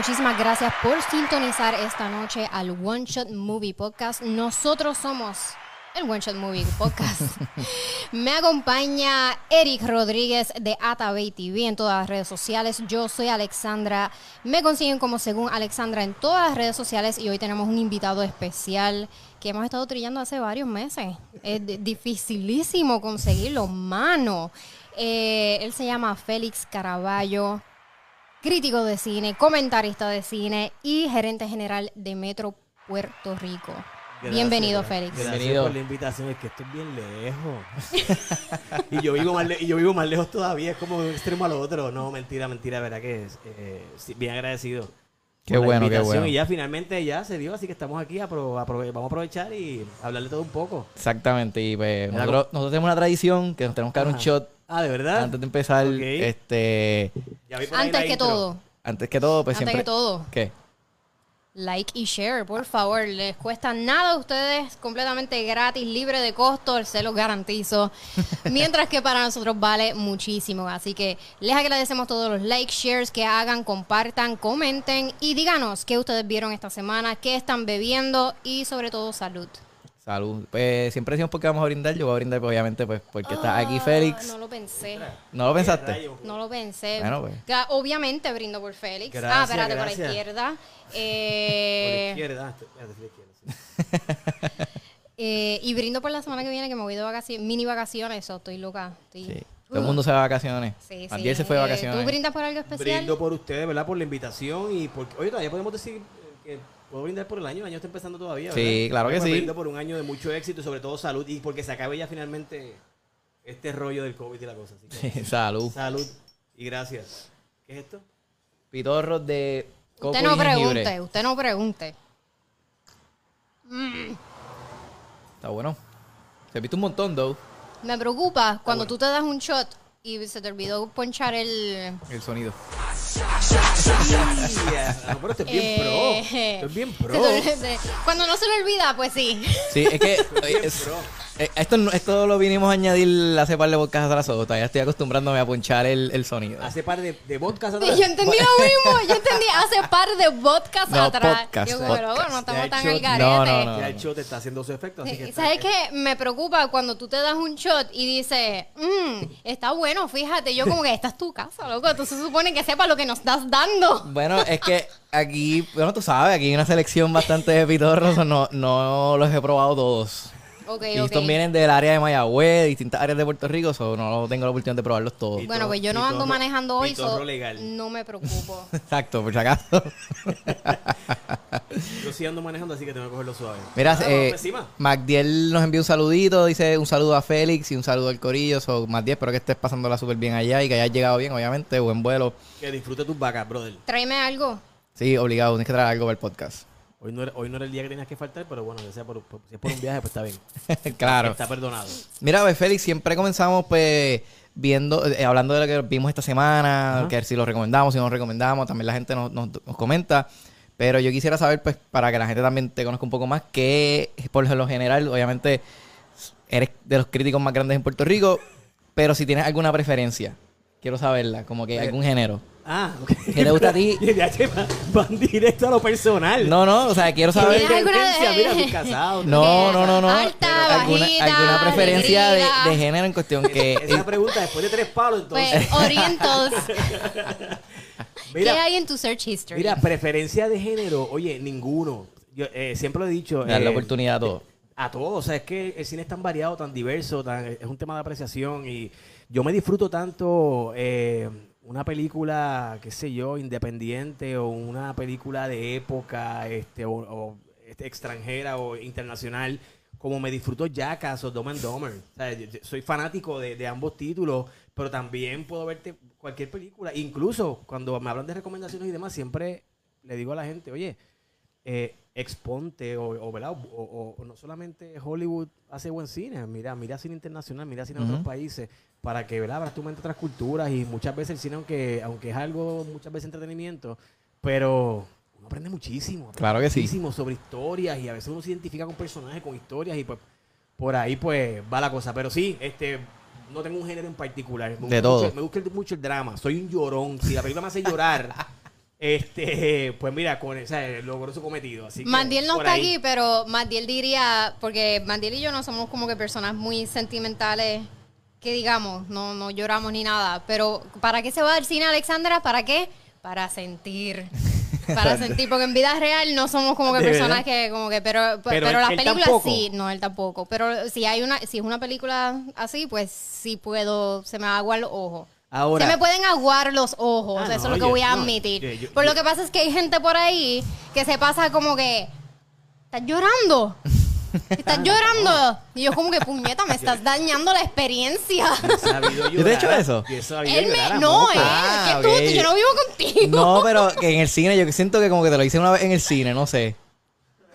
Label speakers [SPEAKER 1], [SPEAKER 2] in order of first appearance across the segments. [SPEAKER 1] Muchísimas gracias por sintonizar esta noche al One Shot Movie Podcast. Nosotros somos el One Shot Movie Podcast. Me acompaña Eric Rodríguez de Atabay TV en todas las redes sociales. Yo soy Alexandra. Me consiguen como según Alexandra en todas las redes sociales y hoy tenemos un invitado especial que hemos estado trillando hace varios meses. Es di- dificilísimo conseguirlo, mano. Eh, él se llama Félix Caraballo crítico de cine, comentarista de cine y gerente general de Metro Puerto Rico.
[SPEAKER 2] Gracias,
[SPEAKER 1] Bienvenido,
[SPEAKER 2] gracias.
[SPEAKER 1] Félix.
[SPEAKER 2] Gracias
[SPEAKER 3] Bienvenido.
[SPEAKER 2] por la invitación, es que esto es bien lejos. y, yo vivo más le- y yo vivo más lejos todavía, es como de un extremo al otro. No, mentira, mentira, verdad que es. eh, sí, bien agradecido.
[SPEAKER 3] Qué
[SPEAKER 2] por la
[SPEAKER 3] bueno, qué
[SPEAKER 2] invitación.
[SPEAKER 3] bueno.
[SPEAKER 2] Y ya finalmente ya se dio, así que estamos aquí, apro- aprove- vamos a aprovechar y hablarle todo un poco.
[SPEAKER 3] Exactamente, y pues
[SPEAKER 2] Era
[SPEAKER 3] nosotros, nosotros tenemos una tradición que nos tenemos que dar un
[SPEAKER 2] Ajá.
[SPEAKER 3] shot
[SPEAKER 2] Ah, ¿de verdad?
[SPEAKER 3] antes de empezar,
[SPEAKER 2] Ok.
[SPEAKER 3] este,
[SPEAKER 2] Ya vi por ahí
[SPEAKER 1] Antes
[SPEAKER 2] la
[SPEAKER 1] que
[SPEAKER 2] intro.
[SPEAKER 1] todo,
[SPEAKER 3] antes que todo, pues
[SPEAKER 1] Antes
[SPEAKER 3] siempre...
[SPEAKER 1] que todo.
[SPEAKER 3] ¿Qué?
[SPEAKER 1] like y share, por favor. Les cuesta nada a ustedes, completamente gratis, libre de costo, se los garantizo. Mientras que para nosotros vale muchísimo. Así que les agradecemos todos los likes, shares que hagan, compartan, comenten y díganos qué ustedes vieron esta semana, qué están bebiendo y sobre todo salud.
[SPEAKER 3] Salud. Pues siempre decimos porque vamos a brindar, yo voy a brindar pues, obviamente pues porque está aquí Félix.
[SPEAKER 1] Ah, No
[SPEAKER 3] No,
[SPEAKER 1] lo pensé.
[SPEAKER 3] lo pensaste?
[SPEAKER 2] Rayo.
[SPEAKER 1] No lo pensé.
[SPEAKER 3] Bueno, pues.
[SPEAKER 1] Gra- Obviamente brindo por Félix. ah,
[SPEAKER 2] Gracias,
[SPEAKER 1] espérate, por
[SPEAKER 2] gracias.
[SPEAKER 1] la izquierda.
[SPEAKER 2] Por la
[SPEAKER 1] Eh,
[SPEAKER 2] izquierda, ah, estoy- espérate, fui a la izquierda, sí.
[SPEAKER 1] eh, y brindo por la semana que viene que me voy de vacaciones, mini vacaciones. so, estoy loca. Estoy... Uh.
[SPEAKER 3] Sí. Todo el mundo se va de vacaciones.
[SPEAKER 1] Sí, sí.
[SPEAKER 3] Antier se fue de
[SPEAKER 1] Eh,
[SPEAKER 3] vacaciones.
[SPEAKER 1] ¿Tú brindas por algo especial?
[SPEAKER 2] Brindo por ustedes, ¿verdad? Por la invitación y porque. Oye, todavía podemos decir eh, que puedo brindar por el año. El año está empezando todavía.
[SPEAKER 3] Sí,
[SPEAKER 2] ¿verdad?
[SPEAKER 3] claro que
[SPEAKER 2] Pues
[SPEAKER 3] sí.
[SPEAKER 2] Brindo por un año de mucho éxito y sobre todo salud y porque se acabe ya finalmente este rollo del COVID y la cosa. Así que,
[SPEAKER 3] Salud.
[SPEAKER 2] salud y gracias. ¿Qué es esto?
[SPEAKER 3] Pitorros de coco
[SPEAKER 1] usted no
[SPEAKER 3] y jengibre.
[SPEAKER 1] pregunte, usted no pregunte.
[SPEAKER 3] Está bueno. Se viste un montón, though.
[SPEAKER 1] Me preocupa
[SPEAKER 3] Ah,
[SPEAKER 1] cuando tú te das un shot y se te olvidó ponchar el...
[SPEAKER 3] El sonido.
[SPEAKER 2] Ah, pero esto es bien pro.
[SPEAKER 1] eh,
[SPEAKER 2] Esto es bien
[SPEAKER 1] se te
[SPEAKER 2] pro.
[SPEAKER 1] olvida- cuando no se lo olvida, pues sí.
[SPEAKER 3] Sí, es que... es-
[SPEAKER 2] Pro.
[SPEAKER 3] Eh, Esto, no- esto lo vinimos a añadir hace par de podcasts atrás, o todavía estoy acostumbrándome a ponchar el, el sonido.
[SPEAKER 2] Hace par de, de vodkas
[SPEAKER 1] Sí,
[SPEAKER 2] atrás.
[SPEAKER 1] yo entendí lo mismo, yo entendí hace par de vodkas
[SPEAKER 3] No,
[SPEAKER 1] atrás.
[SPEAKER 3] podcast,
[SPEAKER 1] yo, pero bueno,
[SPEAKER 3] podcast.
[SPEAKER 1] no
[SPEAKER 2] Ya
[SPEAKER 1] estamos
[SPEAKER 2] he
[SPEAKER 1] tan
[SPEAKER 2] hecho-
[SPEAKER 1] al garete.
[SPEAKER 3] No, no, no.
[SPEAKER 2] Ya el shot está haciendo su efecto. Así que
[SPEAKER 1] Sí,
[SPEAKER 2] está-
[SPEAKER 1] ¿Sabes qué? Me preocupa cuando tú te das un shot y dices, "Mm, está bueno, fíjate. Yo como que, esta es tu casa, loco. Tú se supone que sepas lo que nos estás dando.
[SPEAKER 3] Bueno, es que aquí, bueno, tú sabes, aquí hay una selección bastante de pitorros, o no, no los he probado todos.
[SPEAKER 1] Ok,
[SPEAKER 3] y
[SPEAKER 1] ok.
[SPEAKER 3] estos vienen del área de Mayagüez, de distintas áreas de Puerto Rico, so no tengo la oportunidad de probarlos todos.
[SPEAKER 1] Bueno, pues yo no
[SPEAKER 2] Pitorro-
[SPEAKER 1] ando manejando hoy, so
[SPEAKER 2] pitorro legal.
[SPEAKER 1] no me preocupo.
[SPEAKER 3] Exacto, por si acaso.
[SPEAKER 2] Yo sí ando manejando, así que tengo que cogerlo suave.
[SPEAKER 3] Mira,
[SPEAKER 2] Ah,
[SPEAKER 3] eh,
[SPEAKER 2] vamos encima.
[SPEAKER 3] Magdiel nos envía un saludito, dice un saludo a Félix y un saludo al Corillo. So, Magdiel, espero que estés pasándola súper bien allá y que hayas llegado bien, obviamente, buen vuelo.
[SPEAKER 2] Que disfrute tus vacas, brother.
[SPEAKER 1] Tráeme algo.
[SPEAKER 3] Sí, obligado, tienes que traer algo para el podcast.
[SPEAKER 2] Hoy no, era, hoy no era el día que tenías que faltar, pero bueno, ya sea por, por- si es por un viaje, pues está bien.
[SPEAKER 3] claro.
[SPEAKER 2] Está perdonado.
[SPEAKER 3] Mira, pues Félix, siempre comenzamos pues viendo, eh, hablando de lo que vimos esta semana,
[SPEAKER 2] Ajá.
[SPEAKER 3] que si lo recomendamos, si no lo recomendamos, también la gente nos, nos- nos comenta. Pero yo quisiera saber, pues, para que la gente también te conozca un poco más, que por lo general, obviamente, eres de los críticos más grandes en Puerto Rico, pero si tienes alguna preferencia, quiero saberla, como que algún género.
[SPEAKER 2] Ah, ok.
[SPEAKER 3] ¿Qué te gusta a ti?
[SPEAKER 2] Y ya que van, van directo a lo personal.
[SPEAKER 3] No, no, o sea, quiero saber...
[SPEAKER 1] ¿Tienes alguna
[SPEAKER 2] Tendencia,
[SPEAKER 1] de-
[SPEAKER 2] Mira, tú casado.
[SPEAKER 3] No, no, no, no.
[SPEAKER 1] Alta,
[SPEAKER 3] alguna,
[SPEAKER 1] bajita,
[SPEAKER 3] alguna preferencia de,
[SPEAKER 1] negrita.
[SPEAKER 3] de género en cuestión que...
[SPEAKER 2] Esa pregunta después de tres palos, entonces.
[SPEAKER 1] Pues, Orientals, ¿qué
[SPEAKER 2] mira,
[SPEAKER 1] hay en tu search history?
[SPEAKER 2] mira, preferencia de género, oye, ninguno. Yo eh, siempre lo he dicho.
[SPEAKER 3] Dar la
[SPEAKER 2] eh,
[SPEAKER 3] oportunidad a todos.
[SPEAKER 2] A todos, o sea, es que el cine es tan variado, tan diverso, tan- es un tema de apreciación y yo me disfruto tanto eh, una película, qué sé yo, independiente o una película de época este, o, o, este, extranjera o internacional, como me disfruto Jackass o Dumb and Dumber. O sea, yo- yo soy fanático de, de ambos títulos, pero también puedo verte cualquier película. Incluso cuando me hablan de recomendaciones y demás, siempre le digo a la gente, oye, eh, exponte o, o, ¿verdad? O- o- o no solamente Hollywood hace buen cine, mira, mira cine internacional, mira cine de otros
[SPEAKER 3] Ujú.
[SPEAKER 2] países, para que ¿verdad? abras tu mente a otras culturas y muchas veces el cine, aunque, aunque es algo, muchas veces entretenimiento, pero uno aprende muchísimo. aprende
[SPEAKER 3] Claro que sí.
[SPEAKER 2] Muchísimo sobre historias y a veces uno se identifica con personajes, con historias y pues por ahí pues va la cosa, pero sí, este... No tengo un género en particular. Me
[SPEAKER 3] De
[SPEAKER 2] gusta mucho-
[SPEAKER 3] todo.
[SPEAKER 2] me gusta mucho el drama. Soy un llorón. Si la película me hace llorar, Este, pues mira, con, o sea, logró su cometido. Así que
[SPEAKER 1] Mandiel no
[SPEAKER 2] por
[SPEAKER 1] está
[SPEAKER 2] ahí.
[SPEAKER 1] aquí, pero Mandiel diría, porque Mandiel y yo no somos como que personas muy sentimentales, que digamos, no, no lloramos ni nada. Pero ¿para qué se va al cine Alexandra? ¿Para qué? Para sentir. Para sentir, porque en vida real no somos como que
[SPEAKER 2] ¿De
[SPEAKER 1] personas
[SPEAKER 2] verdad?
[SPEAKER 1] que como que, pero, pues,
[SPEAKER 2] Pero
[SPEAKER 1] pero,
[SPEAKER 2] él-
[SPEAKER 1] las
[SPEAKER 2] él
[SPEAKER 1] películas
[SPEAKER 2] tampoco.
[SPEAKER 1] sí, no, él tampoco. Pero si hay una, si es una película así, pues sí puedo, se me va a aguar los ojos.
[SPEAKER 2] Ahora-
[SPEAKER 1] se me pueden aguar los ojos, eso
[SPEAKER 2] Ah,
[SPEAKER 1] es
[SPEAKER 2] no,
[SPEAKER 1] lo que
[SPEAKER 2] yo-
[SPEAKER 1] voy a
[SPEAKER 2] no,
[SPEAKER 1] admitir.
[SPEAKER 2] yo- yo-
[SPEAKER 1] Por lo
[SPEAKER 2] yo-
[SPEAKER 1] que pasa es que hay gente por ahí que se pasa como que, estás llorando. Estás llorando. Y yo como que, puñeta, me estás dañando la experiencia.
[SPEAKER 2] Yo he sabido
[SPEAKER 3] ¿Yo te he hecho
[SPEAKER 2] llorar,
[SPEAKER 3] eso?
[SPEAKER 2] yo he sabido
[SPEAKER 1] Él
[SPEAKER 2] llorar
[SPEAKER 1] me...
[SPEAKER 2] a
[SPEAKER 1] No,
[SPEAKER 2] moco.
[SPEAKER 1] él.
[SPEAKER 3] Ah,
[SPEAKER 1] que tú,
[SPEAKER 3] ok.
[SPEAKER 1] yo no vivo contigo.
[SPEAKER 3] No, pero que en el cine, yo siento que como que te lo hice una vez en el cine, no sé.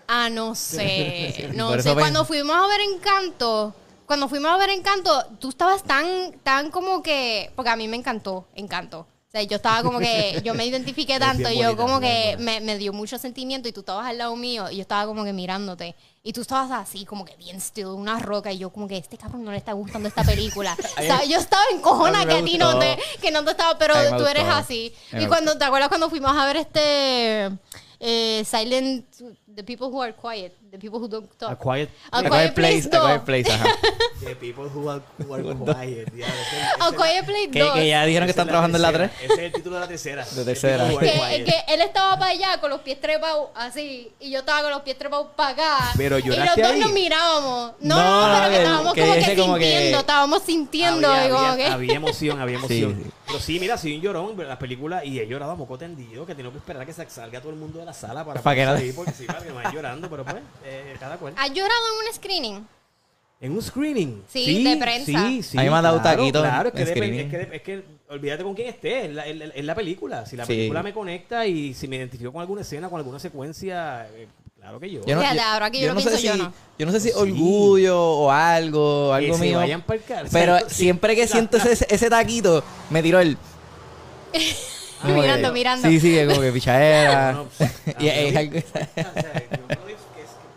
[SPEAKER 1] Ah, no sé. No
[SPEAKER 3] Por eso
[SPEAKER 1] sé.
[SPEAKER 3] ven.
[SPEAKER 1] Cuando fuimos a ver Encanto, cuando fuimos a ver Encanto, tú estabas tan, tan como que. Porque a mí me encantó, Encanto. O sea, yo estaba como que. Yo me identifiqué
[SPEAKER 2] Es
[SPEAKER 1] tanto.
[SPEAKER 2] bien
[SPEAKER 1] y yo
[SPEAKER 2] bonita,
[SPEAKER 1] como
[SPEAKER 2] bien
[SPEAKER 1] que
[SPEAKER 2] buena.
[SPEAKER 1] me, me dio mucho sentimiento. Y tú estabas al lado mío. Y yo estaba como que mirándote. Y tú estabas así, como que bien still, una roca. Y yo como que este cabrón no le está gustando esta película. O sea, yo estaba en
[SPEAKER 3] A mí
[SPEAKER 1] cojona
[SPEAKER 3] me
[SPEAKER 1] que a ti no
[SPEAKER 3] gustó.
[SPEAKER 1] te, que no te estaba, pero
[SPEAKER 3] A mí me
[SPEAKER 1] tú eres
[SPEAKER 3] gustó.
[SPEAKER 1] así.
[SPEAKER 3] A mí me
[SPEAKER 1] Y cuando ¿Te acuerdas cuando fuimos a ver este eh, Silent The People Who Are Quiet, The People Who Don't Talk?
[SPEAKER 2] A quiet,
[SPEAKER 1] A
[SPEAKER 3] A
[SPEAKER 1] Quiet
[SPEAKER 3] Quiet Place,
[SPEAKER 1] Place
[SPEAKER 3] A Quiet
[SPEAKER 1] dos.
[SPEAKER 3] Place, ajá.
[SPEAKER 2] the people who are, who are quiet. diablo, ese-
[SPEAKER 1] A
[SPEAKER 2] ese-
[SPEAKER 1] Quiet Place
[SPEAKER 3] Que,
[SPEAKER 1] 2.
[SPEAKER 3] que ya dijeron que
[SPEAKER 2] esa
[SPEAKER 3] están trabajando en la 3.
[SPEAKER 2] tercera. Ese es el título de la tercera. The
[SPEAKER 3] tercera.
[SPEAKER 2] people who are
[SPEAKER 1] Que,
[SPEAKER 2] quiet.
[SPEAKER 1] que él estaba para allá con los pies trepados así y yo estaba con los pies trepados para acá
[SPEAKER 2] Pero
[SPEAKER 1] y los
[SPEAKER 2] lloraste
[SPEAKER 1] dos
[SPEAKER 2] ahí.
[SPEAKER 1] nos mirábamos no,
[SPEAKER 3] No,
[SPEAKER 1] no, pero que
[SPEAKER 3] que-
[SPEAKER 1] estábamos
[SPEAKER 3] que
[SPEAKER 1] como que
[SPEAKER 3] ese como que-
[SPEAKER 1] sintiendo estábamos sintiendo
[SPEAKER 2] había,
[SPEAKER 1] y como
[SPEAKER 2] había-
[SPEAKER 1] que-
[SPEAKER 2] había emoción, había emoción.
[SPEAKER 3] Sí, sí.
[SPEAKER 2] Pero sí, mira, soy un llorón en las películas y he llorado a moco tendido, que tengo que esperar a que se salga todo el mundo de la sala para
[SPEAKER 3] Para que no-
[SPEAKER 2] salir, porque sí, para que me vayan llorando, pero pues, eh, cada cual.
[SPEAKER 1] ¿Has llorado en un screening?
[SPEAKER 2] En un screening.
[SPEAKER 1] Sí, de prensa.
[SPEAKER 2] Sí, sí.
[SPEAKER 3] A mí me han dado
[SPEAKER 2] claro,
[SPEAKER 3] taquito en-
[SPEAKER 2] Claro, es que,
[SPEAKER 3] en
[SPEAKER 2] depende-
[SPEAKER 3] screening.
[SPEAKER 2] es, que, de- es que olvídate con quién esté, es la, es la- es la película. Si la
[SPEAKER 3] Sí.
[SPEAKER 2] película me conecta y si me identifico con alguna escena, con alguna secuencia, eh, claro que yo.
[SPEAKER 3] Yo
[SPEAKER 1] Fíjate, ahora que yo lo
[SPEAKER 3] sé
[SPEAKER 1] pienso,
[SPEAKER 3] si,
[SPEAKER 1] yo no.
[SPEAKER 3] yo no sé si
[SPEAKER 2] Sí.
[SPEAKER 3] orgullo o algo, algo
[SPEAKER 2] se
[SPEAKER 3] mío.
[SPEAKER 2] vayan pa'l car-
[SPEAKER 3] Pero
[SPEAKER 2] Sí.
[SPEAKER 3] siempre que siento ese, ese taquito, me tiro el. como que-
[SPEAKER 1] mirando, mirando.
[SPEAKER 3] Sí, sí, que como que pichadera.
[SPEAKER 2] No, no, pues,
[SPEAKER 3] Ah. y
[SPEAKER 2] a mí
[SPEAKER 3] es
[SPEAKER 2] no
[SPEAKER 3] algo.
[SPEAKER 2] me importa, o sea, yo no digo que es-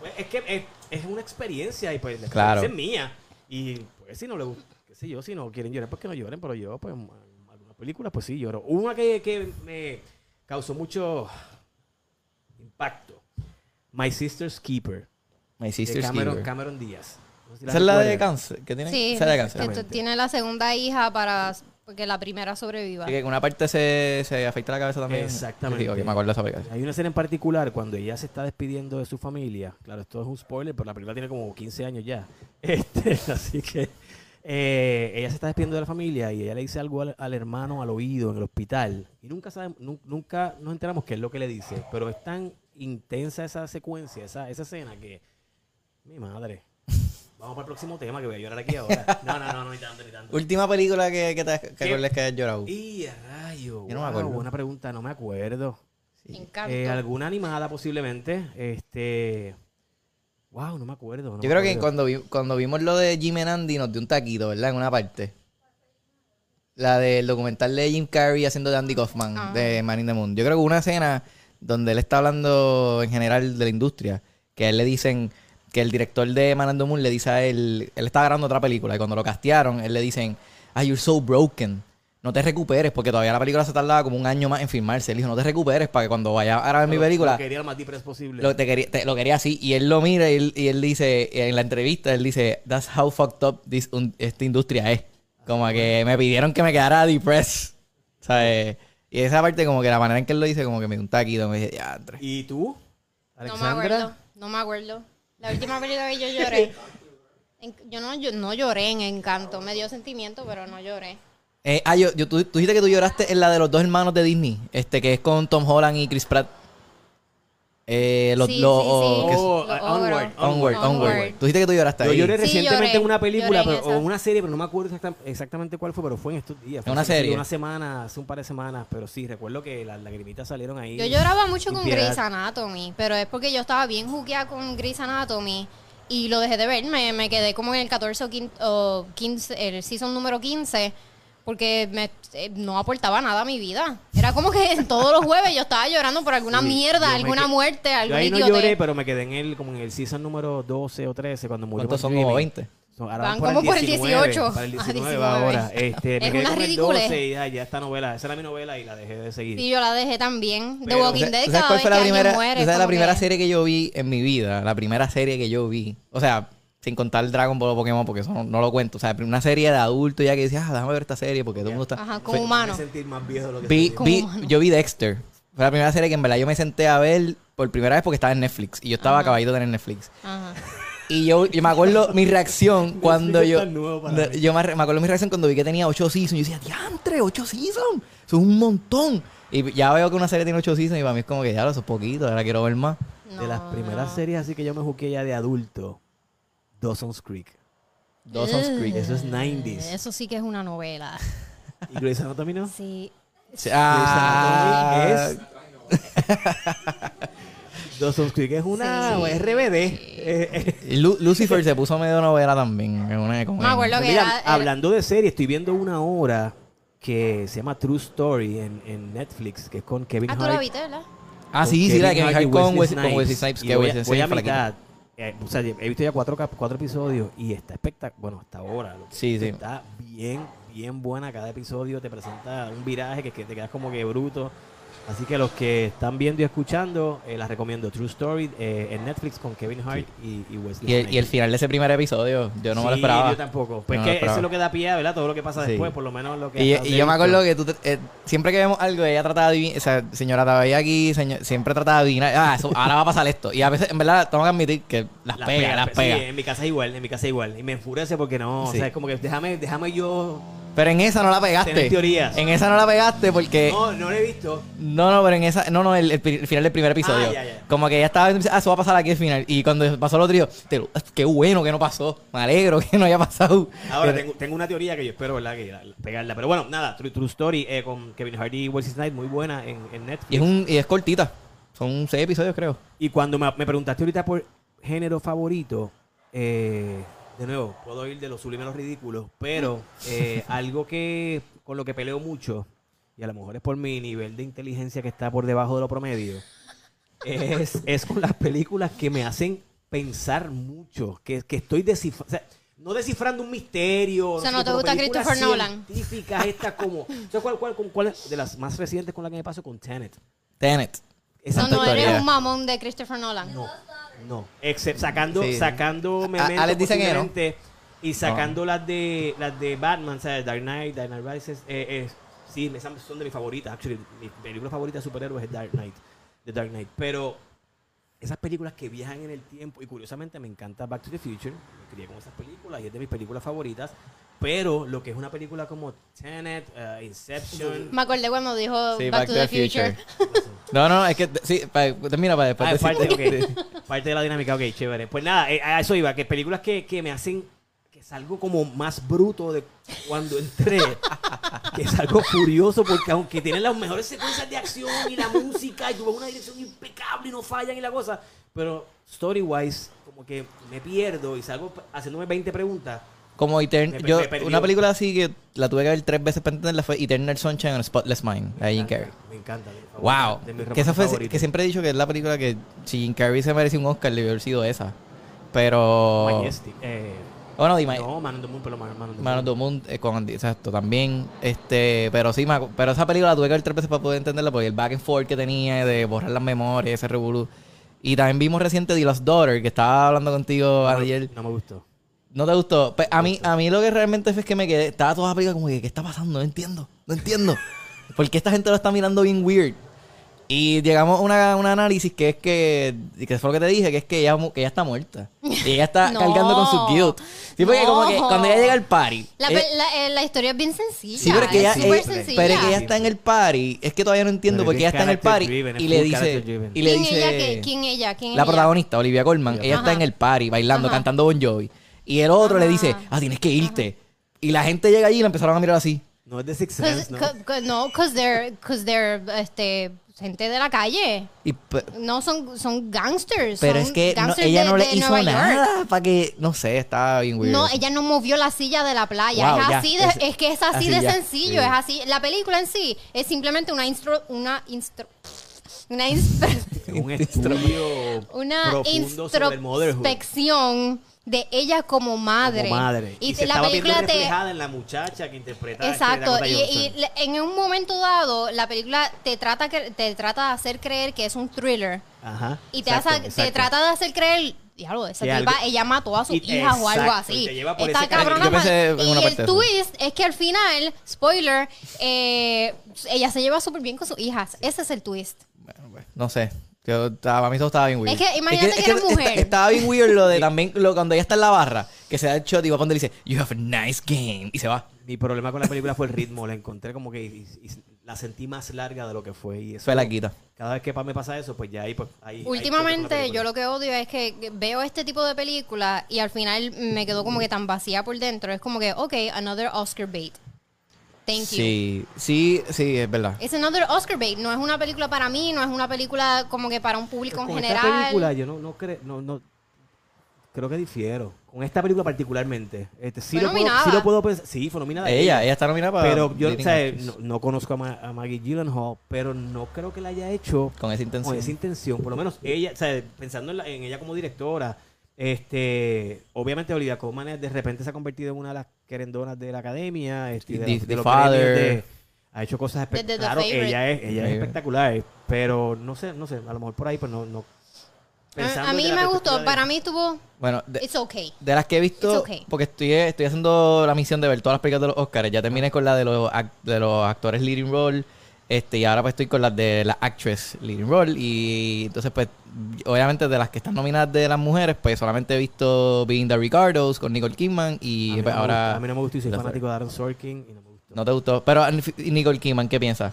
[SPEAKER 2] pues, Es que es, es una experiencia y pues la
[SPEAKER 3] Claro.
[SPEAKER 2] experiencia es mía. Y pues si no le gusta, qué sé yo, si no quieren llorar, pues que no lloren, pero yo pues en algunas películas pues sí lloro. Hubo Una que, que me causó mucho impacto. My Sister's Keeper.
[SPEAKER 3] My
[SPEAKER 2] De
[SPEAKER 3] sister's
[SPEAKER 2] Cameron,
[SPEAKER 3] keeper.
[SPEAKER 2] Cameron Díaz. No sé si
[SPEAKER 3] Esa es la de
[SPEAKER 2] recuerdan.
[SPEAKER 3] cáncer. que tiene?
[SPEAKER 1] Sí,
[SPEAKER 3] Esa es la de
[SPEAKER 1] que
[SPEAKER 3] cáncer.
[SPEAKER 1] tú- tiene la segunda hija para que la primera sobreviva.
[SPEAKER 3] Sí, que una parte se, se afecta la cabeza también.
[SPEAKER 2] Exactamente.
[SPEAKER 3] Sí, ok, me acuerdo de esa película.
[SPEAKER 2] Hay una escena en particular cuando ella se está despidiendo de su familia. Claro, esto es un spoiler, pero la película tiene como 15 años ya. Este, así que eh, ella se está despidiendo de la familia y ella le dice algo al, al hermano al oído en el hospital. Y nunca sabemos, nu- nunca nos enteramos qué es lo que le dice. Pero es tan intensa esa secuencia, esa, esa escena que. Mi madre. Vamos para el próximo tema que voy a llorar aquí ahora. No, no, no, no, ni tanto, ni tanto.
[SPEAKER 3] Última película que, que te que
[SPEAKER 2] ¿Qué?
[SPEAKER 3] acuerdes que hayas llorado.
[SPEAKER 2] Y a rayo.
[SPEAKER 3] Yo no me
[SPEAKER 2] wow,
[SPEAKER 3] acuerdo.
[SPEAKER 2] Buena pregunta, no me acuerdo.
[SPEAKER 1] Encanto.
[SPEAKER 2] Eh, alguna animada posiblemente. Este. Wow, no me acuerdo. no me
[SPEAKER 3] Yo creo que
[SPEAKER 2] acuerdo.
[SPEAKER 3] cuando, vi- cuando vimos lo de Jim and Andy nos dio un taquito, ¿verdad? En una parte. La del documental de Jim Carrey haciendo de Andy Kaufman,
[SPEAKER 1] Ah.
[SPEAKER 3] de Man in the Moon. Yo creo que hubo una escena donde él está hablando en general de la industria, que a él le dicen que el director de Man in the Moon le dice a él, él está grabando otra película, y cuando lo castearon, él le dicen, ah, you're so broken. No te recuperes, porque todavía la película se tardaba como un año más en filmarse. Él dijo, no te recuperes para que cuando vaya a grabar mi
[SPEAKER 2] Lo-
[SPEAKER 3] película,
[SPEAKER 2] lo quería lo más depress posible.
[SPEAKER 3] lo, te quería, te- lo quería así. Y él lo mira y él, y él dice, en la entrevista, él dice, that's how fucked up this, un- esta industria es. Como
[SPEAKER 2] Ah,
[SPEAKER 3] que me pidieron que me quedara depressed. ¿Sabes? Y esa parte, como que la manera en que él lo dice, como que me dio un taquito. Me dije, ya, entre.
[SPEAKER 2] ¿Y tú?
[SPEAKER 1] No me acuerdo, no me acuerdo. La última película que yo lloré. en- yo no, yo no lloré en Encanto, me dio sentimiento, pero no lloré.
[SPEAKER 3] Eh, ah, yo, yo- tú, tú dijiste que tú lloraste en la de los dos hermanos de Disney, este que es con Tom Holland y Chris Pratt. Eh, los,
[SPEAKER 1] Sí,
[SPEAKER 3] los-
[SPEAKER 1] sí, sí.
[SPEAKER 3] oh, que es-
[SPEAKER 2] Oh,
[SPEAKER 1] Lo
[SPEAKER 2] ah, Onward,
[SPEAKER 1] ogro.
[SPEAKER 3] Onward, Onward.
[SPEAKER 1] Onward.
[SPEAKER 3] Tú dijiste que tú lloraste
[SPEAKER 2] Yo
[SPEAKER 3] ahí.
[SPEAKER 2] lloré
[SPEAKER 1] Sí,
[SPEAKER 2] recientemente
[SPEAKER 1] lloré.
[SPEAKER 2] en una película
[SPEAKER 1] Lloré en
[SPEAKER 2] pero- o
[SPEAKER 1] esa.
[SPEAKER 2] en una serie, pero no me acuerdo exacta- exactamente cuál fue, pero fue en estos días. Fue
[SPEAKER 3] En una
[SPEAKER 2] hace
[SPEAKER 3] serie.
[SPEAKER 2] Una semana, hace un par de semanas, pero sí, recuerdo que las lagrimitas salieron ahí.
[SPEAKER 1] Yo lloraba mucho
[SPEAKER 2] Sin
[SPEAKER 1] con
[SPEAKER 2] piedad.
[SPEAKER 1] Grey's Anatomy, pero es porque yo estaba bien juqueada con Grey's Anatomy y lo dejé de ver. Me, me quedé como en el 14 o, quin- o 15, el season número 15, porque me, eh, no aportaba nada a mi vida. Era como que en todos los jueves yo estaba llorando por alguna
[SPEAKER 2] Sí, yo
[SPEAKER 1] mierda,
[SPEAKER 2] me
[SPEAKER 1] alguna
[SPEAKER 2] que-
[SPEAKER 1] muerte,
[SPEAKER 2] Yo
[SPEAKER 1] algún
[SPEAKER 2] ahí no
[SPEAKER 1] idiotez.
[SPEAKER 2] lloré, pero me quedé en el, como en el season número 12 o 13 cuando murió.
[SPEAKER 3] ¿Cuántos
[SPEAKER 2] Matt
[SPEAKER 3] son? Como
[SPEAKER 2] Groening.
[SPEAKER 3] 20.
[SPEAKER 2] So, ahora
[SPEAKER 1] Van
[SPEAKER 2] van, por
[SPEAKER 1] como por el
[SPEAKER 2] el 19,
[SPEAKER 1] 18.
[SPEAKER 2] Para el
[SPEAKER 1] Ah,
[SPEAKER 2] 19 va
[SPEAKER 1] 19.
[SPEAKER 2] ahora. Este,
[SPEAKER 1] Es
[SPEAKER 2] me quedé
[SPEAKER 1] una
[SPEAKER 2] con el
[SPEAKER 1] ridiculez.
[SPEAKER 2] 12 y ya, ya esta novela. Esa era mi novela y la dejé de seguir.
[SPEAKER 1] Y yo la dejé también.
[SPEAKER 2] Pero,
[SPEAKER 1] The
[SPEAKER 3] ¿Tú
[SPEAKER 1] Walking
[SPEAKER 3] sabes-
[SPEAKER 1] Dead
[SPEAKER 3] tú sabes
[SPEAKER 1] cada
[SPEAKER 3] cuál
[SPEAKER 1] vez
[SPEAKER 3] fue la
[SPEAKER 1] que
[SPEAKER 3] primera,
[SPEAKER 1] alguien muere.
[SPEAKER 3] tú sabes la
[SPEAKER 1] como
[SPEAKER 3] primera
[SPEAKER 1] que-
[SPEAKER 3] serie que yo vi en mi vida? La primera serie que yo vi. O sea, sin contar Dragon Ball o Pokémon, porque eso no, no lo cuento. O sea, una serie de adulto ya que decía, ah, déjame ver esta serie porque todo el mundo está.
[SPEAKER 1] Ajá,
[SPEAKER 3] Fue-
[SPEAKER 1] con humanos.
[SPEAKER 2] Me sentir más viejo de lo que
[SPEAKER 3] vi-
[SPEAKER 2] soy.
[SPEAKER 1] Como
[SPEAKER 3] vi-
[SPEAKER 1] humano.
[SPEAKER 3] yo vi Dexter. Fue la primera serie que en verdad yo me senté a ver por primera vez porque estaba en Netflix. Y yo estaba
[SPEAKER 1] Ajá.
[SPEAKER 3] acabadito de tener Netflix.
[SPEAKER 1] Ajá.
[SPEAKER 3] Y yo, yo me acuerdo mi reacción cuando
[SPEAKER 2] Netflix es
[SPEAKER 3] yo.
[SPEAKER 2] tan nuevo para mí.
[SPEAKER 3] yo me, me acuerdo mi reacción cuando vi que tenía 8 seasons. Yo decía, diantre, 8 seasons. Eso es un montón. Y ya veo que una serie tiene 8 seasons y para mí es como que ya lo eso es poquito, ahora quiero ver más.
[SPEAKER 1] No,
[SPEAKER 2] De las primeras
[SPEAKER 1] no.
[SPEAKER 2] series así que yo me juqué ya de adulto. Dawson's Creek.
[SPEAKER 3] Dawson's
[SPEAKER 1] Ugh.
[SPEAKER 3] Creek.
[SPEAKER 2] Eso es 90s.
[SPEAKER 1] Eso sí que es una novela.
[SPEAKER 2] ¿Y Grey's Anatomy no?
[SPEAKER 1] Sí.
[SPEAKER 3] Ah,
[SPEAKER 2] Grey's Anatomy es... Dawson's Creek es una
[SPEAKER 1] Sí.
[SPEAKER 2] o RBD. Eh, eh.
[SPEAKER 3] Lu- Lucifer se puso medio novela también. es una- como-
[SPEAKER 1] Me acuerdo que
[SPEAKER 2] Mira,
[SPEAKER 1] era- era- Ah,
[SPEAKER 2] hablando de serie, estoy viendo una obra que se llama True Story en, en Netflix, que es con Kevin
[SPEAKER 1] Ah, tú
[SPEAKER 2] Hart.
[SPEAKER 1] la viste, ¿verdad?
[SPEAKER 3] Ah,
[SPEAKER 2] con
[SPEAKER 3] sí, sí,
[SPEAKER 2] Kevin
[SPEAKER 3] la que
[SPEAKER 2] Hart
[SPEAKER 3] me
[SPEAKER 2] y
[SPEAKER 3] con Wesley
[SPEAKER 2] Wesley
[SPEAKER 3] con Wesley Snipes.
[SPEAKER 2] Y
[SPEAKER 3] Que
[SPEAKER 2] voy a-
[SPEAKER 3] Wesley
[SPEAKER 2] voy a
[SPEAKER 3] Snipes fue la que-
[SPEAKER 2] mitad. Eh, o sea, he visto ya cuatro, cap- cuatro episodios y está espectacular. Bueno, hasta ahora. lo que-
[SPEAKER 3] Sí, sí.
[SPEAKER 2] Está bien, bien buena. Cada episodio te presenta un viraje que, que te quedas como que bruto. Así que los que están viendo y escuchando, eh, las recomiendo. True Story eh, en Netflix con Kevin Hart y, y Wesley
[SPEAKER 3] Y el, y el
[SPEAKER 2] Snipes.
[SPEAKER 3] final de ese primer episodio, yo no me lo
[SPEAKER 2] Sí,
[SPEAKER 3] esperaba.
[SPEAKER 2] Yo tampoco. Pues
[SPEAKER 3] No me lo
[SPEAKER 2] que eso
[SPEAKER 3] esperaba.
[SPEAKER 2] es lo que da pie, ¿verdad? Todo lo que pasa
[SPEAKER 3] Sí.
[SPEAKER 2] después, por lo menos lo que.
[SPEAKER 3] Y,
[SPEAKER 2] hasta
[SPEAKER 3] y
[SPEAKER 2] se
[SPEAKER 3] yo me
[SPEAKER 2] hizo.
[SPEAKER 3] acuerdo que tú, te- eh, siempre que vemos algo, ella trataba de adivinar, o sea, señora estaba aquí, señor- siempre trataba de adivinar, ah, eso, ahora va a pasar esto. Y a veces, en verdad, tengo que admitir que las,
[SPEAKER 2] Las
[SPEAKER 3] pega, las
[SPEAKER 2] pe-
[SPEAKER 3] pega.
[SPEAKER 2] sí, eh, en mi casa es igual, en mi casa es igual. Y me enfurece porque no, o
[SPEAKER 3] Sí.
[SPEAKER 2] sea, es como que déjame, déjame yo.
[SPEAKER 3] Pero en esa no la pegaste.
[SPEAKER 2] Tenés teorías.
[SPEAKER 3] En esa no la pegaste porque...
[SPEAKER 2] No, no lo he visto.
[SPEAKER 3] No, no, pero en esa. No, no, el, el pri- el final del primer episodio.
[SPEAKER 2] Ah, ya, ya.
[SPEAKER 3] Como que ya estaba. Ah, eso va a pasar aquí al final. Y cuando pasó el otro, yo. te lo- Qué bueno que no pasó. Me alegro que no haya pasado.
[SPEAKER 2] Ahora,
[SPEAKER 3] Pero-
[SPEAKER 2] tengo, tengo una teoría que yo espero, ¿verdad? Que la- la- pegarla. Pero bueno, nada, True, True Story eh, con Kevin Hardy y Wesley Snipes, muy buena en, en Netflix.
[SPEAKER 3] Y, es un, y es cortita. Son seis episodios, creo.
[SPEAKER 2] Y cuando me, me preguntaste ahorita por género favorito, eh, de nuevo, puedo ir de los sublime a los ridículos, pero eh, algo que con lo que peleo mucho, y a lo mejor es por mi nivel de inteligencia que está por debajo de lo promedio, es, es con las películas que me hacen pensar mucho, que, que estoy descifrando. no descifrando un misterio.
[SPEAKER 1] O sea,
[SPEAKER 2] sé,
[SPEAKER 1] ¿no te
[SPEAKER 2] como
[SPEAKER 1] gusta
[SPEAKER 2] películas
[SPEAKER 1] Christopher Nolan?
[SPEAKER 2] Científicas, esta como. ¿sabes cuál, cuál, con cuál es? de las más recientes con la que me paso? Con Tenet.
[SPEAKER 3] Tenet.
[SPEAKER 1] No,
[SPEAKER 3] Santa
[SPEAKER 1] no, eres
[SPEAKER 3] Gloria.
[SPEAKER 1] un mamón de Christopher Nolan.
[SPEAKER 2] No, no. Except sacando,
[SPEAKER 3] Sí.
[SPEAKER 2] sacando Memento
[SPEAKER 3] Alex dice que no.
[SPEAKER 2] posiblemente y sacando las de las de Batman, ¿sabes? Dark Knight, Dark Knight Rises. eh, eh, sí, esas son de mis favoritas. Actually, mi película favorita de superhéroes es Dark Knight, The Dark Knight. Pero esas películas que viajan en el tiempo y curiosamente me encanta Back to the Future. Me crié con esas películas y es de mis películas favoritas. Pero lo que es una película como Tenet, eh, Inception,
[SPEAKER 1] Me acordé cuando dijo Oh, Back, to the, Future.
[SPEAKER 3] no, no, es que. Sí, pa- termina para después.
[SPEAKER 2] Ah, es parte,
[SPEAKER 3] decirte.
[SPEAKER 2] ok. parte de la dinámica, ok, chévere. Pues nada, eh, a eso iba, que películas que, que me hacen que salgo como más bruto de cuando entré, que salgo furioso porque aunque tienen las mejores secuencias de acción y la música y tuve una dirección impecable y no fallan y la cosa, pero story wise como que me pierdo y salgo p- haciéndome 20 preguntas.
[SPEAKER 3] Como Etern-
[SPEAKER 2] Me- me
[SPEAKER 3] yo,
[SPEAKER 2] perdió.
[SPEAKER 3] una película así que la tuve que ver tres veces para entenderla fue Eternal Sunshine on a Spotless Mind. de Jim Carrey.
[SPEAKER 2] Me encanta. de mis
[SPEAKER 3] Wow.
[SPEAKER 2] favoritas, Ah, de mis
[SPEAKER 3] Que, esa fue,
[SPEAKER 2] favoritas.
[SPEAKER 3] que siempre he dicho que es la película que si Jim Carrey se merece un Oscar, debió haber sido esa. Pero.
[SPEAKER 2] Majestic, eh,
[SPEAKER 3] Bueno, dime.
[SPEAKER 2] no, Man on the Moon, pero Man, Man on the
[SPEAKER 3] Man
[SPEAKER 2] Moon.
[SPEAKER 3] of the Moon, eh, con Andy, exacto, también. Este, pero sí, me acu- pero esa película la tuve que ver tres veces para poder entenderla, porque el back and forth que tenía de borrar las memorias, ese revolú. Y también vimos reciente The Lost Daughter, que estaba hablando contigo
[SPEAKER 1] Ah.
[SPEAKER 3] ayer.
[SPEAKER 2] No me gustó.
[SPEAKER 3] No te gustó. Pe- a, mí, a mí lo que realmente fue es que me quedé. Estaba toda la película como que, ¿qué está pasando? No entiendo. No entiendo. ¿Por qué esta gente lo está mirando bien weird? Y llegamos a una- un análisis que es que. Que fue lo que te dije, que es que ella, mu- que ella está muerta. Y ella está
[SPEAKER 1] No.
[SPEAKER 3] cargando con su guilt. Sí, porque como que
[SPEAKER 1] No.
[SPEAKER 3] cuando ella llega al party.
[SPEAKER 1] La,
[SPEAKER 3] ella-
[SPEAKER 1] pe- la- eh, la historia es bien sencilla.
[SPEAKER 3] Sí, pero es que ella,
[SPEAKER 1] súper
[SPEAKER 3] eh,
[SPEAKER 1] sencilla.
[SPEAKER 3] pero es que ella está en el party. Es que todavía no entiendo
[SPEAKER 2] Pero
[SPEAKER 3] por qué
[SPEAKER 2] es
[SPEAKER 3] ella está en el
[SPEAKER 2] character
[SPEAKER 3] party.
[SPEAKER 2] driven, es
[SPEAKER 3] Y le
[SPEAKER 2] full
[SPEAKER 3] dice.
[SPEAKER 2] character driven.
[SPEAKER 3] Y le
[SPEAKER 1] ¿Quién
[SPEAKER 3] dice.
[SPEAKER 1] ella qué? ¿Quién ella? ¿Quién
[SPEAKER 3] La
[SPEAKER 1] ella?
[SPEAKER 3] protagonista, Olivia Colman,
[SPEAKER 2] Olivia
[SPEAKER 3] ella está en
[SPEAKER 1] Colman.
[SPEAKER 3] el party bailando,
[SPEAKER 1] Ajá.
[SPEAKER 3] cantando Bon Jovi. Y el otro le dice,
[SPEAKER 1] Ajá.
[SPEAKER 3] ah, tienes que irte. Y la gente llega allí y la empezaron a mirar así.
[SPEAKER 2] No es de Six
[SPEAKER 1] Cause,
[SPEAKER 2] Sense, ¿no?
[SPEAKER 1] co- co- no, cause they're, cause they're este, gente de la calle.
[SPEAKER 3] Y pe-
[SPEAKER 1] No son, son gangsters.
[SPEAKER 3] pero
[SPEAKER 1] son
[SPEAKER 3] es que no-
[SPEAKER 1] gangsters
[SPEAKER 3] ella
[SPEAKER 1] de-
[SPEAKER 3] no le
[SPEAKER 1] de
[SPEAKER 3] hizo
[SPEAKER 1] Nueva York.
[SPEAKER 3] nada para que, no sé, estaba bien weird.
[SPEAKER 1] No, ella no movió la silla de la playa.
[SPEAKER 3] Wow,
[SPEAKER 1] es
[SPEAKER 3] ya.
[SPEAKER 1] así, de-
[SPEAKER 3] Es-
[SPEAKER 1] es, que es así,
[SPEAKER 3] así
[SPEAKER 1] de
[SPEAKER 3] ya.
[SPEAKER 1] sencillo,
[SPEAKER 3] Sí.
[SPEAKER 1] es así. La película en sí es simplemente una instru- una instru- Una, inspe-
[SPEAKER 2] Un este estudio
[SPEAKER 1] una
[SPEAKER 2] profundo sobre el motherhood.
[SPEAKER 1] introspección de ella como madre.
[SPEAKER 2] Como madre.
[SPEAKER 1] Y,
[SPEAKER 2] Y, se
[SPEAKER 1] la
[SPEAKER 2] estaba viendo
[SPEAKER 1] película te,
[SPEAKER 2] reflejada en la muchacha que este interpretaba.
[SPEAKER 1] Exacto, y, y le- en un momento dado la película te trata que- te trata de hacer creer que es un thriller
[SPEAKER 2] Ajá.
[SPEAKER 1] y te,
[SPEAKER 2] exacto,
[SPEAKER 1] hace- te
[SPEAKER 2] exacto.
[SPEAKER 1] trata de hacer creer diablo, esa
[SPEAKER 2] Que
[SPEAKER 1] tipa,
[SPEAKER 2] algo-
[SPEAKER 1] ella mató a su
[SPEAKER 2] y-
[SPEAKER 1] hija o algo
[SPEAKER 2] exacto,
[SPEAKER 1] así.
[SPEAKER 2] y te lleva por
[SPEAKER 1] Está
[SPEAKER 2] ese camino.
[SPEAKER 1] cabrona.
[SPEAKER 3] Yo pensé en
[SPEAKER 1] man.
[SPEAKER 3] una
[SPEAKER 1] y el
[SPEAKER 3] parte de eso.
[SPEAKER 1] twist es que al final, spoiler, eh, ella se lleva súper bien con sus hijas. Ese es el twist.
[SPEAKER 3] Bueno, pues, no sé. Yo estaba, para mí todo estaba bien weird.
[SPEAKER 1] Es que imagínate que eres
[SPEAKER 3] esta-
[SPEAKER 1] mujer.
[SPEAKER 3] estaba bien weird lo de también lo, cuando ella está en la barra, que se da el shot y va cuando le dice, You have a nice game. Y se va.
[SPEAKER 2] Mi problema con la película fue el ritmo. La encontré como que y- y- y la sentí más larga de lo que fue. Y eso,
[SPEAKER 3] Fue la quita.
[SPEAKER 2] Cada vez que pa- me pasa eso, pues ya ahí. Pues, ahí
[SPEAKER 1] Últimamente yo lo que odio es que veo este tipo de películas y al final me quedo como que tan vacía por dentro. Es como que, ok, another Oscar bait. Thank you.
[SPEAKER 3] Sí, sí, sí, es verdad.
[SPEAKER 1] Es another Oscar bait. No es una película para mí, no es una película como que para un público en
[SPEAKER 2] con esta película
[SPEAKER 1] general. Mm,
[SPEAKER 2] yo no, no, cre- no, no- creo que difiero. Con esta película particularmente. Este, sí,
[SPEAKER 1] Fue
[SPEAKER 2] lo puedo,
[SPEAKER 1] nominada.
[SPEAKER 2] sí lo puedo pensar. Sí, fue nominada.
[SPEAKER 3] Ella, ella está nominada para.
[SPEAKER 2] Pero yo
[SPEAKER 3] Leading
[SPEAKER 2] o sea,
[SPEAKER 3] Actress.
[SPEAKER 2] no, no conozco a, Ma- a Maggie Gyllenhaal, pero no creo que la haya hecho
[SPEAKER 3] Con esa intención.
[SPEAKER 2] con esa intención. Por lo menos ella, o sea, pensando en, la- en ella como directora, este, obviamente Olivia Colman es- de repente se ha convertido en una de las querendonas de la academia, este, y de,
[SPEAKER 3] The-
[SPEAKER 2] los- de
[SPEAKER 3] The
[SPEAKER 2] los
[SPEAKER 3] Father.
[SPEAKER 2] premios de- ha hecho cosas
[SPEAKER 1] The- The- The
[SPEAKER 2] espectaculares. Claro,
[SPEAKER 1] Favourite.
[SPEAKER 2] ella es, ella es
[SPEAKER 3] Favorite.
[SPEAKER 2] espectacular, pero no sé, no sé, a lo mejor por ahí pues no, no.
[SPEAKER 1] A-
[SPEAKER 2] Pensando
[SPEAKER 1] A, mí
[SPEAKER 2] desde la
[SPEAKER 1] me
[SPEAKER 2] perspectiva
[SPEAKER 1] gustó,
[SPEAKER 2] de-
[SPEAKER 1] para mí estuvo.
[SPEAKER 3] Bueno, de,
[SPEAKER 1] It's okay.
[SPEAKER 3] de las que he visto,
[SPEAKER 1] It's okay.
[SPEAKER 3] porque estoy, estoy haciendo la misión de ver todas las películas de los Oscars. Ya terminé con la de los, ac- de los actores leading role. Este, y ahora pues estoy con las de las actress leading role. Y entonces, pues, obviamente de las que están nominadas de las mujeres, pues solamente he visto Being the Ricardos con Nicole Kidman.
[SPEAKER 2] A
[SPEAKER 3] Y
[SPEAKER 2] mí no
[SPEAKER 3] pues,
[SPEAKER 2] me
[SPEAKER 3] ahora.
[SPEAKER 2] gusta, a mí no me gustó y soy
[SPEAKER 3] The Favourite.
[SPEAKER 2] fanático de Aaron Sorkin y no me gustó.
[SPEAKER 3] No te gustó. Pero ah, Nicole Kidman, ¿qué piensas?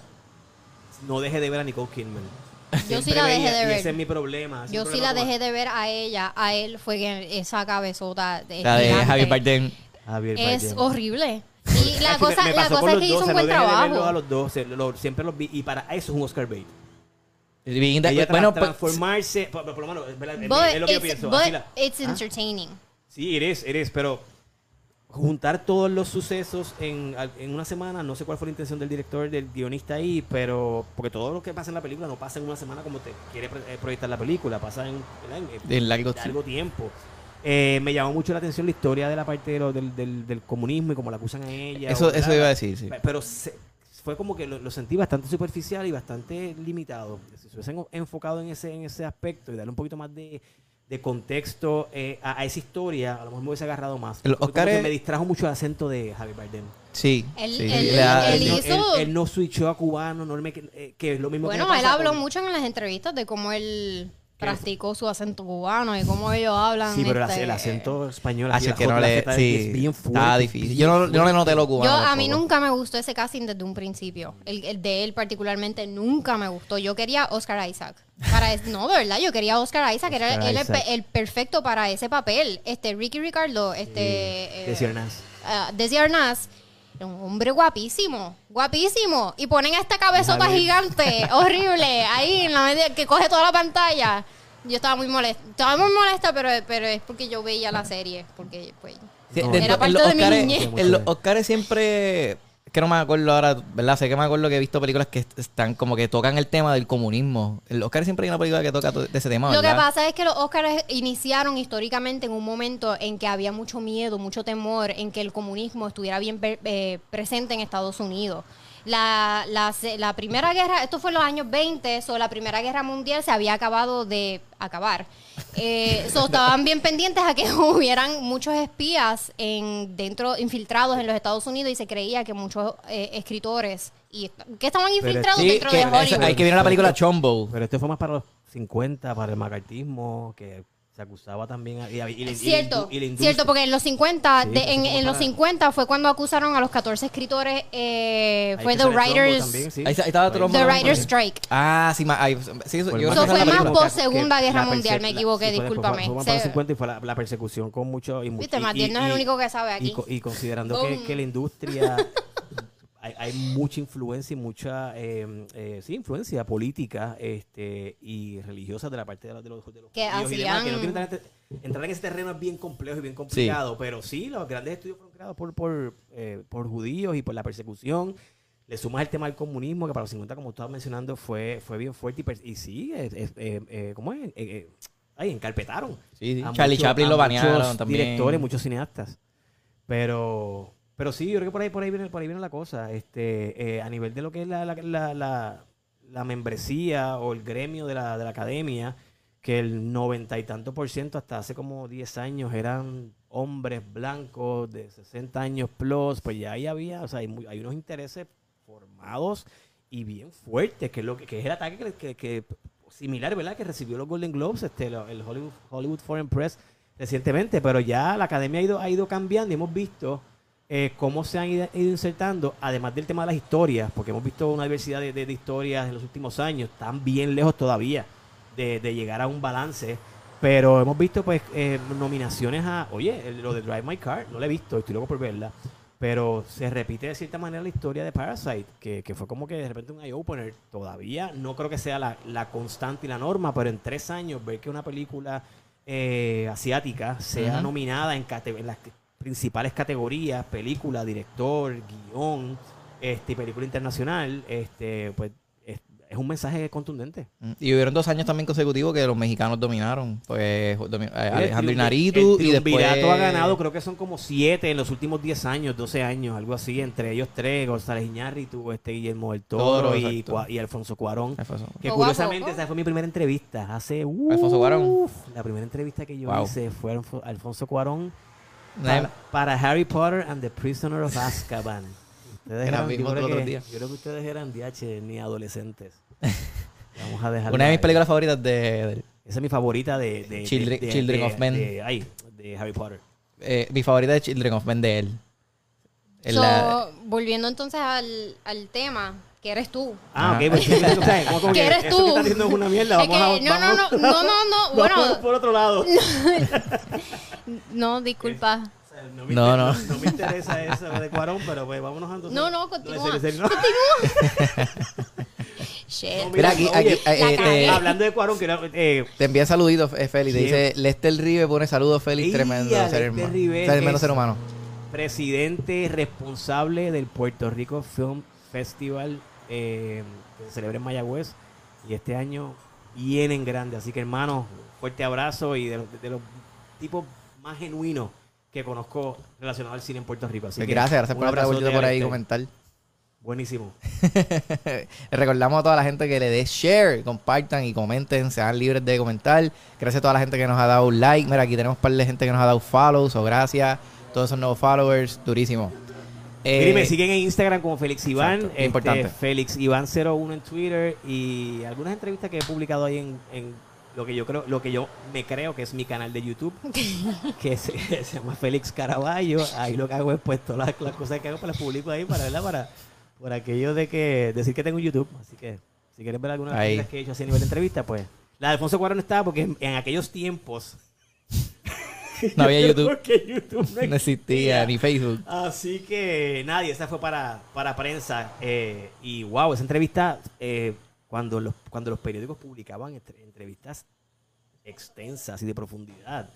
[SPEAKER 2] no deje de ver a Nicole Kidman.
[SPEAKER 1] Yo sí
[SPEAKER 2] Siempre
[SPEAKER 1] la dejé
[SPEAKER 2] veía,
[SPEAKER 1] de
[SPEAKER 2] y
[SPEAKER 1] ver.
[SPEAKER 2] Ese es mi problema. ese es
[SPEAKER 1] Yo
[SPEAKER 2] mi
[SPEAKER 1] sí
[SPEAKER 2] problema
[SPEAKER 1] la
[SPEAKER 2] con-
[SPEAKER 1] dejé de ver a ella, a él fue que esa cabezota Eh, de,
[SPEAKER 3] La de
[SPEAKER 1] gigante.
[SPEAKER 3] Javier Bardem.
[SPEAKER 2] Javier
[SPEAKER 1] Es
[SPEAKER 2] Bardem.
[SPEAKER 1] horrible. Y la
[SPEAKER 2] Nacho, me-
[SPEAKER 1] cosa,
[SPEAKER 2] me
[SPEAKER 1] la
[SPEAKER 2] pasó
[SPEAKER 1] cosa
[SPEAKER 2] con
[SPEAKER 1] es
[SPEAKER 2] los
[SPEAKER 1] que hizo
[SPEAKER 2] dos,
[SPEAKER 1] un
[SPEAKER 2] o sea,
[SPEAKER 1] buen
[SPEAKER 2] no dejé de verlos a
[SPEAKER 1] trabajo.
[SPEAKER 2] los dos, se- lo- siempre los vi y para eso es un Oscar bait.
[SPEAKER 3] Being the-
[SPEAKER 2] Ella tra-
[SPEAKER 3] bueno, pues,
[SPEAKER 2] transformarse, por, por lo menos ¿verdad? es,
[SPEAKER 1] But
[SPEAKER 2] es lo que yo
[SPEAKER 1] it's,
[SPEAKER 2] pienso.
[SPEAKER 1] but
[SPEAKER 2] así la-
[SPEAKER 1] it's
[SPEAKER 2] ¿Ah?
[SPEAKER 1] entertaining.
[SPEAKER 2] Sí, eres, eres, pero juntar todos los sucesos en, al- en una semana, no sé cuál fue la intención del director, del guionista ahí, pero porque todo lo que pasa en la película no pasa en una semana como te quiere pre- eh, proyectar la película, pasa en, ¿verdad? en- en-
[SPEAKER 3] en largo-
[SPEAKER 2] largo tiempo. Eh, me llamó mucho la atención la historia de la parte de lo- del, del- del comunismo y cómo la acusan a ella.
[SPEAKER 3] Eso,
[SPEAKER 2] o
[SPEAKER 3] eso
[SPEAKER 2] nada.
[SPEAKER 3] iba a decir, sí.
[SPEAKER 2] Pe- Pero se- fue como que lo, lo sentí bastante superficial y bastante limitado. Si se hubiesen enfocado en ese, en ese aspecto y darle un poquito más de, de contexto eh, a, a esa historia, a lo mejor me hubiese agarrado más.
[SPEAKER 3] Los
[SPEAKER 2] Porque como
[SPEAKER 3] Oscars-
[SPEAKER 2] que me distrajo mucho el acento de Javier Bardem.
[SPEAKER 3] Sí.
[SPEAKER 1] El-
[SPEAKER 3] sí.
[SPEAKER 1] el-
[SPEAKER 3] Le da-
[SPEAKER 1] el-
[SPEAKER 2] él, no,
[SPEAKER 1] hizo-
[SPEAKER 2] él- él no switchó a cubano, no me- eh, que es lo mismo que
[SPEAKER 1] Bueno,
[SPEAKER 2] me
[SPEAKER 1] él
[SPEAKER 2] pasa
[SPEAKER 1] habló
[SPEAKER 2] con-
[SPEAKER 1] mucho en las entrevistas de cómo él
[SPEAKER 2] ¿Qué?
[SPEAKER 1] practicó su acento cubano y cómo ellos hablan.
[SPEAKER 2] Sí, pero el ac-
[SPEAKER 1] este,
[SPEAKER 2] el acento español
[SPEAKER 3] Así
[SPEAKER 2] así, la
[SPEAKER 3] que no
[SPEAKER 2] J, la
[SPEAKER 3] le.
[SPEAKER 2] Z,
[SPEAKER 3] Ah, Sí,
[SPEAKER 2] es bien
[SPEAKER 3] estaba
[SPEAKER 2] fuerte,
[SPEAKER 3] difícil.
[SPEAKER 2] bien
[SPEAKER 3] Yo no, yo no le noté lo cubano.
[SPEAKER 1] Yo a mí
[SPEAKER 3] tampoco.
[SPEAKER 1] nunca me gustó ese casting desde un principio. El, el de él particularmente nunca me gustó. Yo quería Oscar Isaac. Para es- no, de verdad, yo quería Oscar Isaac. era
[SPEAKER 2] Oscar
[SPEAKER 1] él el,
[SPEAKER 2] Isaac.
[SPEAKER 1] pe- el perfecto para ese papel. Este Ricky Ricardo, este eh,
[SPEAKER 2] Decía Hernández.
[SPEAKER 1] ah, Desi Arnaz, era un hombre guapísimo, guapísimo. Y ponen a esta cabezota
[SPEAKER 2] Javier.
[SPEAKER 1] gigante, horrible, ahí en la media, que coge toda la pantalla. Yo estaba muy molesta, estaba muy molesta, pero, pero es porque yo veía la serie, porque pues
[SPEAKER 3] Sí,
[SPEAKER 2] No,
[SPEAKER 3] de-
[SPEAKER 2] no.
[SPEAKER 1] Era
[SPEAKER 3] en
[SPEAKER 1] parte
[SPEAKER 3] los
[SPEAKER 1] de mi
[SPEAKER 3] Oscars-
[SPEAKER 1] niñez.
[SPEAKER 3] En los Oscars siempre. es Que no me acuerdo ahora, ¿verdad? Sé que me acuerdo que he visto películas que están como que tocan el tema del comunismo. En los Oscars siempre hay una película que toca to- de ese tema,
[SPEAKER 1] Lo que
[SPEAKER 3] ¿verdad?
[SPEAKER 1] pasa es que los Óscares iniciaron históricamente en un momento en que había mucho miedo, mucho temor en que el comunismo estuviera bien per- eh, presente en Estados Unidos. La, la se- la Primera Guerra, esto fue en los años 20, so, la Primera Guerra Mundial se había acabado de acabar. Eh, so, estaban bien pendientes a que hubieran muchos espías en, dentro, infiltrados en los Estados Unidos y se creía que muchos eh, escritores y, que estaban infiltrados
[SPEAKER 3] Sí,
[SPEAKER 1] dentro
[SPEAKER 3] que,
[SPEAKER 1] de
[SPEAKER 3] eso-
[SPEAKER 1] Hollywood.
[SPEAKER 3] ahí que viene la película Chombo.
[SPEAKER 2] Pero esto fue más para los 50, para el macartismo, que se acusaba también. a- Y, y- y la- y la
[SPEAKER 1] Cierto,
[SPEAKER 2] indu- y la industria.
[SPEAKER 1] cierto, porque en los 50,
[SPEAKER 2] Sí,
[SPEAKER 1] de-
[SPEAKER 2] eso
[SPEAKER 1] en,
[SPEAKER 2] como
[SPEAKER 1] en los
[SPEAKER 2] para-
[SPEAKER 1] 50 fue cuando acusaron a los 14 escritores, eh,
[SPEAKER 2] Ahí
[SPEAKER 1] fue
[SPEAKER 2] que
[SPEAKER 1] The
[SPEAKER 2] sale Trumbo
[SPEAKER 1] Writers,
[SPEAKER 2] también, sí.
[SPEAKER 3] Ahí está- ahí estaba
[SPEAKER 2] Ahí-
[SPEAKER 3] Trumbo
[SPEAKER 1] The
[SPEAKER 3] Vamos,
[SPEAKER 1] Writers
[SPEAKER 3] vamos.
[SPEAKER 1] Strike.
[SPEAKER 3] Ah, sí, ma- ahí- sí, eso- yo creo
[SPEAKER 1] Eso
[SPEAKER 3] que esa
[SPEAKER 1] fue
[SPEAKER 3] es la
[SPEAKER 1] más
[SPEAKER 3] película.
[SPEAKER 1] post Segunda Guerra
[SPEAKER 2] la perse-
[SPEAKER 1] Mundial, me
[SPEAKER 2] la-
[SPEAKER 1] equivoqué,
[SPEAKER 2] sí, fue después,
[SPEAKER 1] discúlpame.
[SPEAKER 2] Fue, fue para los
[SPEAKER 1] Se-
[SPEAKER 2] 50 y fue la, la persecución con mucho. Y, mu-
[SPEAKER 1] Viste,
[SPEAKER 2] y-
[SPEAKER 1] Matiel
[SPEAKER 2] y-
[SPEAKER 1] no es el
[SPEAKER 2] y-
[SPEAKER 1] único que sabe aquí.
[SPEAKER 2] Y, co- y considerando que,
[SPEAKER 1] Boom.
[SPEAKER 2] que la industria. hay, hay mucha influencia y mucha. eh, eh, sí, influencia política este, y religiosa de la parte de los. De los, de los
[SPEAKER 1] Que
[SPEAKER 2] judíos y demás, que no
[SPEAKER 1] hacían-
[SPEAKER 2] quiero entrar, en este- entrar en ese terreno es bien complejo y bien complicado, pero sí, los grandes estudios fueron creados por, por, eh, por judíos y por la persecución Le sumas el tema del comunismo, que para los 50, como estabas mencionando, fue, fue bien fuerte y, per- y sí, es- es- eh, eh, ¿cómo es? Eh, eh, ay, encarpetaron.
[SPEAKER 3] Sí, sí.
[SPEAKER 2] a
[SPEAKER 3] Charlie Chaplin
[SPEAKER 2] a
[SPEAKER 3] lo banearon
[SPEAKER 2] muchos
[SPEAKER 3] también.
[SPEAKER 2] directores, muchos cineastas. Pero, pero sí, yo creo que por ahí, por ahí, viene, por ahí viene la cosa. Este, eh, a nivel de lo que es la, la, la- la- la membresía o el gremio de la, de la academia, que el noventa y tanto por ciento hasta hace como 10 años eran hombres blancos de 60 años plus, pues ya ahí había, o sea, hay, muy- hay unos intereses formados y bien fuertes, que es, lo que, que es el ataque que, que- que- similar, ¿verdad? Que recibió los Golden Globes, este, lo- el Hollywood, Hollywood Foreign Press recientemente, pero ya la academia ha ido, ha ido cambiando y hemos visto eh, cómo se han ido, ido insertando, además del tema de las historias, porque hemos visto una diversidad de, de- de historias en los últimos años, están bien lejos todavía de, de llegar a un balance. Pero hemos visto pues eh, nominaciones a, oye, el- lo de Drive My Car, no la he visto, estoy loco por verla, pero se repite de cierta manera la historia de Parasite, que, que fue como que de repente un eye-opener, todavía no creo que sea la, la constante y la norma, pero en tres años ver que una película eh, asiática sea
[SPEAKER 3] Ujú.
[SPEAKER 2] nominada en, cate- en las principales categorías, película, director, guión, este, película internacional, este, pues es- es un mensaje contundente.
[SPEAKER 3] Y hubieron dos años también consecutivos que los mexicanos dominaron. Pues domi- eh,
[SPEAKER 2] Mira,
[SPEAKER 3] Alejandro
[SPEAKER 2] el triunvi-
[SPEAKER 3] Inarritu
[SPEAKER 2] el
[SPEAKER 3] y después...
[SPEAKER 2] triunvirato ha ganado, creo que son como siete en los últimos 10 años, 12 años, algo así, entre ellos tres, González Iñárritu, este Guillermo del Toro
[SPEAKER 3] Toro,
[SPEAKER 2] y,
[SPEAKER 3] exacto.
[SPEAKER 2] Cua- y Alfonso Cuarón.
[SPEAKER 3] Alfonso.
[SPEAKER 2] Que Ah,
[SPEAKER 1] Poco a
[SPEAKER 2] curiosamente
[SPEAKER 1] poco.
[SPEAKER 2] esa fue mi primera entrevista, hace... uf,
[SPEAKER 3] ¿Alfonso Cuarón?
[SPEAKER 2] La primera entrevista que yo
[SPEAKER 3] Wow.
[SPEAKER 2] hice fue a Alfo- Alfonso Cuarón
[SPEAKER 3] Nadie-
[SPEAKER 2] para, para Harry Potter and the Prisoner of Azkaban. Ustedes
[SPEAKER 3] Era
[SPEAKER 2] eran, yo,
[SPEAKER 3] mismo
[SPEAKER 2] creo
[SPEAKER 3] el otro
[SPEAKER 2] que,
[SPEAKER 3] día.
[SPEAKER 2] yo creo que ustedes eran DH ni adolescentes. Vamos a dejar
[SPEAKER 3] Una de mis películas favoritas de, de-
[SPEAKER 2] Esa es mi favorita de... de- de-
[SPEAKER 3] Children-
[SPEAKER 2] de-
[SPEAKER 3] Children
[SPEAKER 2] de-
[SPEAKER 3] of Men.
[SPEAKER 2] de- ay, de Harry Potter.
[SPEAKER 3] eh, mi favorita de Children of Men de él. Es
[SPEAKER 1] So,
[SPEAKER 3] la-
[SPEAKER 1] Volviendo entonces al, al tema, que eres tú.
[SPEAKER 2] Ah,
[SPEAKER 3] Ajá.
[SPEAKER 2] ok, pues sí, claro, o sea, como- como
[SPEAKER 1] ¿Qué
[SPEAKER 2] que
[SPEAKER 1] eres
[SPEAKER 2] esto
[SPEAKER 1] tú?
[SPEAKER 2] que estás haciendo es una mierda.
[SPEAKER 1] Es
[SPEAKER 2] Vamos a,
[SPEAKER 1] que- no, no,
[SPEAKER 2] vamos-
[SPEAKER 1] no, no, no, no,
[SPEAKER 2] vamos
[SPEAKER 1] bueno.
[SPEAKER 2] por otro lado.
[SPEAKER 1] No, disculpa.
[SPEAKER 2] O sea, me
[SPEAKER 3] No,
[SPEAKER 2] inter-
[SPEAKER 3] no.
[SPEAKER 2] me interesa eso de Cuarón, pero pues vámonos entonces.
[SPEAKER 1] No, no, continúa,
[SPEAKER 2] en serio, en serio, no.
[SPEAKER 1] Shit.
[SPEAKER 2] No,
[SPEAKER 3] Mira, aquí, aquí,
[SPEAKER 2] Oye,
[SPEAKER 3] eh,
[SPEAKER 1] la
[SPEAKER 3] eh,
[SPEAKER 1] cagué.
[SPEAKER 3] te,
[SPEAKER 2] Hablando de Cuarón, que era... Eh,
[SPEAKER 3] te envía saluditos, eh, Feli. Te
[SPEAKER 2] Sí.
[SPEAKER 3] dice, Lester Rive pone saludos, Feli.
[SPEAKER 2] Ey,
[SPEAKER 3] Tremendo
[SPEAKER 2] a
[SPEAKER 3] ser
[SPEAKER 2] Lester
[SPEAKER 3] humano.
[SPEAKER 2] Rive
[SPEAKER 3] Tremendo
[SPEAKER 2] es-
[SPEAKER 3] ser humano.
[SPEAKER 2] presidente responsable del Puerto Rico Film Festival eh, que se celebra en Mayagüez y este año viene en grande. Así que hermano, fuerte abrazo y de, los- de los tipos más genuinos que conozco relacionado al cine en Puerto Rico. Así que
[SPEAKER 3] Pues gracias, gracias
[SPEAKER 2] un
[SPEAKER 3] por haber
[SPEAKER 2] abrazote
[SPEAKER 3] vuelto por
[SPEAKER 2] a
[SPEAKER 3] ahí y
[SPEAKER 2] Lester.
[SPEAKER 3] comentar.
[SPEAKER 2] Buenísimo.
[SPEAKER 3] Recordamos a toda la gente que le dé share, compartan y comenten, sean libres de comentar. Gracias a toda la gente que nos ha dado un like. Mira, aquí tenemos un par de gente que nos ha dado follows o gracias. Todos esos nuevos followers, durísimo. Eh,
[SPEAKER 2] Miren, me siguen en Instagram como Félix Iván,
[SPEAKER 3] Exacto,
[SPEAKER 2] este,
[SPEAKER 3] importante.
[SPEAKER 2] Félix Iván 01 en Twitter y algunas entrevistas que he publicado ahí en, en lo que yo creo, lo que yo me creo que es mi canal de YouTube, que se, se llama Félix Caraballo. Ahí lo que hago es pues todas las, las cosas que hago pues las publico ahí para verla para por aquello de que decir que tengo un YouTube, así que si quieren ver algunas
[SPEAKER 3] Ahí.
[SPEAKER 2] cosas que he hecho así a nivel de entrevista, pues la de Alfonso Cuarón estaba porque en, en aquellos tiempos
[SPEAKER 3] No había
[SPEAKER 2] yo
[SPEAKER 3] YouTube.
[SPEAKER 2] creo que YouTube no
[SPEAKER 3] No existía ni Facebook.
[SPEAKER 2] Así que nadie, esa fue para, para prensa. eh, y wow, esa entrevista, eh, cuando, los, cuando los periódicos publicaban entre- entrevistas extensas y de profundidad,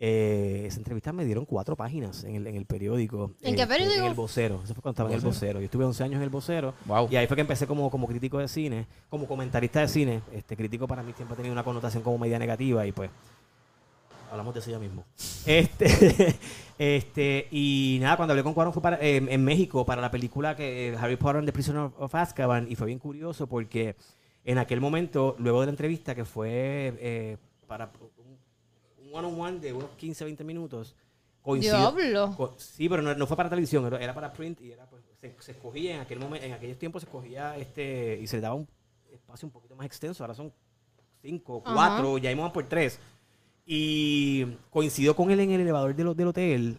[SPEAKER 2] eh, esa entrevista me dieron cuatro páginas en el, en el periódico.
[SPEAKER 1] ¿En
[SPEAKER 2] eh,
[SPEAKER 1] qué periódico?
[SPEAKER 2] En el vocero. Eso fue cuando estaba en el
[SPEAKER 3] Vocero.
[SPEAKER 2] vocero. Yo estuve 11 años en el vocero.
[SPEAKER 3] Wow.
[SPEAKER 2] Y ahí fue que empecé como, como crítico de cine, como comentarista de cine. Este crítico para mí siempre ha tenido una connotación como media negativa y pues hablamos de eso ya mismo. Este, este y nada, cuando hablé con Cuarón fue para, eh, en México para la película que eh, Harry Potter and the Prisoner of Azkaban y fue bien curioso porque en aquel momento, luego de la entrevista que fue eh, para un one on one de unos 15 20 minutos, coincidió,
[SPEAKER 1] Diablo.
[SPEAKER 2] Co- Sí, pero no, no fue para televisión, era, era para print y era pues, se, se escogía en aquel momento, en aquellos tiempos se escogía este y se le daba un espacio un poquito más extenso, ahora son cinco,
[SPEAKER 1] Ajá.
[SPEAKER 2] cuatro, ya íbamos por tres. Y coincidió con él en el elevador del, del hotel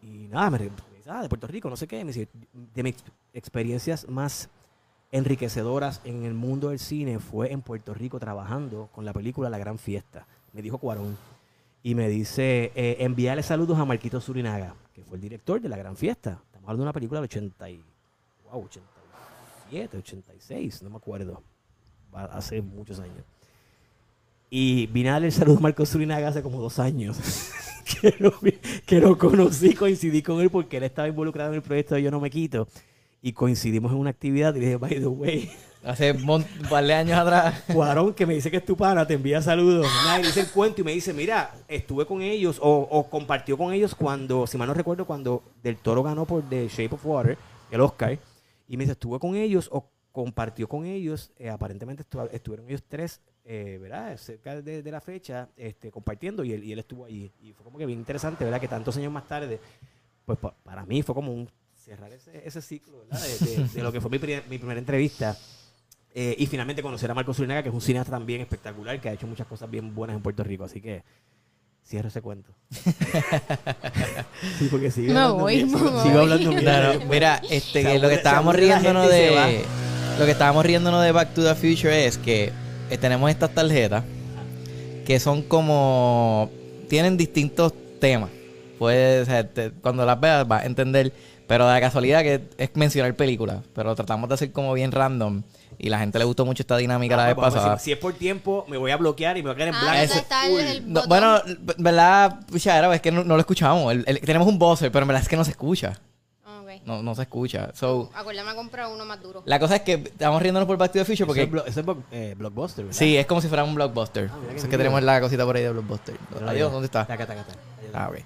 [SPEAKER 2] y nada, me re- me dice, ah, de Puerto Rico, no sé qué, me dice, de mis experiencias más enriquecedoras en el mundo del cine fue en Puerto Rico trabajando con la película La Gran Fiesta. Me dijo Cuarón. Y me dice, eh, envíale saludos a Marquito Surinaga, que fue el director de La Gran Fiesta. Estamos hablando de una película de 80 y, wow, 87, 86, no me acuerdo. Va- Hace muchos años. Y vine a darle el saludo a Marco Surinaga hace como dos años. que, lo, vi- que lo conocí, coincidí con él porque él estaba involucrado en el proyecto de Yo No Me Quito. y coincidimos en una actividad y le dije, by the way,
[SPEAKER 3] Hace un par de años atrás.
[SPEAKER 2] Cuarón, que me dice que es tu pana, te envía saludos. Nada, y dice el cuento y me dice, mira, estuve con ellos o, o compartió con ellos cuando, si mal no recuerdo, cuando Del Toro ganó por The Shape of Water, el Oscar. Y me dice, estuve con ellos o compartió con ellos. eh, aparentemente estu- estuvieron ellos tres, eh, ¿verdad? Cerca de, de la fecha, este, compartiendo y él, y él estuvo allí. Y fue como que bien interesante, ¿verdad? Que tantos años más tarde, pues pa- para mí fue como un cerrar ese, ese ciclo, ¿verdad? De, de- de lo que fue mi, pri- mi primera entrevista. Eh, y finalmente conocer a Marco Surinaga, que es un cineasta también espectacular, que ha hecho muchas cosas bien buenas en Puerto Rico. Así que cierro ese cuento. sí, porque sigue
[SPEAKER 1] Me
[SPEAKER 2] hablando
[SPEAKER 1] voy,
[SPEAKER 2] bien,
[SPEAKER 1] me
[SPEAKER 2] sigo-
[SPEAKER 1] voy.
[SPEAKER 2] sigo hablando bien.
[SPEAKER 3] Claro, mira,
[SPEAKER 2] Se
[SPEAKER 3] este,
[SPEAKER 2] aburre-
[SPEAKER 3] lo que estábamos
[SPEAKER 2] se aburre la
[SPEAKER 3] riéndonos
[SPEAKER 2] gente y se
[SPEAKER 3] de. Lo que estábamos riéndonos de Back to the Future es que eh, tenemos estas tarjetas que son como. tienen distintos temas. Puedes, o sea, te- cuando las veas vas a entender. Pero la casualidad que es mencionar películas. Pero tratamos de hacer como bien random. Y la gente le gustó mucho esta dinámica la
[SPEAKER 2] Ah,
[SPEAKER 3] vez
[SPEAKER 2] pues, vamos,
[SPEAKER 3] pasada.
[SPEAKER 2] Si, si es por tiempo, me voy a bloquear y me voy a quedar en
[SPEAKER 1] Ah,
[SPEAKER 2] blanco.
[SPEAKER 1] ese está el- el-
[SPEAKER 3] No,
[SPEAKER 1] botón.
[SPEAKER 3] bueno, v- ¿verdad? Pucha, era, es que no, no lo escuchamos. El- el- tenemos un buzzer, pero en verdad es que no se escucha.
[SPEAKER 1] Ah, ok.
[SPEAKER 3] No, no se escucha. So,
[SPEAKER 1] Acuérdame a comprar uno más duro.
[SPEAKER 3] La cosa es que estamos riéndonos por Back to the Future
[SPEAKER 2] Eso
[SPEAKER 3] porque...
[SPEAKER 2] es, blo- eso es blo- eh, blockbuster, ¿verdad?
[SPEAKER 3] Sí, es como si fuera un blockbuster.
[SPEAKER 2] Ah, mira qué
[SPEAKER 3] Eso es que
[SPEAKER 2] nítido.
[SPEAKER 3] tenemos la cosita por ahí de blockbuster.
[SPEAKER 2] Míralo
[SPEAKER 3] Adiós,
[SPEAKER 2] allá.
[SPEAKER 3] ¿dónde está?
[SPEAKER 2] Taca, taca, taca.
[SPEAKER 3] Ah, ok.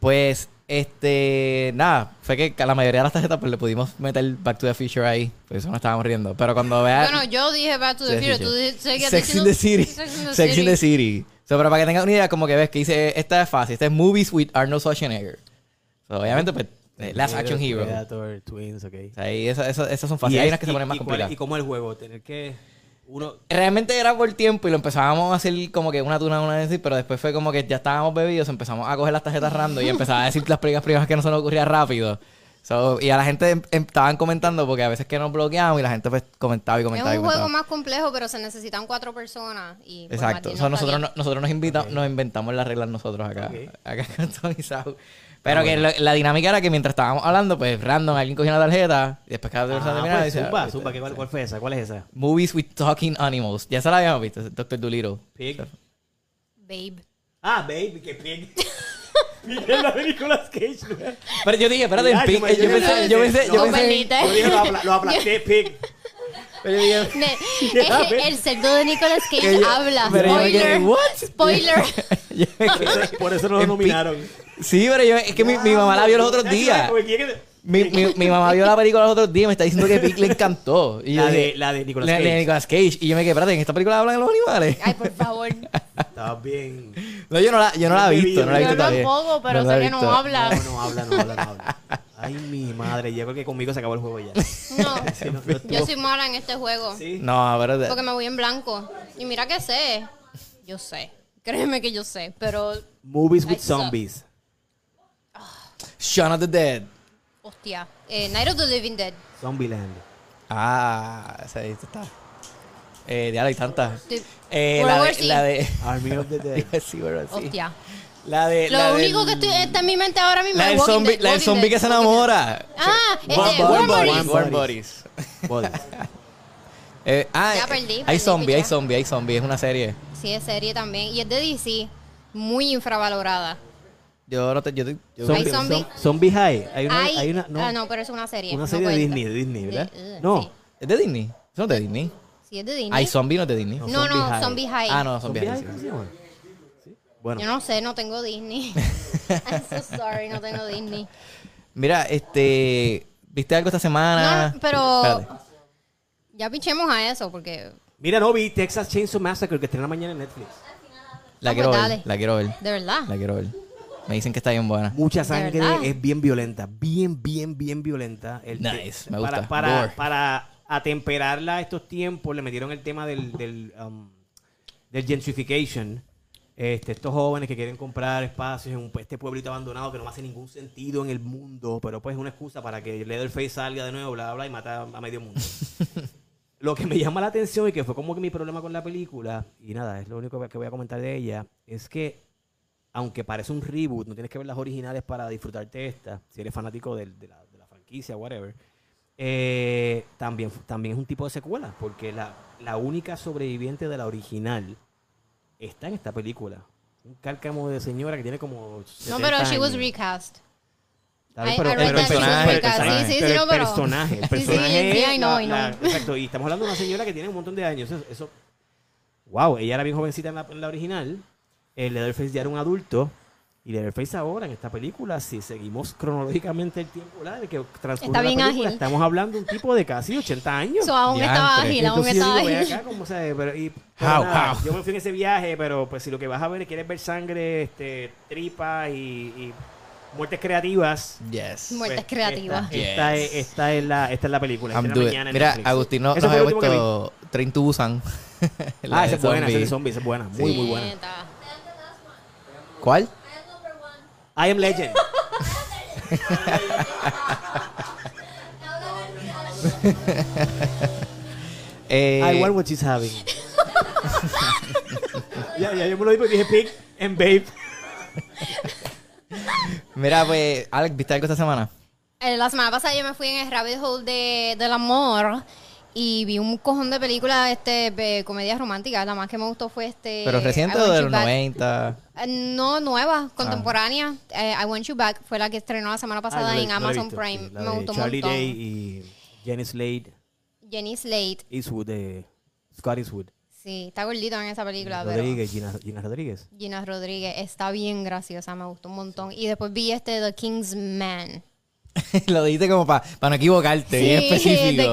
[SPEAKER 3] Pues, este... Nada, fue que a la mayoría de las tarjetas pues le pudimos meter Back to the Future ahí. Por eso nos estábamos riendo. Pero cuando veas...
[SPEAKER 1] Bueno, yo dije Back to the
[SPEAKER 3] Sí,
[SPEAKER 1] Future,
[SPEAKER 3] sí,
[SPEAKER 1] tú
[SPEAKER 3] sí.
[SPEAKER 1] di- seguías
[SPEAKER 3] Sex
[SPEAKER 1] diciendo-
[SPEAKER 3] in the City.
[SPEAKER 1] Sex in the
[SPEAKER 3] Sex in
[SPEAKER 1] City.
[SPEAKER 3] the City. So, pero para que tengas una idea, como que ves que dice... Esta es fácil. Esta es Movies with Arnold Schwarzenegger. So, obviamente, pues... eh, Last Action Hero. O
[SPEAKER 2] Predator, Twins, ok.
[SPEAKER 3] sea, ahí esa- esa- esas son fáciles.
[SPEAKER 2] es-
[SPEAKER 3] Hay unas que se ponen más
[SPEAKER 2] cuál-
[SPEAKER 3] complicadas.
[SPEAKER 2] ¿Y cómo es el juego? Tener que... Uno...
[SPEAKER 3] Realmente era por tiempo y lo empezábamos a hacer como que una tuna una vez, pero después fue como que ya estábamos bebidos, empezamos a coger las tarjetas random y empezaba a decir las películas primas que no se nos ocurría rápido. So, y a la gente em- em- estaban comentando porque a veces que nos bloqueamos y la gente pues comentaba y
[SPEAKER 1] Es
[SPEAKER 3] comentaba y
[SPEAKER 1] un juego
[SPEAKER 3] comentaba.
[SPEAKER 1] más complejo, pero se necesitan cuatro personas. Y, pues,
[SPEAKER 3] Exacto.
[SPEAKER 1] Martín
[SPEAKER 3] So,
[SPEAKER 1] no está
[SPEAKER 3] nosotros,
[SPEAKER 1] bien.
[SPEAKER 3] no- nosotros nos, invita- nos inventamos las reglas nosotros acá,
[SPEAKER 2] Ok. Ah,
[SPEAKER 3] acá con Tony Sau. Pero que lo- la dinámica era que mientras estábamos hablando, pues random alguien cogía una tarjeta y después cada persona
[SPEAKER 2] Ah,
[SPEAKER 3] terminaba y
[SPEAKER 2] pues,
[SPEAKER 3] decía,
[SPEAKER 2] zumba,
[SPEAKER 3] "Ah,
[SPEAKER 2] zumba, ¿qué- ¿cuál, cuál fue esa? ¿Cuál es esa?
[SPEAKER 3] Movies with talking animals. Ya se la habíamos visto, Doctor Dolittle.
[SPEAKER 2] Pig.
[SPEAKER 1] Babe.
[SPEAKER 2] Ah, baby, que Pig. Pig es la de Nicolas Cage. ¿no?
[SPEAKER 3] Pero yo dije, espérate,
[SPEAKER 2] Ah,
[SPEAKER 3] Pig,
[SPEAKER 2] me-
[SPEAKER 3] yo pensé, yo pensé, yo
[SPEAKER 1] No,
[SPEAKER 3] pensé,
[SPEAKER 1] Benita.
[SPEAKER 2] Yo dije, lo apla- lo aplasté, Pig.
[SPEAKER 3] pero yo dije,
[SPEAKER 1] Ne-
[SPEAKER 2] Babe.
[SPEAKER 1] el cerdo de Nicolas Cage
[SPEAKER 3] Ella-
[SPEAKER 1] habla.
[SPEAKER 3] pero yo me quedé,
[SPEAKER 1] Spoiler.
[SPEAKER 3] ¿what?
[SPEAKER 1] Spoiler.
[SPEAKER 3] yo me
[SPEAKER 2] Por eso- Por eso no lo
[SPEAKER 3] En Pig.
[SPEAKER 2] nominaron.
[SPEAKER 3] quedé- sí, pero yo, es que mi, mi mamá la vio los otros días, mi, mi, mi mamá vio la película los otros días, y me está diciendo que Pig le encantó, y yo
[SPEAKER 2] La de-
[SPEAKER 3] dije,
[SPEAKER 2] la de Nicolas
[SPEAKER 3] la
[SPEAKER 2] Cage.
[SPEAKER 3] de Nicolas Cage, y yo me quedé, espérate, en esta película hablan de los animales,
[SPEAKER 1] Ay, por favor.
[SPEAKER 2] Está bien.
[SPEAKER 3] no, yo no la, yo no la he visto, no la he
[SPEAKER 2] Yo
[SPEAKER 3] visto todavía,
[SPEAKER 1] tampoco, pero
[SPEAKER 3] la he
[SPEAKER 1] sé que no
[SPEAKER 3] visto.
[SPEAKER 1] habla.
[SPEAKER 2] No, no habla, no habla, no habla. Ay, mi madre, yo creo que conmigo se acabó el juego ya.
[SPEAKER 1] No.
[SPEAKER 2] Sí, no, no
[SPEAKER 1] Yo
[SPEAKER 2] estuvo-
[SPEAKER 1] soy mala en este juego.
[SPEAKER 2] Sí.
[SPEAKER 3] No, pero,
[SPEAKER 1] Porque me voy en blanco. Y mira que sé. Yo sé. Créeme que yo sé. Pero,
[SPEAKER 2] Movies with
[SPEAKER 1] I suck.
[SPEAKER 2] Zombies.
[SPEAKER 3] Shaun of the Dead,
[SPEAKER 1] hostia. Eh, Night of the Living Dead.
[SPEAKER 2] Zombieland.
[SPEAKER 3] ah, esa ahí está, eh, diablo, hay tantas,
[SPEAKER 1] Sí.
[SPEAKER 3] eh,
[SPEAKER 1] World
[SPEAKER 3] la
[SPEAKER 1] War
[SPEAKER 3] de,
[SPEAKER 1] Z.
[SPEAKER 3] la de,
[SPEAKER 2] Army of the Dead.
[SPEAKER 3] sí, World War Z.
[SPEAKER 1] Hostia.
[SPEAKER 3] la de,
[SPEAKER 1] Lo
[SPEAKER 3] la
[SPEAKER 1] único
[SPEAKER 3] del-
[SPEAKER 1] que estoy, está en mi mente ahora mismo
[SPEAKER 3] La
[SPEAKER 1] es
[SPEAKER 3] del
[SPEAKER 1] Walking
[SPEAKER 3] zombie,
[SPEAKER 1] Dead,
[SPEAKER 3] la del
[SPEAKER 1] Walking
[SPEAKER 3] zombie que
[SPEAKER 1] Dead,
[SPEAKER 3] se
[SPEAKER 1] Walking Dead.
[SPEAKER 3] enamora.
[SPEAKER 1] Ah,
[SPEAKER 3] Sí.
[SPEAKER 1] eh, eh, Warm Bodies.
[SPEAKER 3] Warm Bodies.
[SPEAKER 2] Bodies.
[SPEAKER 3] Eh, ah,
[SPEAKER 1] Ya
[SPEAKER 3] eh,
[SPEAKER 1] perdí, perdí,
[SPEAKER 3] hay zombie, hay
[SPEAKER 1] pichea.
[SPEAKER 3] zombie, hay zombie. Es una serie.
[SPEAKER 1] Sí, es serie también. Y es de DC. Muy infravalorada.
[SPEAKER 3] Yo no te... Yo, te- yo-
[SPEAKER 1] Zombie.
[SPEAKER 2] Zombie, zom- zombie High. Hay una,
[SPEAKER 1] Hay-
[SPEAKER 2] hay una, no,
[SPEAKER 1] ah, no, pero es una serie.
[SPEAKER 2] una
[SPEAKER 1] no
[SPEAKER 2] serie de
[SPEAKER 1] cuenta.
[SPEAKER 2] Disney, de Disney, ¿verdad?
[SPEAKER 1] De- eh,
[SPEAKER 2] no,
[SPEAKER 1] sí.
[SPEAKER 3] ¿Es de Disney? Eso no es de Disney.
[SPEAKER 1] Sí, es de Disney.
[SPEAKER 3] Hay zombie, no es de Disney.
[SPEAKER 2] No.
[SPEAKER 1] no,
[SPEAKER 2] Zombie
[SPEAKER 1] no,
[SPEAKER 2] High.
[SPEAKER 1] Zombie High.
[SPEAKER 3] Ah, no, zombie.
[SPEAKER 2] Zombie High,
[SPEAKER 3] sí,
[SPEAKER 2] ¿cómo
[SPEAKER 3] sí.
[SPEAKER 2] se llama? Sí. Bueno,
[SPEAKER 1] Yo no sé, no tengo Disney. I'm so sorry, no tengo Disney.
[SPEAKER 3] Mira, este... ¿Viste algo esta semana?
[SPEAKER 1] No, pero-
[SPEAKER 3] Espérate.
[SPEAKER 1] Ya pinchemos a eso porque
[SPEAKER 2] mira, no vi Texas Chainsaw Massacre que estrena mañana en Netflix.
[SPEAKER 3] La
[SPEAKER 1] Ah,
[SPEAKER 3] quiero
[SPEAKER 1] pues
[SPEAKER 3] ver,
[SPEAKER 1] dale.
[SPEAKER 3] la quiero ver,
[SPEAKER 1] de verdad.
[SPEAKER 3] la quiero ver. Me dicen que está bien buena.
[SPEAKER 2] Mucha
[SPEAKER 1] ¿De
[SPEAKER 2] sangre,
[SPEAKER 1] verdad?
[SPEAKER 2] es bien violenta, bien, bien, bien violenta. El te-
[SPEAKER 3] Nice, me gusta.
[SPEAKER 2] Para, para,
[SPEAKER 3] Gore.
[SPEAKER 2] para atemperarla a estos tiempos, le metieron el tema del, del, um, del gentrification. Este, estos jóvenes que quieren comprar espacios en un- este pueblito abandonado que no hace ningún sentido en el mundo, pero pues es una excusa para que Leatherface salga de nuevo, bla, bla, bla, y mata a medio mundo. Lo que me llama la atención y que fue como que mi problema con la película, y nada, es lo único que voy a comentar de ella, es que aunque parece un reboot, no tienes que ver las originales para disfrutarte esta, si eres fanático del- de, la, de la franquicia, whatever, eh, también, también es un tipo de secuela, porque la, la única sobreviviente de la original está en esta película. Un cárcamo de señora que tiene como...
[SPEAKER 1] No,
[SPEAKER 2] 70
[SPEAKER 1] pero she was
[SPEAKER 2] años.
[SPEAKER 1] recast. I-
[SPEAKER 4] bien,
[SPEAKER 1] I
[SPEAKER 4] pero-
[SPEAKER 1] read
[SPEAKER 4] pero
[SPEAKER 1] that
[SPEAKER 4] el personaje,
[SPEAKER 1] shoes because-
[SPEAKER 4] el
[SPEAKER 1] sí, sí,
[SPEAKER 2] pero
[SPEAKER 1] sí,
[SPEAKER 2] el
[SPEAKER 1] no, pero-
[SPEAKER 2] personaje, el
[SPEAKER 1] Sí, sí,
[SPEAKER 2] personaje
[SPEAKER 1] sí,
[SPEAKER 2] es
[SPEAKER 1] ay,
[SPEAKER 2] la-
[SPEAKER 1] no, ay, no.
[SPEAKER 2] la- exacto, y estamos hablando de una señora que tiene un montón de años, eso, eso- wow, ella era bien jovencita en la, en la original, el Leatherface ya era un adulto, y Leatherface ahora en esta película, si seguimos cronológicamente el tiempo ¿verdad? que transcurre
[SPEAKER 1] Está
[SPEAKER 2] la
[SPEAKER 1] bien
[SPEAKER 2] película,
[SPEAKER 1] ágil.
[SPEAKER 2] estamos hablando de un tipo de casi 80 años.
[SPEAKER 1] So, aún estaba
[SPEAKER 3] Diantre.
[SPEAKER 1] ágil, aún
[SPEAKER 2] Entonces, yo
[SPEAKER 1] estaba
[SPEAKER 2] digo, "Ven
[SPEAKER 1] ágil.
[SPEAKER 2] acá, ¿cómo se- pero, y-
[SPEAKER 3] How,
[SPEAKER 2] pero nada,
[SPEAKER 3] how?
[SPEAKER 2] Yo me fui en ese viaje, pero pues si lo que vas a ver es quieres ver sangre, este, tripas y, y muertes creativas.
[SPEAKER 3] Yes.
[SPEAKER 1] Muertes
[SPEAKER 2] pues,
[SPEAKER 1] creativas.
[SPEAKER 2] Esta, esta
[SPEAKER 3] Yes.
[SPEAKER 2] es, esta es la, esta es la película.
[SPEAKER 3] I'm
[SPEAKER 2] esta es la
[SPEAKER 3] doing.
[SPEAKER 2] mañana en
[SPEAKER 3] Mira,
[SPEAKER 2] Netflix.
[SPEAKER 3] Agustín no,
[SPEAKER 2] Esa
[SPEAKER 3] nos
[SPEAKER 2] fue
[SPEAKER 3] había
[SPEAKER 2] la última que
[SPEAKER 3] puesto Train to Busan.
[SPEAKER 2] vi.
[SPEAKER 3] La
[SPEAKER 2] Ah,
[SPEAKER 3] de
[SPEAKER 2] esa es buena, esa es de
[SPEAKER 3] zombie.
[SPEAKER 2] zombie, esa es buena, muy, muy buena.
[SPEAKER 1] Nieta.
[SPEAKER 3] ¿Cuál?
[SPEAKER 2] I Am Legend. I
[SPEAKER 3] Eh,
[SPEAKER 2] want what she's having. ya, ya, yo me lo dije, dije Pig and Babe.
[SPEAKER 3] mira, pues, Alex, ¿viste algo esta semana?
[SPEAKER 1] Eh, La semana pasada yo me fui en el rabbit hole de, del amor y vi un cojón de películas este, de comedias románticas. La más que me gustó fue este...
[SPEAKER 3] ¿Pero reciente
[SPEAKER 1] I
[SPEAKER 3] o
[SPEAKER 1] Want
[SPEAKER 3] de
[SPEAKER 1] You
[SPEAKER 3] los
[SPEAKER 1] Back.
[SPEAKER 3] 90?
[SPEAKER 1] Eh, No, nueva, contemporánea. Eh, I Want You Back fue la que estrenó la semana pasada
[SPEAKER 2] Ah, no la-
[SPEAKER 1] en
[SPEAKER 2] no la he
[SPEAKER 1] Amazon
[SPEAKER 2] visto,
[SPEAKER 1] Prime.
[SPEAKER 2] sí, la
[SPEAKER 1] me
[SPEAKER 2] de
[SPEAKER 1] gustó
[SPEAKER 2] Charlie
[SPEAKER 1] un montón.
[SPEAKER 2] Day y Jenny Slade,
[SPEAKER 1] Jenny Slate.
[SPEAKER 2] Eastwood, de Scott Eastwood.
[SPEAKER 1] Sí, está gordito en esa película, pero...
[SPEAKER 2] Rodríguez, Gina, Gina Rodríguez.
[SPEAKER 1] Gina Rodríguez está bien graciosa, me gustó un montón. Y después vi este The King's Man.
[SPEAKER 3] Lo dijiste como para no equivocarte, bien específico.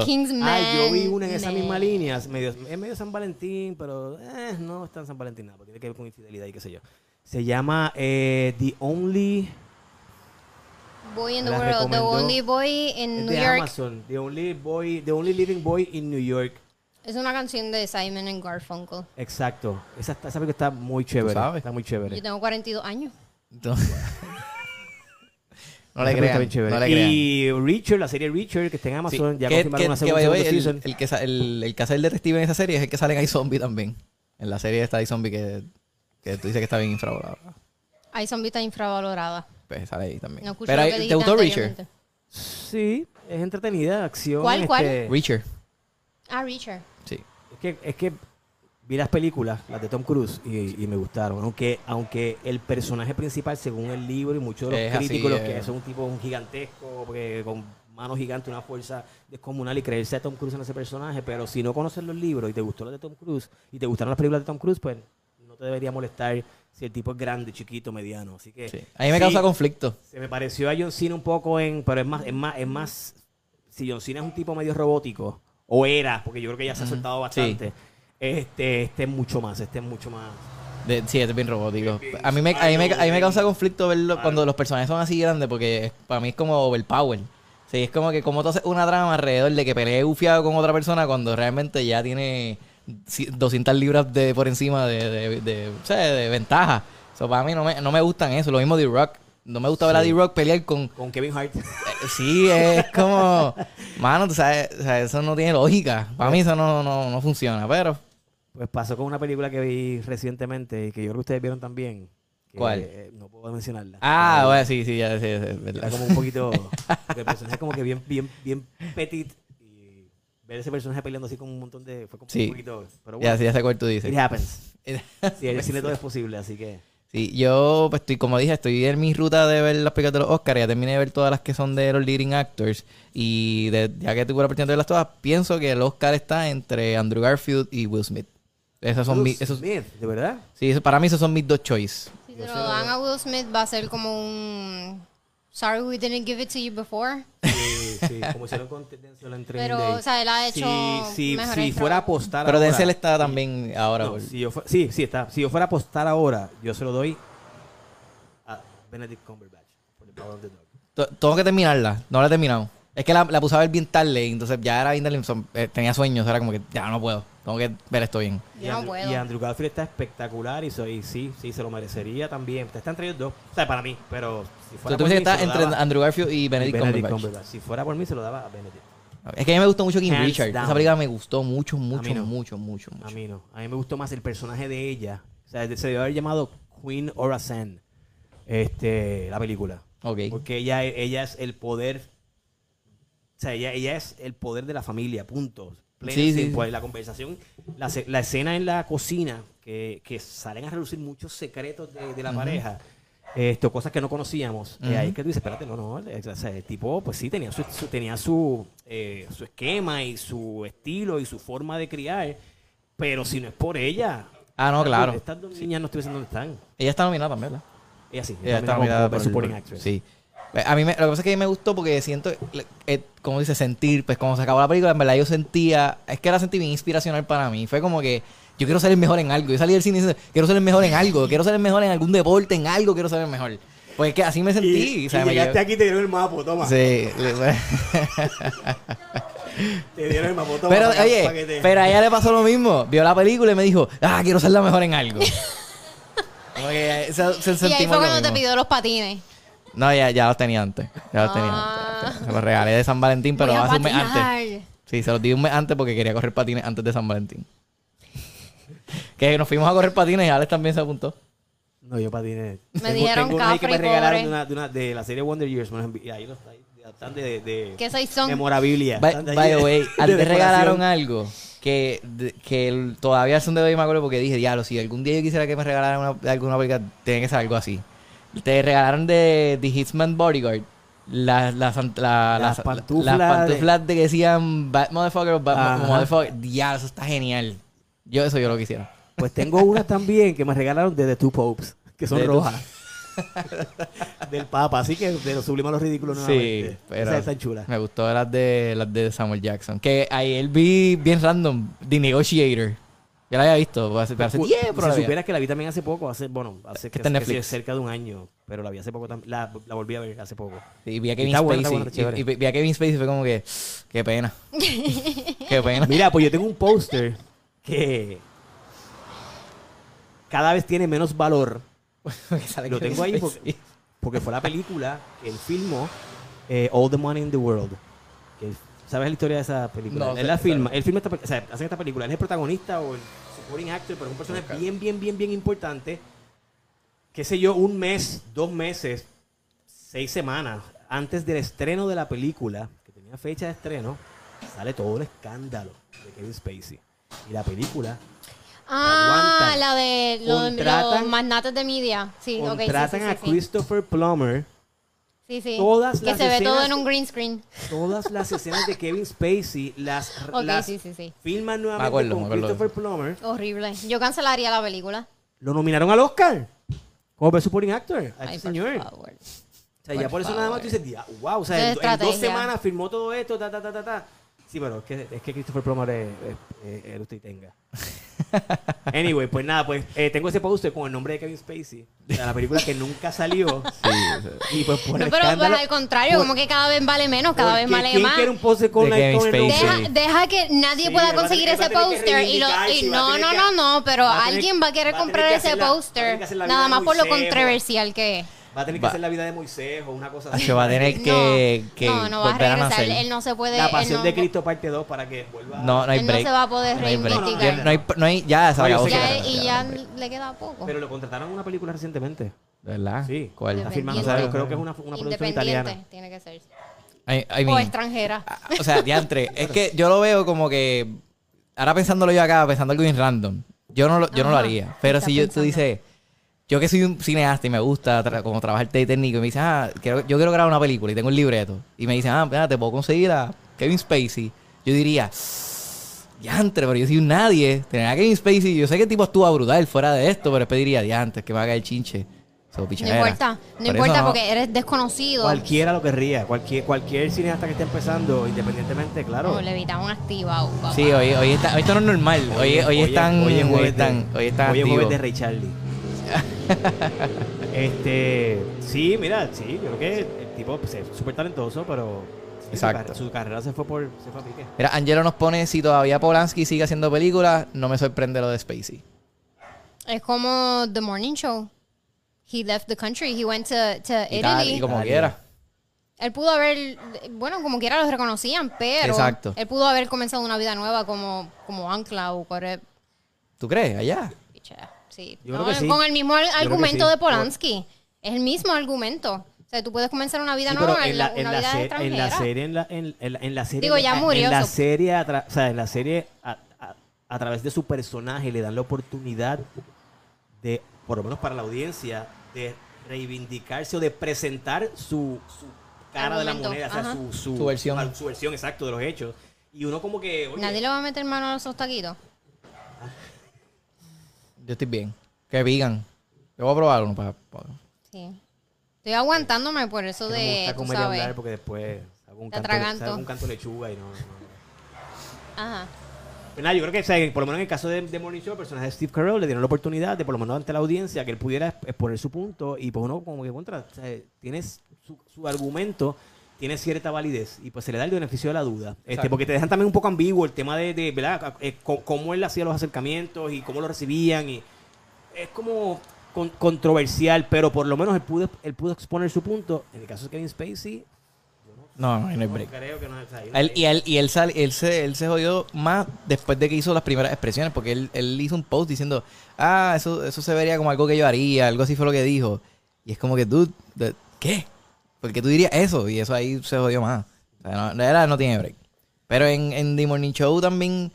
[SPEAKER 1] The King's Man.
[SPEAKER 2] Ay, yo vi una en esa misma
[SPEAKER 1] Man.
[SPEAKER 2] línea, es medio, es medio San Valentín, pero eh, no es tan San Valentín nada, porque tiene que ver con infidelidad y qué sé yo. Se llama eh, The Only,
[SPEAKER 1] Boy in the
[SPEAKER 2] La
[SPEAKER 1] World, The
[SPEAKER 2] recomendó.
[SPEAKER 1] Only Boy in
[SPEAKER 2] es
[SPEAKER 1] New
[SPEAKER 2] de
[SPEAKER 1] York.
[SPEAKER 2] Amazon, The Only Boy, The Only Living Boy in New York.
[SPEAKER 1] Es una canción de Simon and Garfunkel.
[SPEAKER 2] Exacto. Esa, está- esa película está muy chévere.
[SPEAKER 3] sabes.
[SPEAKER 2] Está muy chévere.
[SPEAKER 1] Yo tengo 42 años.
[SPEAKER 3] No, no le
[SPEAKER 2] Esa película está
[SPEAKER 3] crean,
[SPEAKER 2] bien chévere.
[SPEAKER 3] no le crean.
[SPEAKER 2] Y Richard, la serie Richard, que está en
[SPEAKER 3] Sí,
[SPEAKER 2] Amazon, ya
[SPEAKER 3] que-
[SPEAKER 2] confirmaron
[SPEAKER 3] que-
[SPEAKER 2] una
[SPEAKER 3] que,
[SPEAKER 2] segunda,
[SPEAKER 3] by the way,
[SPEAKER 2] segunda
[SPEAKER 3] el,
[SPEAKER 2] season.
[SPEAKER 3] el que sa- el- el que hace el detective en esa serie es el que sale en iZombie también. En la serie está iZombie que, que tú dices que está bien infravalorado.
[SPEAKER 1] Hay zombitas infravaloradas.
[SPEAKER 3] Pues sale ahí también.
[SPEAKER 1] No escuché
[SPEAKER 3] Pero
[SPEAKER 1] lo
[SPEAKER 3] ahí-
[SPEAKER 1] que
[SPEAKER 3] ¿te
[SPEAKER 1] dijiste
[SPEAKER 3] gustó Richard?
[SPEAKER 1] anteriormente.
[SPEAKER 2] Sí, es entretenida, acción.
[SPEAKER 1] ¿Cuál, cuál?
[SPEAKER 2] este,
[SPEAKER 3] Richard.
[SPEAKER 1] Ah, Richard.
[SPEAKER 3] Sí.
[SPEAKER 2] Es que, es que vi las películas, las de Tom Cruise, y, y me gustaron. Aunque, aunque el personaje principal, según el libro y muchos de
[SPEAKER 3] Es
[SPEAKER 2] los
[SPEAKER 3] así,
[SPEAKER 2] críticos, los
[SPEAKER 3] eh.
[SPEAKER 2] que es un tipo un gigantesco, porque con manos gigantes, una fuerza descomunal y creerse a Tom Cruise en ese personaje, pero si no conoces los libros y te gustó la de Tom Cruise y te gustaron las películas de Tom Cruise, pues no te debería molestar si el tipo es grande, chiquito, mediano. Así que
[SPEAKER 3] sí. A mí me
[SPEAKER 2] sí,
[SPEAKER 3] causa conflicto.
[SPEAKER 2] se me pareció a John Cena un poco en. Pero es más, es más, es más. Si John Cena es un tipo medio robótico, o era, porque yo creo que ya se ha soltado bastante. Este, este es mucho más, este es mucho más.
[SPEAKER 3] De- sí, es bien robótico. A mí me, a mí me, a mí me causa conflicto verlo cuando los personajes son así grandes porque es- para mí es como overpower. Sí, es como que como tú haces una trama alrededor de que pelees bufiado con otra persona cuando realmente ya tiene ci- 200 libras de por encima de, de, de- o sea, de ventaja. So, para mí no me, no me gustan eso. Lo mismo de Rock. No me gusta ver a
[SPEAKER 2] Sí.
[SPEAKER 3] D-Rock pelear con...
[SPEAKER 2] Con Kevin Hart.
[SPEAKER 3] eh, Sí, es como... Mano, tú sabes, o sea, eso no tiene lógica. Para mí eso no, no, no funciona, pero...
[SPEAKER 2] Pues pasó con una película que vi recientemente y que yo creo que ustedes vieron también. que,
[SPEAKER 3] ¿Cuál?
[SPEAKER 2] eh, no puedo mencionarla.
[SPEAKER 3] Ah,
[SPEAKER 2] Eh,
[SPEAKER 3] bueno, sí, sí, ya, sí, sí, es verdad.
[SPEAKER 2] Era como un poquito. porque el personaje es como que bien, bien, bien petit. Y ver ese personaje peleando así con un montón de. Fue como
[SPEAKER 3] Sí.
[SPEAKER 2] un poquito. Pero
[SPEAKER 3] Ya,
[SPEAKER 2] bueno,
[SPEAKER 3] sí, ya sé cuál tú dices.
[SPEAKER 2] it happens. Sí, el cine
[SPEAKER 3] sí,
[SPEAKER 2] todo es posible, así que.
[SPEAKER 3] yo, pues, estoy, como dije, estoy en mi ruta de ver las películas de los Oscars. Ya terminé de ver todas las que son de los leading actors. Y de- ya que tuve la oportunidad de verlas todas, pienso que el Oscar está entre Andrew Garfield y Will Smith. Esas son
[SPEAKER 2] Will
[SPEAKER 3] mis, esos,
[SPEAKER 2] Smith, de verdad.
[SPEAKER 3] sí, eso- para mí esos son mis dos choices.
[SPEAKER 1] Si se lo dan a Will Smith va a ser como un... Sorry we didn't give it to you before.
[SPEAKER 2] Sí, sí, como hicieron con Denzel en Training
[SPEAKER 1] Pero,
[SPEAKER 2] Day.
[SPEAKER 1] o sea, él ha
[SPEAKER 2] Sí,
[SPEAKER 1] hecho
[SPEAKER 2] sí,
[SPEAKER 1] mejores
[SPEAKER 2] si fuera a
[SPEAKER 1] trabajos.
[SPEAKER 2] apostar
[SPEAKER 3] Pero
[SPEAKER 2] ahora.
[SPEAKER 3] Denzel está también ahora.
[SPEAKER 2] No,
[SPEAKER 3] por-
[SPEAKER 2] si yo fue- sí, sí, está. Si yo fuera a apostar ahora, yo se lo doy a Benedict Cumberbatch. Por el Power of the Dog.
[SPEAKER 3] T- Tengo que terminarla. No la he terminado. Es que la, la puse a ver bien tarde. y Entonces ya era bien tarde. son- eh, tenía sueños. Era como que ya no puedo. Tengo que ver esto bien.
[SPEAKER 1] Yo no
[SPEAKER 2] Andrew,
[SPEAKER 1] puedo.
[SPEAKER 2] y Andrew Garfield está espectacular y, soy, sí, sí, se lo merecería también. Está entre ellos dos. O sea, para mí, pero si
[SPEAKER 3] Tú
[SPEAKER 2] fuera por
[SPEAKER 3] tuviste que
[SPEAKER 2] mí,
[SPEAKER 3] estar
[SPEAKER 2] se lo
[SPEAKER 3] entre
[SPEAKER 2] daba a
[SPEAKER 3] Andrew Garfield y Benedict, Cumberbatch.
[SPEAKER 2] Si fuera por mí, se lo daba a Benedict.
[SPEAKER 3] Es que a mí me gustó mucho King
[SPEAKER 2] Hands
[SPEAKER 3] Richard.
[SPEAKER 2] down.
[SPEAKER 3] Esa película me gustó mucho, mucho,
[SPEAKER 2] mí no.
[SPEAKER 3] mucho, mucho, mucho.
[SPEAKER 2] A mí no. A mí me gustó más el personaje de ella. O sea, se debe haber llamado Queen Orasan. Este, la película.
[SPEAKER 3] Ok.
[SPEAKER 2] Porque ella, ella es el poder. O sea, ella, ella es el poder de la familia, punto. Plena
[SPEAKER 3] Sí,
[SPEAKER 2] y
[SPEAKER 3] sí,
[SPEAKER 2] simple. La conversación, la, ce- la escena en la cocina, que, que salen a relucir muchos secretos de, de la pareja. esto, cosas que no conocíamos. Eh, ahí es que tú dices, espérate, no, no, eh, o sea, el tipo, pues sí, tenía su, su- tenía su, eh, su esquema y su estilo y su forma de criar, pero si no es por ella.
[SPEAKER 3] Ah, no, claro.
[SPEAKER 2] Estas dos niñas no estuviesen donde están.
[SPEAKER 3] Ella está nominada también, ¿verdad?
[SPEAKER 2] Ella sí.
[SPEAKER 3] Ella está
[SPEAKER 2] como-
[SPEAKER 3] nominada
[SPEAKER 2] como
[SPEAKER 3] por el-
[SPEAKER 2] supporting actress.
[SPEAKER 3] Sí. Eh, A mí me- lo que pasa es que a mí me gustó porque siento, le- eh, como dice, sentir, pues cuando se acabó la película, en verdad yo sentía, es que la sentí bien inspiracional para mí. Fue como que yo quiero ser el mejor en algo. Yo salí del cine diciendo, quiero ser el mejor en algo, quiero ser el mejor en algún deporte, en algo, quiero ser el mejor. Pues es que así me
[SPEAKER 2] Y,
[SPEAKER 3] sentí.
[SPEAKER 2] y
[SPEAKER 3] o sea, me
[SPEAKER 2] llegaste
[SPEAKER 3] llevó-
[SPEAKER 2] aquí y te dieron el mapa, toma.
[SPEAKER 3] Sí, le- pues.
[SPEAKER 2] Te dieron el mapa, toma.
[SPEAKER 3] pero
[SPEAKER 2] para que- para que
[SPEAKER 3] oye,
[SPEAKER 2] te-
[SPEAKER 3] pero a ella le pasó lo mismo. Vio la película y me dijo, ah, quiero ser la mejor en algo. Como que eh, se,
[SPEAKER 1] Y
[SPEAKER 3] se
[SPEAKER 1] ahí fue
[SPEAKER 3] sentimos lo
[SPEAKER 1] cuando te
[SPEAKER 3] mismo.
[SPEAKER 1] pidió los patines.
[SPEAKER 3] No, ya, ya los tenía antes. Ya los tenía antes. Se los regalé de San Valentín, pero
[SPEAKER 1] Voy a
[SPEAKER 3] hace un mes
[SPEAKER 1] patinar.
[SPEAKER 3] antes. Sí, se los di un mes antes porque quería correr patines antes de San Valentín. que nos fuimos a correr patines y Alex también se apuntó.
[SPEAKER 2] No, yo patiné.
[SPEAKER 1] Me dijeron
[SPEAKER 2] tengo uno ahí que
[SPEAKER 1] Cafre,
[SPEAKER 2] me regalaron
[SPEAKER 1] pobre.
[SPEAKER 2] de, una, de, una, de la serie Wonder Years. me los envi- y ahí los ahí están de, de,
[SPEAKER 1] ¿Qué seis
[SPEAKER 2] de
[SPEAKER 1] son?
[SPEAKER 2] memorabilia.
[SPEAKER 3] By,
[SPEAKER 2] Están de
[SPEAKER 3] by
[SPEAKER 2] ahí
[SPEAKER 3] the
[SPEAKER 2] de-
[SPEAKER 3] way,
[SPEAKER 2] de
[SPEAKER 3] a ti te
[SPEAKER 2] decoración.
[SPEAKER 3] regalaron algo que, de- que el- todavía es un de hoy me acuerdo porque dije, diablo, si algún día yo quisiera que me regalaran una, alguna película, tiene que ser algo así. Te regalaron de The Hitman Bodyguard. Las, las, las,
[SPEAKER 2] Las
[SPEAKER 3] las-
[SPEAKER 2] pantuflas
[SPEAKER 3] las pantuflas de que decían Bad Motherfucker o Bad
[SPEAKER 2] Ajá.
[SPEAKER 3] Motherfucker. Diablo, eso está genial. Yo eso yo lo quisiera.
[SPEAKER 2] Pues tengo una también que me regalaron de The Two Popes, que son
[SPEAKER 3] De tu-
[SPEAKER 2] rojas. Del Papa, así que de lo sublime a lo ridículo nuevamente.
[SPEAKER 3] Sí, pero
[SPEAKER 2] Esa está chula.
[SPEAKER 3] me gustó las de las de Samuel Jackson. Que ayer vi bien random The Negotiator. Ya la había visto, hace, hace
[SPEAKER 2] Pu-
[SPEAKER 3] tiempo la
[SPEAKER 2] si
[SPEAKER 3] había.
[SPEAKER 2] supieras que la vi también hace poco, hace, bueno, hace
[SPEAKER 3] Que
[SPEAKER 2] que,
[SPEAKER 3] está en
[SPEAKER 2] que
[SPEAKER 3] Netflix.
[SPEAKER 2] sí, cerca de un año, pero la vi hace poco también, la, la volví a ver hace poco.
[SPEAKER 3] Y vi a
[SPEAKER 2] Y
[SPEAKER 3] Kevin
[SPEAKER 2] está bueno, está
[SPEAKER 3] Spacey.
[SPEAKER 2] bueno, está chévere.
[SPEAKER 3] y, y vi a Kevin Spacey y fue como que, qué pena. qué pena.
[SPEAKER 2] Mira, pues yo tengo un póster que cada vez tiene menos valor
[SPEAKER 3] Porque sale
[SPEAKER 2] Lo
[SPEAKER 3] Kevin
[SPEAKER 2] tengo ahí
[SPEAKER 3] Spacey.
[SPEAKER 2] porque, porque fue la película que él filmó, eh, All the Money in the World. Que- ¿Sabes la historia de esa película?
[SPEAKER 3] No,
[SPEAKER 2] él
[SPEAKER 3] sé,
[SPEAKER 2] la
[SPEAKER 3] claro.
[SPEAKER 2] filma, él filma esta, pe- o sea, hace esta película. Él es el protagonista o el supporting actor, pero es un personaje
[SPEAKER 3] Claro.
[SPEAKER 2] bien, bien, bien, bien importante. Qué sé yo, un mes, dos meses, seis semanas antes del estreno de la película, que tenía fecha de estreno, sale todo el escándalo de Kevin Spacey. Y la película
[SPEAKER 1] Ah,
[SPEAKER 2] aguantan.
[SPEAKER 1] la de los, los
[SPEAKER 2] Contratan-
[SPEAKER 1] magnates de media. Sí, ok. sí,
[SPEAKER 2] contratan
[SPEAKER 1] sí, sí,
[SPEAKER 2] a
[SPEAKER 1] sí.
[SPEAKER 2] Christopher Plummer
[SPEAKER 1] Sí, sí.
[SPEAKER 2] todas
[SPEAKER 1] que
[SPEAKER 2] las
[SPEAKER 1] se ve todo
[SPEAKER 2] escenas-
[SPEAKER 1] en un green screen.
[SPEAKER 2] todas las escenas de Kevin Spacey las,
[SPEAKER 1] Ok,
[SPEAKER 2] las
[SPEAKER 1] sí, sí, sí.
[SPEAKER 2] filman nuevamente
[SPEAKER 3] Me acuerdo,
[SPEAKER 2] con
[SPEAKER 3] me acuerdo.
[SPEAKER 2] Christopher Plummer.
[SPEAKER 1] Horrible. Yo cancelaría la película.
[SPEAKER 2] Lo nominaron al Oscar como Best Supporting Actor. A
[SPEAKER 1] Ay, por
[SPEAKER 2] este señor. O
[SPEAKER 1] favor.
[SPEAKER 2] sea, ya
[SPEAKER 3] Por
[SPEAKER 2] por eso nada más tú
[SPEAKER 3] favor.
[SPEAKER 2] dices, "Dia- wow, o sea,
[SPEAKER 1] Eso
[SPEAKER 2] en,
[SPEAKER 1] es
[SPEAKER 2] do- en dos
[SPEAKER 1] estrategia.
[SPEAKER 2] semanas firmó todo esto, ta, ta, ta, ta, ta. Sí, pero es que, es que Christopher Plummer es, es- es- es usted tenga. Anyway, pues nada, pues eh, tengo ese poster con el nombre de Kevin Spacey, de la película que nunca salió. Y pues por
[SPEAKER 1] No,
[SPEAKER 2] el
[SPEAKER 1] pero pues,
[SPEAKER 2] escándalo-
[SPEAKER 1] al contrario,
[SPEAKER 2] por-
[SPEAKER 1] como que cada vez vale menos, cada vez
[SPEAKER 2] porque
[SPEAKER 1] vale
[SPEAKER 2] ¿Quién
[SPEAKER 1] más.
[SPEAKER 2] quiere un póster con,
[SPEAKER 3] De
[SPEAKER 2] la-
[SPEAKER 3] Kevin
[SPEAKER 2] con el nombre?
[SPEAKER 3] Spacey.
[SPEAKER 1] Deja, deja que nadie
[SPEAKER 2] Sí,
[SPEAKER 1] pueda
[SPEAKER 2] él va a
[SPEAKER 1] conseguir
[SPEAKER 2] tener- él
[SPEAKER 1] ese
[SPEAKER 2] va a tener que
[SPEAKER 1] póster y lo
[SPEAKER 2] reivindicarse,
[SPEAKER 1] y
[SPEAKER 2] va a
[SPEAKER 1] no
[SPEAKER 2] tener
[SPEAKER 1] no
[SPEAKER 2] que-
[SPEAKER 1] no no pero
[SPEAKER 2] va a tener-
[SPEAKER 1] alguien va a querer
[SPEAKER 2] va a tener
[SPEAKER 1] comprar
[SPEAKER 2] que
[SPEAKER 1] ese
[SPEAKER 2] hacer la- va a tener
[SPEAKER 1] póster
[SPEAKER 2] que hacer la vida
[SPEAKER 1] nada
[SPEAKER 2] de
[SPEAKER 1] más por lo
[SPEAKER 2] Moisés,
[SPEAKER 1] controversial que es
[SPEAKER 2] Va a tener que
[SPEAKER 3] Va.
[SPEAKER 2] hacer la vida de Moisés o una cosa así.
[SPEAKER 3] Nacho va a tener que,
[SPEAKER 1] no,
[SPEAKER 3] que
[SPEAKER 1] no no va a
[SPEAKER 3] volver
[SPEAKER 1] regresar
[SPEAKER 3] nacer.
[SPEAKER 1] él no se puede
[SPEAKER 2] La
[SPEAKER 1] él
[SPEAKER 2] pasión
[SPEAKER 1] no-
[SPEAKER 2] de Cristo parte 2 para que vuelva.
[SPEAKER 3] No, no hay
[SPEAKER 1] Él no
[SPEAKER 3] break.
[SPEAKER 1] se va a poder
[SPEAKER 3] No hay break.
[SPEAKER 1] reivindicar.
[SPEAKER 3] Ya, no hay- no hay- ya se
[SPEAKER 2] No, yo
[SPEAKER 3] acabó.
[SPEAKER 2] sé
[SPEAKER 3] se
[SPEAKER 2] que-
[SPEAKER 1] Ya,
[SPEAKER 3] acabó,
[SPEAKER 1] y
[SPEAKER 3] se
[SPEAKER 1] ya
[SPEAKER 3] acabó el break.
[SPEAKER 1] le queda poco
[SPEAKER 2] Pero lo contrataron en una película recientemente.
[SPEAKER 3] ¿De ¿Verdad?
[SPEAKER 2] Sí.
[SPEAKER 3] ¿Cuál?
[SPEAKER 2] Está
[SPEAKER 1] Independiente.
[SPEAKER 2] firmando, o sea, yo creo que es una, una producción italiana.
[SPEAKER 1] independiente tiene que ser
[SPEAKER 3] I- I
[SPEAKER 1] o
[SPEAKER 3] mean,
[SPEAKER 1] extranjera
[SPEAKER 3] Ah, O sea, diantre, es que yo lo veo como que. Ahora pensándolo yo acá, pensando algo bien random. Yo no lo, yo no lo
[SPEAKER 1] Ajá,
[SPEAKER 3] haría. Pero
[SPEAKER 1] ¿qué
[SPEAKER 3] si yo,
[SPEAKER 1] estás
[SPEAKER 3] tú
[SPEAKER 1] pensando?
[SPEAKER 3] dices, yo que soy un cineasta y me gusta tra- como trabajar de técnico, y me dicen, ah, quiero- yo quiero grabar una película y tengo un libreto. Y me dicen, ah, mira, te puedo conseguir a Kevin Spacey. Yo diría, diantre, pero yo soy un nadie. Tener a Kevin Spacey, yo sé que el tipo actúa brutal fuera de esto, pero después diría, diantre, que me haga el chinche. Eso,
[SPEAKER 1] no
[SPEAKER 3] pichadera.
[SPEAKER 1] importa no
[SPEAKER 3] Por eso
[SPEAKER 1] importa
[SPEAKER 3] no.
[SPEAKER 1] porque eres desconocido
[SPEAKER 2] Cualquiera lo querría. Cualquier, cualquier cineasta que esté empezando, independientemente, claro.
[SPEAKER 1] no le evitamos activa
[SPEAKER 3] Sí, hoy, hoy, está, hoy esto no es normal. Hoy, hoy, están. Hoy,
[SPEAKER 2] es jueves de-
[SPEAKER 3] están. hoy están.
[SPEAKER 2] hoy es
[SPEAKER 3] activos.
[SPEAKER 2] jueves de Ray Charlie. este, sí, mira, sí, yo creo que el tipo pues, es súper talentoso, pero sí, su
[SPEAKER 3] Exacto.
[SPEAKER 2] carre- Su, carrera se fue por se fue a pique.
[SPEAKER 3] Mira, Angelo nos pone, si todavía Polanski sigue haciendo películas, no me sorprende lo de Spacey.
[SPEAKER 1] Es como The Morning Show. He left the country. He went to, to
[SPEAKER 3] Y, tal,
[SPEAKER 1] Italy.
[SPEAKER 3] y como
[SPEAKER 2] Italia.
[SPEAKER 3] quiera.
[SPEAKER 1] Él pudo haber, bueno, como quiera los reconocían, pero
[SPEAKER 3] Exacto.
[SPEAKER 1] él pudo haber comenzado una vida nueva como, como ancla o por el-
[SPEAKER 3] ¿Tú crees? Allá.
[SPEAKER 1] picha, sí.
[SPEAKER 2] Yo
[SPEAKER 1] No,
[SPEAKER 2] creo que sí.
[SPEAKER 1] Con el mismo al-
[SPEAKER 2] creo que
[SPEAKER 1] argumento
[SPEAKER 2] sí.
[SPEAKER 1] de Polanski. Es el mismo argumento. O sea, tú puedes comenzar una vida
[SPEAKER 2] Sí,
[SPEAKER 1] nueva,
[SPEAKER 2] pero en la, en
[SPEAKER 1] una
[SPEAKER 2] la
[SPEAKER 1] vida
[SPEAKER 2] se- en
[SPEAKER 1] extranjera.
[SPEAKER 2] la serie, en la, en, en la- en la serie,
[SPEAKER 1] Digo, ya
[SPEAKER 2] en
[SPEAKER 1] murió,
[SPEAKER 2] la
[SPEAKER 1] so-
[SPEAKER 2] serie, a tra- o sea, en la serie a, a- a través de su personaje le dan la oportunidad de, por lo menos para la audiencia, de reivindicarse o de presentar su, su cara de la
[SPEAKER 1] Argumento,
[SPEAKER 2] moneda, o sea,
[SPEAKER 1] ajá.
[SPEAKER 2] su, su,
[SPEAKER 3] Su versión.
[SPEAKER 2] al- su versión exacto de los hechos. Y uno como que, oye,
[SPEAKER 1] Nadie le va a meter mano a esos taquitos.
[SPEAKER 3] Yo estoy bien. Que vegan. Yo voy a probar uno para.
[SPEAKER 1] Sí. Estoy aguantándome por eso
[SPEAKER 2] que no me
[SPEAKER 1] de,
[SPEAKER 2] gusta
[SPEAKER 1] tú
[SPEAKER 2] comer y hablar
[SPEAKER 1] sabes.
[SPEAKER 2] porque después hago un,
[SPEAKER 1] Te
[SPEAKER 2] canto,
[SPEAKER 1] atraganto.
[SPEAKER 2] hago un canto de lechuga y no... no.
[SPEAKER 1] Ajá.
[SPEAKER 2] Pues nada, yo creo que o sea, por lo menos en el caso de, de Morning Show, el personaje de Steve Carell le dieron la oportunidad de, por lo menos ante la audiencia, que él pudiera exp- exponer su punto y pues uno como que contra, o sea, tienes su, su argumento tiene cierta validez y pues se le da el beneficio de la duda. Este,
[SPEAKER 3] Exacto.
[SPEAKER 2] porque te dejan también un poco ambiguo el tema de, de, ¿verdad? Eh, co- cómo él hacía los acercamientos y cómo lo recibían y es como con- controversial, pero por lo menos él pudo, él pudo exponer su punto. En el caso de Kevin Spacey,
[SPEAKER 3] No, no, no hay
[SPEAKER 2] no
[SPEAKER 3] break.
[SPEAKER 2] creo que no, o sea, yo-
[SPEAKER 3] Él- y él, y él, sal- él, se, él se jodió más después de que hizo las primeras expresiones, porque él, él hizo un post diciendo, ah, eso, eso se vería como algo que yo haría, algo así fue lo que dijo. Y es como que, dude, de- ¿qué? ¿Por qué tú dirías eso? Y eso ahí se jodió más. O sea, no, no era- no tiene break. Pero en, en The Morning Show también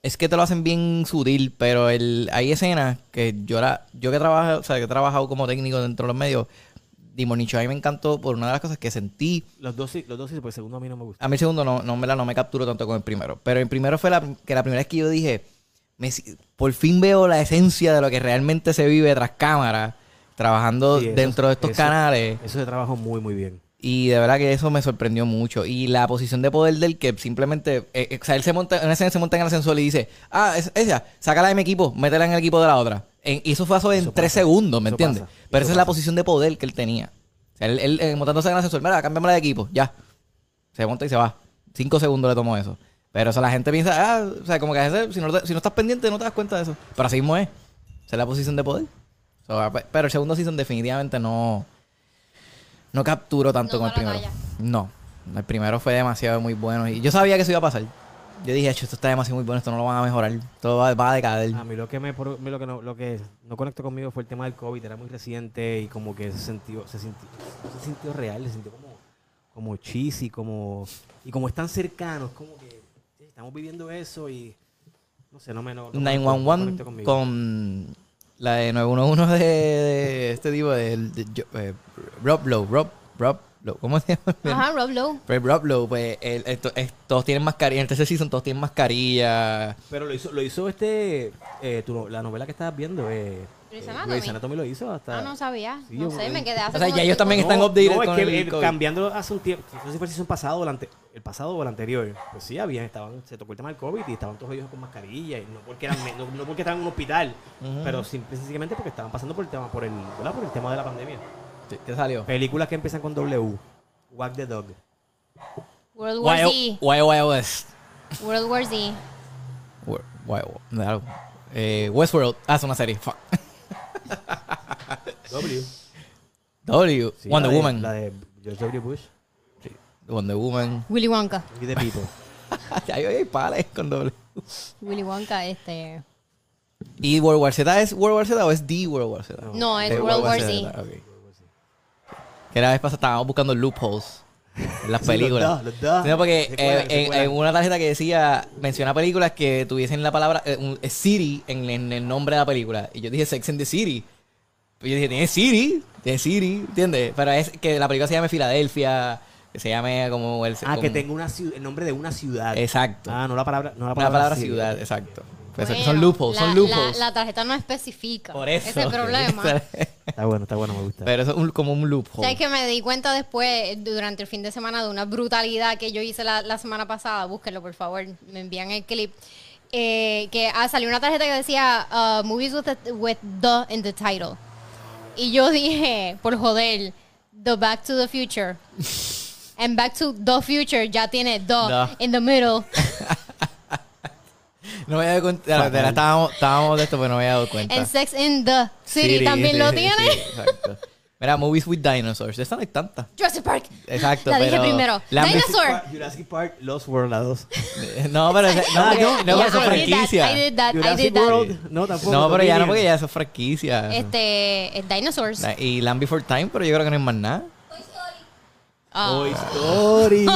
[SPEAKER 3] es que te lo hacen bien sutil, pero el, hay escenas que yo, la, yo que, trabajo, o sea, que he trabajado como técnico dentro de los medios, The Morning Show a mí me encantó por una de las cosas que sentí
[SPEAKER 2] los dos sí, los dos sí, porque el segundo a mí no me gusta.
[SPEAKER 3] a mí el segundo no, no, me la, no me capturó tanto con el primero. Pero el primero fue la, que la primera vez que yo dije, me si- por fin veo la esencia de lo que realmente se vive tras cámara, trabajando
[SPEAKER 2] Sí, eso-
[SPEAKER 3] dentro de estos
[SPEAKER 2] eso-
[SPEAKER 3] canales.
[SPEAKER 2] Eso se trabajó muy, muy bien.
[SPEAKER 3] Y de verdad que eso me sorprendió mucho. Y la posición de poder del que simplemente. eh, eh, o sea, él se monta, en una escena se monta en el ascensor y dice: Ah, es- esa, sácala de mi equipo, métela en el equipo de la otra. En- y eso fue eso en
[SPEAKER 2] Eso
[SPEAKER 3] tres
[SPEAKER 2] pasa.
[SPEAKER 3] segundos, ¿me
[SPEAKER 2] Eso
[SPEAKER 3] entiendes?
[SPEAKER 2] pasa.
[SPEAKER 3] Pero
[SPEAKER 2] Eso
[SPEAKER 3] esa es la
[SPEAKER 2] pasa.
[SPEAKER 3] posición de poder que él tenía. O sea, él, él, eh, montándose en el ascensor, mira, cámbiamela de equipo, ya. Se monta y se va. Cinco segundos le tomó eso. Pero o sea, la gente piensa, ah, o sea, como que a veces, si, no, te- si no estás pendiente no te das cuenta de eso. Pero así mismo es. Esa es la posición de poder. So, ah, pe- pero el segundo season definitivamente no. No capturó
[SPEAKER 1] No
[SPEAKER 3] tanto con el
[SPEAKER 1] da la
[SPEAKER 3] primero.
[SPEAKER 1] talla.
[SPEAKER 3] No. El primero fue demasiado muy bueno. Y yo sabía que eso iba a pasar. Yo dije, "Acho, esto está demasiado muy bueno, esto no lo van a mejorar. Todo va, va a decaer.
[SPEAKER 2] A mí lo que me por- lo que no, lo que no conectó conmigo fue el tema del COVID, era muy reciente y como que se sintió, se sintió, no se sintió real, se sintió como, como cheesy, como, y como es tan cercano, es como que sí, estamos viviendo eso y no sé, no me no, no conectó- no conectó
[SPEAKER 3] 911
[SPEAKER 2] conmigo.
[SPEAKER 3] con la de 911 de, de este tipo, de, de- yo- eh, Rob Lowe. Rob, Rob Lowe. ¿Cómo se llama?
[SPEAKER 1] Ajá, Rob Lowe.
[SPEAKER 3] Pues Rob Lowe, pues el- esto- es- todos tienen mascarilla. En el tercer season todos tienen mascarilla.
[SPEAKER 2] Pero lo hizo, lo hizo este, eh, tu no- la novela que estabas viendo, eh,
[SPEAKER 1] Grey's
[SPEAKER 2] eh,
[SPEAKER 1] Anatomy.
[SPEAKER 2] Grey's Anatomy lo hizo hasta...
[SPEAKER 1] Ah, no sabía.
[SPEAKER 2] Sí,
[SPEAKER 1] no
[SPEAKER 2] yo-
[SPEAKER 1] sé, me quedé hace
[SPEAKER 3] O sea,
[SPEAKER 1] como
[SPEAKER 3] ya ellos
[SPEAKER 1] cinco-
[SPEAKER 3] también están
[SPEAKER 2] No,
[SPEAKER 3] updated
[SPEAKER 2] no, es
[SPEAKER 3] con
[SPEAKER 2] que,
[SPEAKER 3] el
[SPEAKER 2] eh,
[SPEAKER 3] COVID.
[SPEAKER 2] cambiándolo hace un tiempo, no sé si fue el season pasado o el, ante- el pasado o el anterior, pues sí, habían, estaban, se tocó el tema del COVID y estaban todos ellos con mascarilla, y no porque eran, no, no porque estaban en un hospital, pero simple- sencillamente porque estaban pasando por el tema, por el, ¿verdad? por el tema de la pandemia.
[SPEAKER 3] Sí, ¿Qué salió?
[SPEAKER 2] Películas que empiezan con W, Wag the Dog,
[SPEAKER 1] World War
[SPEAKER 3] Wild
[SPEAKER 1] Z.
[SPEAKER 3] Wild Wild West.
[SPEAKER 1] World War Z.
[SPEAKER 3] Wild- Wild- no, eh, Westworld. Ah, es una serie. Fuck.
[SPEAKER 2] W,
[SPEAKER 3] W.
[SPEAKER 2] Sí,
[SPEAKER 3] Wonder
[SPEAKER 2] la de-
[SPEAKER 3] Woman.
[SPEAKER 2] la de George W. Bush
[SPEAKER 3] Wonder Woman.
[SPEAKER 1] Willy Wonka.
[SPEAKER 2] y de People.
[SPEAKER 3] Ay, ay, ay, pales con doble.
[SPEAKER 1] Willy Wonka, este.
[SPEAKER 3] ¿Y World War Z es World War Z o es The World War Z? Eh,
[SPEAKER 2] No,
[SPEAKER 1] No, es
[SPEAKER 3] The
[SPEAKER 1] World War Z.
[SPEAKER 3] ok. Que la vez pasada estábamos buscando loopholes en las
[SPEAKER 2] Sí,
[SPEAKER 3] películas.
[SPEAKER 2] los dos, los dos.
[SPEAKER 3] No, porque
[SPEAKER 2] Secuela,
[SPEAKER 3] eh, en,
[SPEAKER 2] secuela.
[SPEAKER 3] en una tarjeta que decía, menciona películas que tuviesen la palabra eh, un- eh, City en, en el nombre de la película. Y yo dije Sex and the City. Y yo dije, tiene City, tiene City, ¿entiendes? Pero es que la película se llame Filadelfia, que se llame como el...
[SPEAKER 2] Ah,
[SPEAKER 3] como-
[SPEAKER 2] que tenga una ciu- el nombre de una ciudad.
[SPEAKER 3] Exacto.
[SPEAKER 2] Ah, no la palabra, no la
[SPEAKER 3] la
[SPEAKER 2] palabra,
[SPEAKER 3] palabra
[SPEAKER 2] sí.
[SPEAKER 3] ciudad, exacto. Pues
[SPEAKER 1] Bueno,
[SPEAKER 3] son loopholes,
[SPEAKER 1] la-
[SPEAKER 3] son loopholes.
[SPEAKER 1] La, la tarjeta no especifica.
[SPEAKER 3] Por eso.
[SPEAKER 1] Ese es el problema.
[SPEAKER 2] Está bueno, está bueno, me gusta.
[SPEAKER 3] Pero eso es un- como un
[SPEAKER 1] O
[SPEAKER 3] loophole.
[SPEAKER 1] sea, es que me di cuenta después, eh, durante el fin de semana, de una brutalidad que yo hice la, la semana pasada. Búsquenlo, por favor. Me envían el clip. Eh, que ah, salió una tarjeta que decía ah, Movies with the, with the in the title. Y yo dije, por joder, The Back to the Future. And Back to the Future ya tiene The
[SPEAKER 3] No.
[SPEAKER 1] in the middle.
[SPEAKER 3] No me había dado cuenta. de la- de la- estábamos, estábamos de esto, pero no me había dado cuenta.
[SPEAKER 1] And Sex in the City, también
[SPEAKER 3] sí,
[SPEAKER 1] lo
[SPEAKER 3] sí,
[SPEAKER 1] tiene.
[SPEAKER 3] sí, exacto. Mira, Movies with Dinosaurs. De esta no hay tantas.
[SPEAKER 1] Jurassic Park.
[SPEAKER 3] Exacto,
[SPEAKER 1] La dije
[SPEAKER 3] pero-
[SPEAKER 1] primero.
[SPEAKER 3] la ambici-
[SPEAKER 1] Dinosaur.
[SPEAKER 2] Park- Jurassic Park, Lost World, la 2.
[SPEAKER 3] Eh, No, pero ese- no, porque- no,
[SPEAKER 1] Yeah,
[SPEAKER 3] pero eso
[SPEAKER 1] I did that,
[SPEAKER 3] es
[SPEAKER 1] I
[SPEAKER 3] franquicia.
[SPEAKER 1] did that, I
[SPEAKER 2] Jurassic
[SPEAKER 1] did that.
[SPEAKER 2] World, no, tampoco.
[SPEAKER 3] No, pero ya no,
[SPEAKER 2] Dominion.
[SPEAKER 3] porque ya eso es franquicia.
[SPEAKER 1] Este, eh, Dinosaurs.
[SPEAKER 3] La- Y Land Before Time, pero yo creo que no es más nada.
[SPEAKER 1] Ah.
[SPEAKER 2] Toy Story,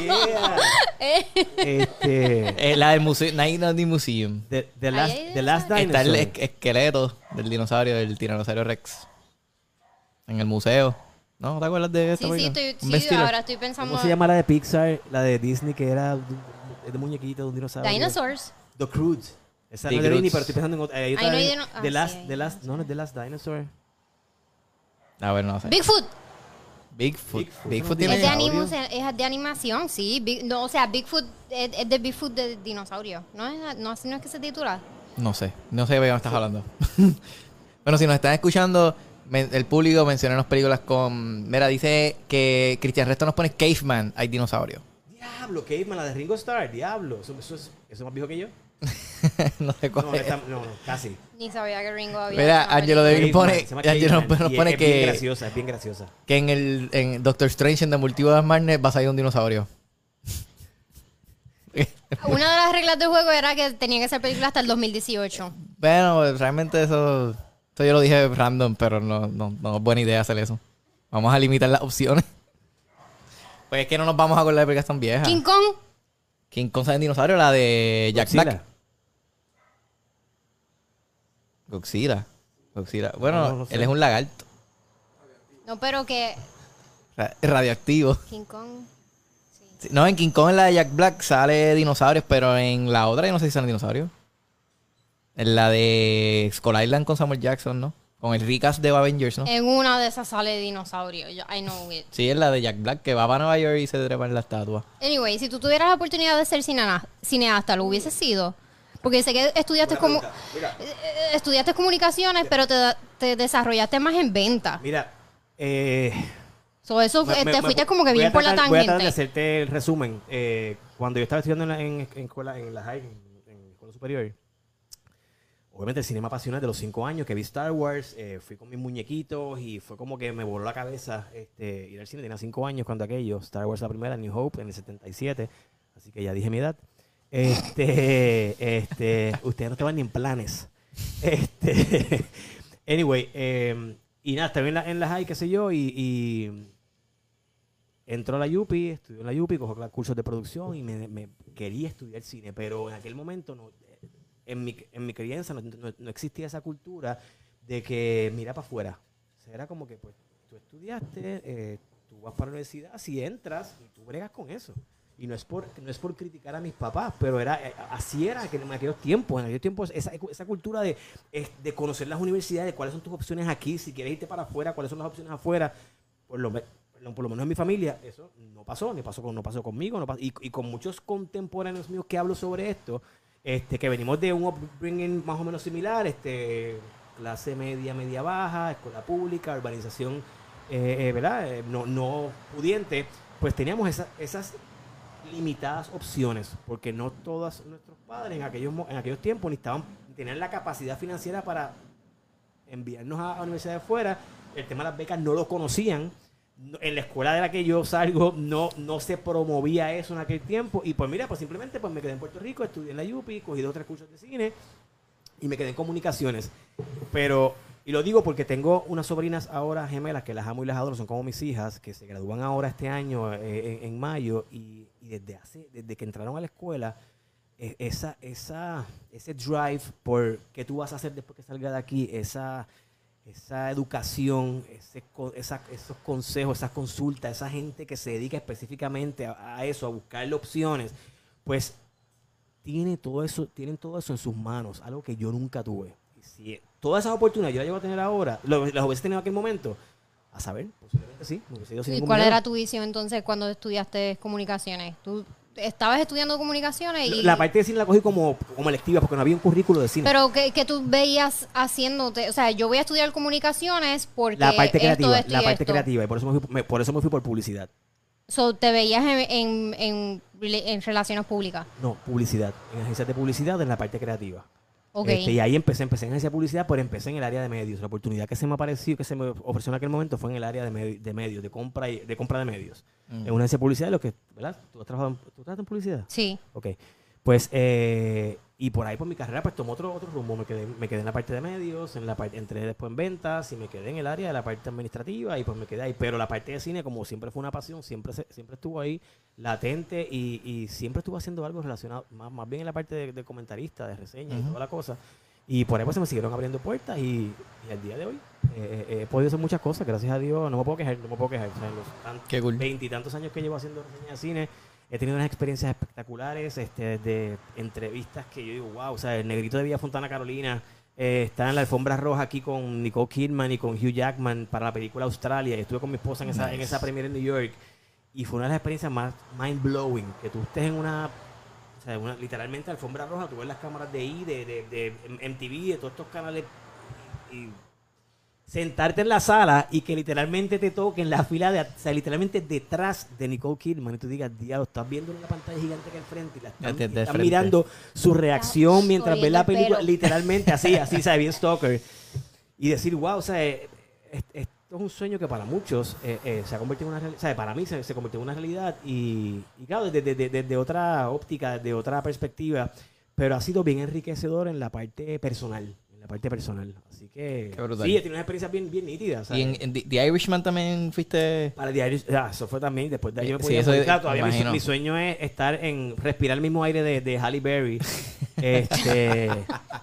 [SPEAKER 2] yeah. Este,
[SPEAKER 3] Eh, la del museo, Night at the Museum.
[SPEAKER 2] the, the last,
[SPEAKER 1] ay, ay.
[SPEAKER 2] the last
[SPEAKER 3] Está
[SPEAKER 2] Dinosaur.
[SPEAKER 3] el es- esqueleto del dinosaurio, del tiranosaurio Rex. en el museo. ¿No? ¿Te acuerdas de esta
[SPEAKER 1] Sí, sí,
[SPEAKER 3] película?
[SPEAKER 1] estoy-
[SPEAKER 3] Un
[SPEAKER 1] sí,
[SPEAKER 3] Ben Stiller.
[SPEAKER 1] ahora estoy pensando.
[SPEAKER 2] ¿Cómo se llama la de Pixar? La de Disney que era de, de muñequito de un dinosaurio.
[SPEAKER 1] Dinosaurs.
[SPEAKER 2] The Croods. Esa
[SPEAKER 3] The
[SPEAKER 2] no es de Disney,
[SPEAKER 3] Croods.
[SPEAKER 2] pero estoy pensando en otra. eh, hay otra
[SPEAKER 1] no hay
[SPEAKER 2] de-
[SPEAKER 1] dino- ah,
[SPEAKER 2] The
[SPEAKER 1] sí,
[SPEAKER 2] Last,
[SPEAKER 1] hay
[SPEAKER 2] The Last, no, no es The Last Dinosaur.
[SPEAKER 3] A ver, Ah, no sé.
[SPEAKER 1] Bigfoot.
[SPEAKER 3] Bigfoot.
[SPEAKER 2] Bigfoot.
[SPEAKER 3] Bigfoot
[SPEAKER 2] ¿Tiene
[SPEAKER 1] Es de,
[SPEAKER 3] tiene...
[SPEAKER 2] dinosaurio?
[SPEAKER 1] animus- es de animación, sí. Big- no, o sea, Bigfoot es, es de Bigfoot de dinosaurio. No es, no, así no es que se titula.
[SPEAKER 3] No sé. No sé de qué me estás hablando. bueno, si nos están escuchando, men- el público mencionanos películas con... Mira, dice que Cristian Resto nos pone Caveman. Hay dinosaurios.
[SPEAKER 2] Diablo, Caveman, la de Ringo Starr, diablo. Eso, eso es, eso es más viejo que yo.
[SPEAKER 3] no sé cuál
[SPEAKER 2] No,
[SPEAKER 3] es.
[SPEAKER 2] está- no, no, casi.
[SPEAKER 1] Ni sabía que Ringo había.
[SPEAKER 3] Mira, ah,
[SPEAKER 1] hecho una
[SPEAKER 3] Angelo
[SPEAKER 2] Se
[SPEAKER 3] de-
[SPEAKER 1] película.
[SPEAKER 3] pone-
[SPEAKER 2] llama
[SPEAKER 3] Angelo
[SPEAKER 2] Caveman,
[SPEAKER 3] nos
[SPEAKER 2] y
[SPEAKER 3] pone
[SPEAKER 2] es,
[SPEAKER 3] que-
[SPEAKER 2] Es bien graciosa, es bien graciosa.
[SPEAKER 3] Que en el en Doctor Strange en The Multiverse of Madness va a salir un dinosaurio.
[SPEAKER 1] Una de las reglas del juego era que tenía que ser película hasta el 2018.
[SPEAKER 3] Bueno, realmente eso, eso yo lo dije random, pero no, no, no es buena idea hacer eso. Vamos a limitar las opciones. Pues es que no nos vamos a acordar de películas tan viejas.
[SPEAKER 1] King Kong.
[SPEAKER 3] ¿Quién cosa de dinosaurio? La de Jack
[SPEAKER 2] Godzilla.
[SPEAKER 3] Black. Godzilla. Godzilla. Bueno,
[SPEAKER 2] No, no sé.
[SPEAKER 3] él es un lagarto.
[SPEAKER 1] No, pero que
[SPEAKER 3] ra- radioactivo.
[SPEAKER 1] King Kong.
[SPEAKER 3] Sí, No, en King Kong, en la de Jack Black, sale dinosaurios, pero en la otra yo no sé si salen dinosaurios. En la de Skull Island con Samuel Jackson, ¿no? Con el Ricas de Avengers, ¿no?
[SPEAKER 1] En una de esas sale dinosaurio. Yo- I know it.
[SPEAKER 3] Sí, es la de Jack Black que va para Nueva York y se trepa en la estatua.
[SPEAKER 1] Anyway, si tú tuvieras la oportunidad de ser cinena- cineasta, ¿lo hubieses sido? Porque sé que estudiaste como eh, eh, estudiaste comunicaciones, pero te, da- te desarrollaste más en venta.
[SPEAKER 2] Mira, eh,
[SPEAKER 1] So, eso
[SPEAKER 2] Me-
[SPEAKER 1] eh,
[SPEAKER 2] me-
[SPEAKER 1] te
[SPEAKER 2] me-
[SPEAKER 1] fuiste como que
[SPEAKER 2] voy
[SPEAKER 1] bien
[SPEAKER 2] a
[SPEAKER 1] por la
[SPEAKER 2] tratar- Voy a tratar de
[SPEAKER 1] tangente.
[SPEAKER 2] hacerte el resumen. Eh, cuando yo estaba estudiando en la, en, en escuela, en la high, en, en escuela superior, obviamente el cine me apasiona desde los cinco años que vi Star Wars, eh, fui con mis muñequitos y fue como que me voló la cabeza este, ir al cine. Tenía cinco años cuando aquello, Star Wars la primera, New Hope en el 77, así que ya dije mi edad. Este, este, ustedes no estaban ni en planes. Este, anyway, eh, y nada, estaba en la, en la high, qué sé yo, y, y entró a la Yupi, estudió en la Yupi, cogió cla- cursos de producción y me, me quería estudiar cine, pero en aquel momento no, eh, en, mi, en mi crianza no, no- no existía esa cultura de que mira para afuera. O sea, era como que pues tú estudiaste, eh, tú vas para la universidad, si entras y tú bregas con eso. Y no es por, no es por criticar a mis papás, pero era eh, así era que en aquellos tiempos, en aquellos tiempos esa, esa cultura de, es de conocer las universidades, cuáles son tus opciones aquí, si quieres irte para afuera, cuáles son las opciones afuera, por lo, me- lo- por lo menos en mi familia, eso no pasó, ni pasó con, no pasó conmigo, no pasó- y, y con muchos contemporáneos míos que hablo sobre esto, este, que venimos de un upbringing más o menos similar, este, clase media, media baja, escuela pública, urbanización, eh, eh, ¿verdad? Eh, no, no pudiente, pues teníamos esa- esas limitadas opciones, porque no todos nuestros padres en aquellos, mo- en aquellos tiempos ni estaban, ni tenían la capacidad financiera para enviarnos a, a universidades fuera. El tema de las becas no lo conocían. No- en la escuela de la que yo salgo no, no se promovía eso en aquel tiempo. Y pues mira, pues simplemente pues me quedé en Puerto Rico, estudié en la UPI, cogí dos tres cursos de cine y me quedé en comunicaciones. Pero, y lo digo porque tengo unas sobrinas ahora gemelas que las amo y las adoro, son como mis hijas, que se gradúan ahora este año eh, en, en mayo y, y desde hace, desde que entraron a la escuela, e- esa, esa, ese drive por qué tú vas a hacer después que salga de aquí, esa, esa educación, ese co- esa- esos consejos, esas consultas, esa gente que se dedica específicamente a, a eso, a buscarle opciones, pues tiene todo eso, tienen todo eso en sus manos, algo que yo nunca tuve. Y si todas esas oportunidades yo las llego a tener ahora, lo- las hubiese tenido en aquel momento, a saber, posiblemente sí. me hubiese ido sin
[SPEAKER 1] ¿Y
[SPEAKER 2] ningún
[SPEAKER 1] cuál
[SPEAKER 2] miedo.
[SPEAKER 1] era tu visión entonces cuando estudiaste comunicaciones? ¿Tú estabas estudiando comunicaciones y...?
[SPEAKER 2] La parte de cine la cogí como, como electiva porque no había un currículo de cine.
[SPEAKER 1] Pero que, que tú veías haciéndote, o sea, yo voy a estudiar comunicaciones porque
[SPEAKER 2] la parte
[SPEAKER 1] esto,
[SPEAKER 2] creativa,
[SPEAKER 1] esto y
[SPEAKER 2] la parte
[SPEAKER 1] esto.
[SPEAKER 2] creativa, y por eso me fui, me- por eso me fui por publicidad.
[SPEAKER 1] So, te veías en, en, en, rela- en relaciones públicas.
[SPEAKER 2] No, publicidad, en agencias de publicidad, en la parte creativa.
[SPEAKER 1] Ok.
[SPEAKER 2] Este, y ahí empecé, empecé en agencia de publicidad, pero empecé en el área de medios. La oportunidad que se me apareció, que se me ofreció en aquel momento fue en el área de, medi- de medios, de compra, y- de compra de medios.
[SPEAKER 1] Mm.
[SPEAKER 2] En una agencia de publicidad, lo que, ¿verdad? ¿Tú has trabajado en, tú trabajaste en publicidad?
[SPEAKER 1] Sí.
[SPEAKER 2] Ok. Pues, eh, y por ahí, por mi carrera, pues tomó otro, otro rumbo. Me quedé, me quedé en la parte de medios, en la parte, entré después en ventas y me quedé en el área de la parte administrativa y pues me quedé ahí. Pero la parte de cine, como siempre fue una pasión, siempre, se- siempre estuvo ahí latente y, y siempre estuvo haciendo algo relacionado, más, más bien en la parte de, de comentarista, de reseña y toda la cosa. Y por ahí pues se me siguieron abriendo puertas y, y al día de hoy, eh, eh, he podido hacer muchas cosas, gracias a Dios. No me puedo quejar, no me puedo quejar. O sea, en los tant-
[SPEAKER 3] Qué cool.
[SPEAKER 2] veintitantos años que llevo haciendo reseñas de cine, he tenido unas experiencias espectaculares, este, desde entrevistas que yo digo, wow, o sea, el negrito de Villa Fontana Carolina eh, está en la alfombra roja aquí con Nicole Kidman y con Hugh Jackman para la película Australia. Y estuve con mi esposa en esa, en
[SPEAKER 3] Nice.
[SPEAKER 2] esa premiere en New York. Y fue una de las experiencias más mind blowing. Que tú estés en una o sea, una- literalmente alfombra roja, tú ves las cámaras de I, de, de, de M- MTV, de todos estos canales. Y sentarte en la sala y que literalmente te toquen la fila de. at- O sea, literalmente detrás de Nicole Kidman. Y tú digas, diablo, estás viendo una pantalla gigante que al frente. Y la están,
[SPEAKER 3] Desde
[SPEAKER 2] y
[SPEAKER 3] el
[SPEAKER 2] están
[SPEAKER 3] frente.
[SPEAKER 2] mirando su reacción mientras ves
[SPEAKER 1] oliendo
[SPEAKER 2] la
[SPEAKER 1] el
[SPEAKER 2] película.
[SPEAKER 1] pelo.
[SPEAKER 2] Literalmente así, así, o sea, bien stalker. Y decir, wow, o sea, eh, es- esto es un sueño que para muchos eh, eh, se ha convertido en una realidad. O sea, para mí se, se convirtió en una realidad. Y, y claro, desde, desde- desde otra óptica, desde otra perspectiva. Pero ha sido bien enriquecedor en la parte personal. En la parte personal. Así que.
[SPEAKER 3] Qué brutal.
[SPEAKER 2] Sí, tiene una experiencia bien, bien nítida. o sea,
[SPEAKER 3] Y en, en The- The Irishman también fuiste.
[SPEAKER 2] para diario, ah, eso fue también después de ahí yo me
[SPEAKER 3] Sí,
[SPEAKER 2] podía
[SPEAKER 3] eso
[SPEAKER 2] morir.
[SPEAKER 3] es-
[SPEAKER 2] Claro, todavía mi,
[SPEAKER 3] imagino.
[SPEAKER 2] mi sueño es estar en respirar el mismo aire de, de Halle Berry. Este,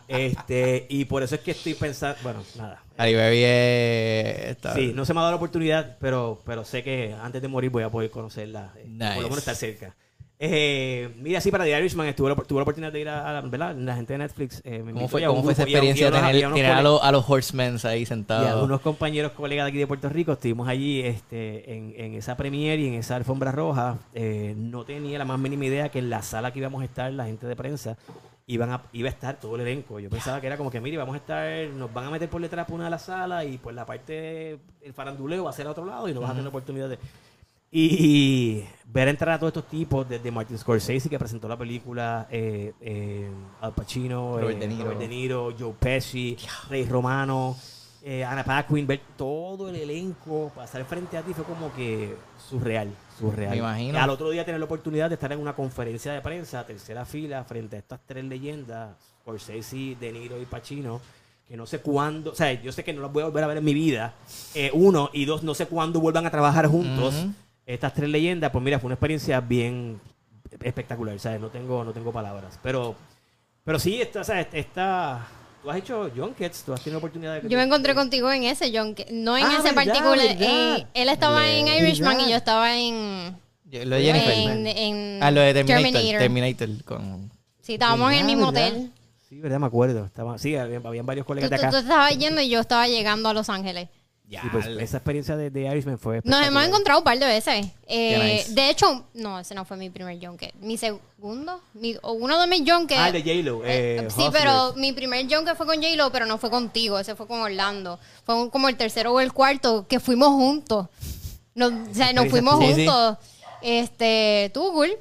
[SPEAKER 2] este, y por eso es que estoy pensando, bueno, nada.
[SPEAKER 3] Ari Baby eh, está-
[SPEAKER 2] Sí, no se me ha dado la oportunidad, pero, pero sé que antes de morir voy a poder conocerla. eh,
[SPEAKER 3] Nice.
[SPEAKER 2] Por lo menos estar cerca. Eh, mira, sí, para The Irishman estuve la, tuve la oportunidad de ir a, a la, ¿verdad? la gente de Netflix. eh, me invitó
[SPEAKER 3] ¿Cómo fue,
[SPEAKER 2] y a
[SPEAKER 3] cómo
[SPEAKER 2] un
[SPEAKER 3] fue esa
[SPEAKER 2] grupo, y a- y a
[SPEAKER 3] experiencia de
[SPEAKER 2] unos- y
[SPEAKER 3] tener,
[SPEAKER 2] a unos
[SPEAKER 3] tener a,
[SPEAKER 2] colegas.
[SPEAKER 3] los, a los horsemen ahí
[SPEAKER 2] Y a
[SPEAKER 3] sentados?
[SPEAKER 2] unos compañeros, colegas de aquí de Puerto Rico, estuvimos allí este, en, en esa premiere y en esa alfombra roja. Eh, no tenía la más mínima idea que en la sala que íbamos a estar, la gente de prensa, iban a, iba a estar todo el elenco. Yo pensaba que era como que, mire, vamos a estar, nos van a meter por detrás por una de las salas y pues la parte, el faranduleo va a ser a otro lado y no vas a tener la oportunidad de... Y ver entrar a todos estos tipos, desde Martin Scorsese, que presentó la película, eh, eh, Al Pacino,
[SPEAKER 3] Robert
[SPEAKER 2] eh,
[SPEAKER 3] De Niro.
[SPEAKER 2] Robert De Niro, Joe Pesci, Rey Romano, eh, Anna Paquin, ver todo el elenco pasar frente a ti fue como que surreal, surreal.
[SPEAKER 3] Me imagino.
[SPEAKER 2] Y al otro día tener la oportunidad de estar en una conferencia de prensa, tercera fila, frente a estas tres leyendas, Scorsese, De Niro y Pacino, que no sé cuándo, o sea, yo sé que no las voy a volver a ver en mi vida, eh, uno, y dos, no sé cuándo vuelvan a trabajar juntos.
[SPEAKER 3] Ujú.
[SPEAKER 2] Estas tres leyendas, pues mira, fue una experiencia bien espectacular, ¿sabes? No tengo, no tengo palabras, pero pero sí, esta, o sea, esta- tú has hecho junkets, tú has tenido oportunidad de...
[SPEAKER 1] Yo me encontré contigo en ese, John. que- No en
[SPEAKER 2] Ah,
[SPEAKER 1] ese
[SPEAKER 2] verdad,
[SPEAKER 1] particular.
[SPEAKER 2] verdad.
[SPEAKER 1] eh, él estaba en
[SPEAKER 2] Verdad.
[SPEAKER 1] Irishman y yo estaba en.
[SPEAKER 3] Yo- Lo de Jennifer.
[SPEAKER 1] En, en
[SPEAKER 3] ah, lo de Terminator. Terminator. con...
[SPEAKER 1] Sí, estábamos en el mismo
[SPEAKER 2] ¿Verdad?
[SPEAKER 1] hotel.
[SPEAKER 2] Sí, verdad, me acuerdo. Estaba, sí, habían, habían varios
[SPEAKER 1] Tú,
[SPEAKER 2] colegas de
[SPEAKER 1] tú-
[SPEAKER 2] acá.
[SPEAKER 1] tú estabas yendo y yo estaba llegando a Los Ángeles.
[SPEAKER 3] Ya,
[SPEAKER 2] Y pues, esa experiencia de, de Irishman
[SPEAKER 1] Nos
[SPEAKER 2] fue espectacular.
[SPEAKER 1] hemos encontrado un par de veces. Eh,
[SPEAKER 3] Qué nice.
[SPEAKER 1] De hecho, no, ese no fue mi primer junket. Mi segundo, mi- o uno de mis junkets.
[SPEAKER 2] Ah, el de
[SPEAKER 1] Eh,
[SPEAKER 2] J-Lo. eh,
[SPEAKER 1] sí,
[SPEAKER 2] Hustlers.
[SPEAKER 1] pero mi primer junket fue con J-Lo, pero no fue contigo, ese fue con Orlando. Fue un- como el tercero o el cuarto que fuimos juntos. Nos, o sea, nos fuimos
[SPEAKER 3] Sí, sí.
[SPEAKER 1] juntos. Este, tú, cool.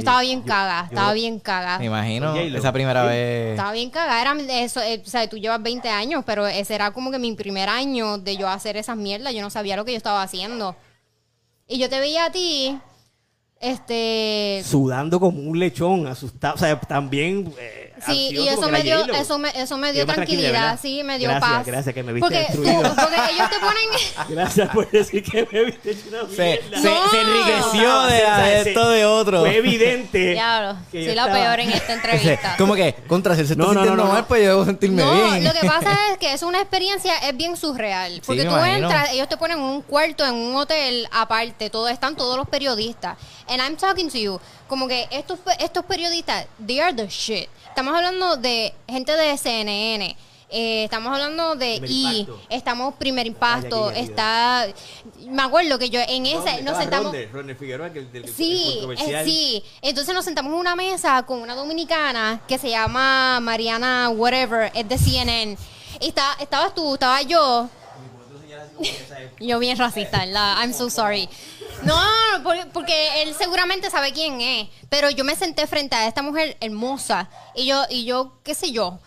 [SPEAKER 1] Yo estaba bien
[SPEAKER 2] yo-
[SPEAKER 1] caga,
[SPEAKER 2] yo-
[SPEAKER 1] estaba bien caga.
[SPEAKER 3] Me imagino.
[SPEAKER 2] J-Lo.
[SPEAKER 3] Esa primera
[SPEAKER 2] Sí.
[SPEAKER 3] vez.
[SPEAKER 1] Estaba bien cagada, era de eso, eh, o sea, tú llevas 20 años, pero ese era como que mi primer año de yo hacer esas mierdas, yo no sabía lo que yo estaba haciendo. Y yo te veía a ti, este...
[SPEAKER 2] Sudando como un lechón, asustado. O sea, también... eh,
[SPEAKER 1] Sí,
[SPEAKER 2] ansioso
[SPEAKER 1] y eso
[SPEAKER 2] porque
[SPEAKER 1] me,
[SPEAKER 2] era
[SPEAKER 1] dio,
[SPEAKER 2] J-Lo.
[SPEAKER 1] eso, me, eso me dio
[SPEAKER 2] Dio más
[SPEAKER 1] tranquilidad,
[SPEAKER 2] tranquilidad,
[SPEAKER 1] sí, me dio
[SPEAKER 2] gracias,
[SPEAKER 1] paz.
[SPEAKER 2] gracias, que me viste
[SPEAKER 1] porque, tú-
[SPEAKER 2] destruido.
[SPEAKER 1] porque ellos te ponen...
[SPEAKER 2] Ah, Gracias por decir que me viste hecho una
[SPEAKER 3] Se,
[SPEAKER 2] mierda.
[SPEAKER 3] se,
[SPEAKER 1] No.
[SPEAKER 3] se enriqueció de,
[SPEAKER 2] O sea, se-
[SPEAKER 3] esto de otro.
[SPEAKER 2] Fue evidente.
[SPEAKER 1] Diablo,
[SPEAKER 2] que
[SPEAKER 1] soy
[SPEAKER 2] yo
[SPEAKER 1] la
[SPEAKER 2] estaba-
[SPEAKER 1] peor en esta
[SPEAKER 3] Ese-
[SPEAKER 1] entrevista.
[SPEAKER 3] Como que, contra, si él se está
[SPEAKER 2] No, no, no,
[SPEAKER 3] sintiendo
[SPEAKER 2] no,
[SPEAKER 3] mal,
[SPEAKER 2] no.
[SPEAKER 3] pues yo debo sentirme
[SPEAKER 1] No,
[SPEAKER 3] bien.
[SPEAKER 1] lo que pasa es que es una experiencia, es bien surreal. Porque
[SPEAKER 3] me
[SPEAKER 1] tú
[SPEAKER 3] imagino.
[SPEAKER 1] entras, ellos te ponen en un cuarto, en un hotel aparte, todo, están todos los periodistas. And I'm talking to you. Como que estos, pe- estos periodistas, they are the shit. Estamos hablando de gente de CNN. eh, estamos hablando de
[SPEAKER 2] Primer
[SPEAKER 1] I,
[SPEAKER 2] Impacto.
[SPEAKER 1] estamos primer
[SPEAKER 2] Vaya,
[SPEAKER 1] impacto,
[SPEAKER 2] qué
[SPEAKER 1] está, me acuerdo que yo en
[SPEAKER 2] ¿Dónde
[SPEAKER 1] ese nos
[SPEAKER 2] estaba
[SPEAKER 1] sentamos,
[SPEAKER 2] Ronde? Ronde Figueroa, que el del- el
[SPEAKER 1] Sí, eh,
[SPEAKER 2] controversial.
[SPEAKER 1] sí. Entonces nos sentamos en una mesa con una dominicana que se llama Mariana Whatever, es de CNN. Y está, estabas tú, estaba yo. Yo bien racista, ¿verdad? I'm so sorry. No, por- porque él seguramente sabe quién es. Pero yo me senté frente a esta mujer hermosa. Y yo, y yo qué sé yo,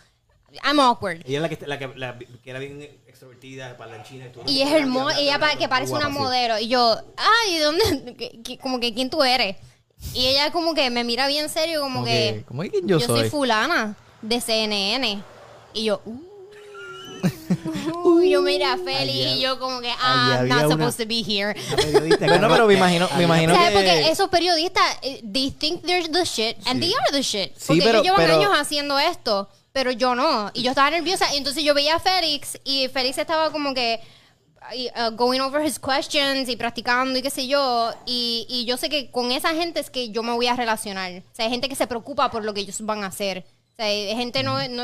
[SPEAKER 1] I'm awkward.
[SPEAKER 2] Ella es la que, la que, la que era bien extrovertida, palanchina y todo.
[SPEAKER 1] Y es
[SPEAKER 2] Bla, bla,
[SPEAKER 1] hermosa,
[SPEAKER 2] bla,
[SPEAKER 1] ella
[SPEAKER 2] bla,
[SPEAKER 1] pa-
[SPEAKER 2] bla,
[SPEAKER 1] que parece
[SPEAKER 2] guapa,
[SPEAKER 1] una
[SPEAKER 2] sí.
[SPEAKER 1] modelo. Y yo, ay, ¿de ¿dónde? ¿Qué- qué- Como que, ¿quién tú eres? Y ella como que me mira bien serio, como,
[SPEAKER 3] Como
[SPEAKER 1] que,
[SPEAKER 3] que, ¿cómo que quién yo soy?
[SPEAKER 1] fulana de CNN. Y yo, uh, uh, yo mira feliz
[SPEAKER 2] Allá-
[SPEAKER 1] y yo como que,
[SPEAKER 2] allá
[SPEAKER 1] ah, I'm
[SPEAKER 2] había
[SPEAKER 1] not
[SPEAKER 2] una-
[SPEAKER 1] supposed to be here.
[SPEAKER 2] Una periodista que
[SPEAKER 3] Bueno,
[SPEAKER 2] no-
[SPEAKER 3] pero me imagino- me
[SPEAKER 2] Había-
[SPEAKER 3] imagino
[SPEAKER 1] ¿Sabes?
[SPEAKER 3] que-
[SPEAKER 1] Porque esos periodistas, eh, they think they're the shit, and they are the shit.
[SPEAKER 3] Sí,
[SPEAKER 1] Porque
[SPEAKER 3] pero-
[SPEAKER 1] ellos llevan
[SPEAKER 3] pero-
[SPEAKER 1] años haciendo esto, pero yo no. Y yo estaba nerviosa. Y entonces yo veía a Félix y Félix estaba como que y, uh, going over his questions y practicando y qué sé yo. Y, y yo sé que con esa gente es que yo me voy a relacionar. O sea, hay gente que se preocupa por lo que ellos van a hacer. O sea, hay gente no, no,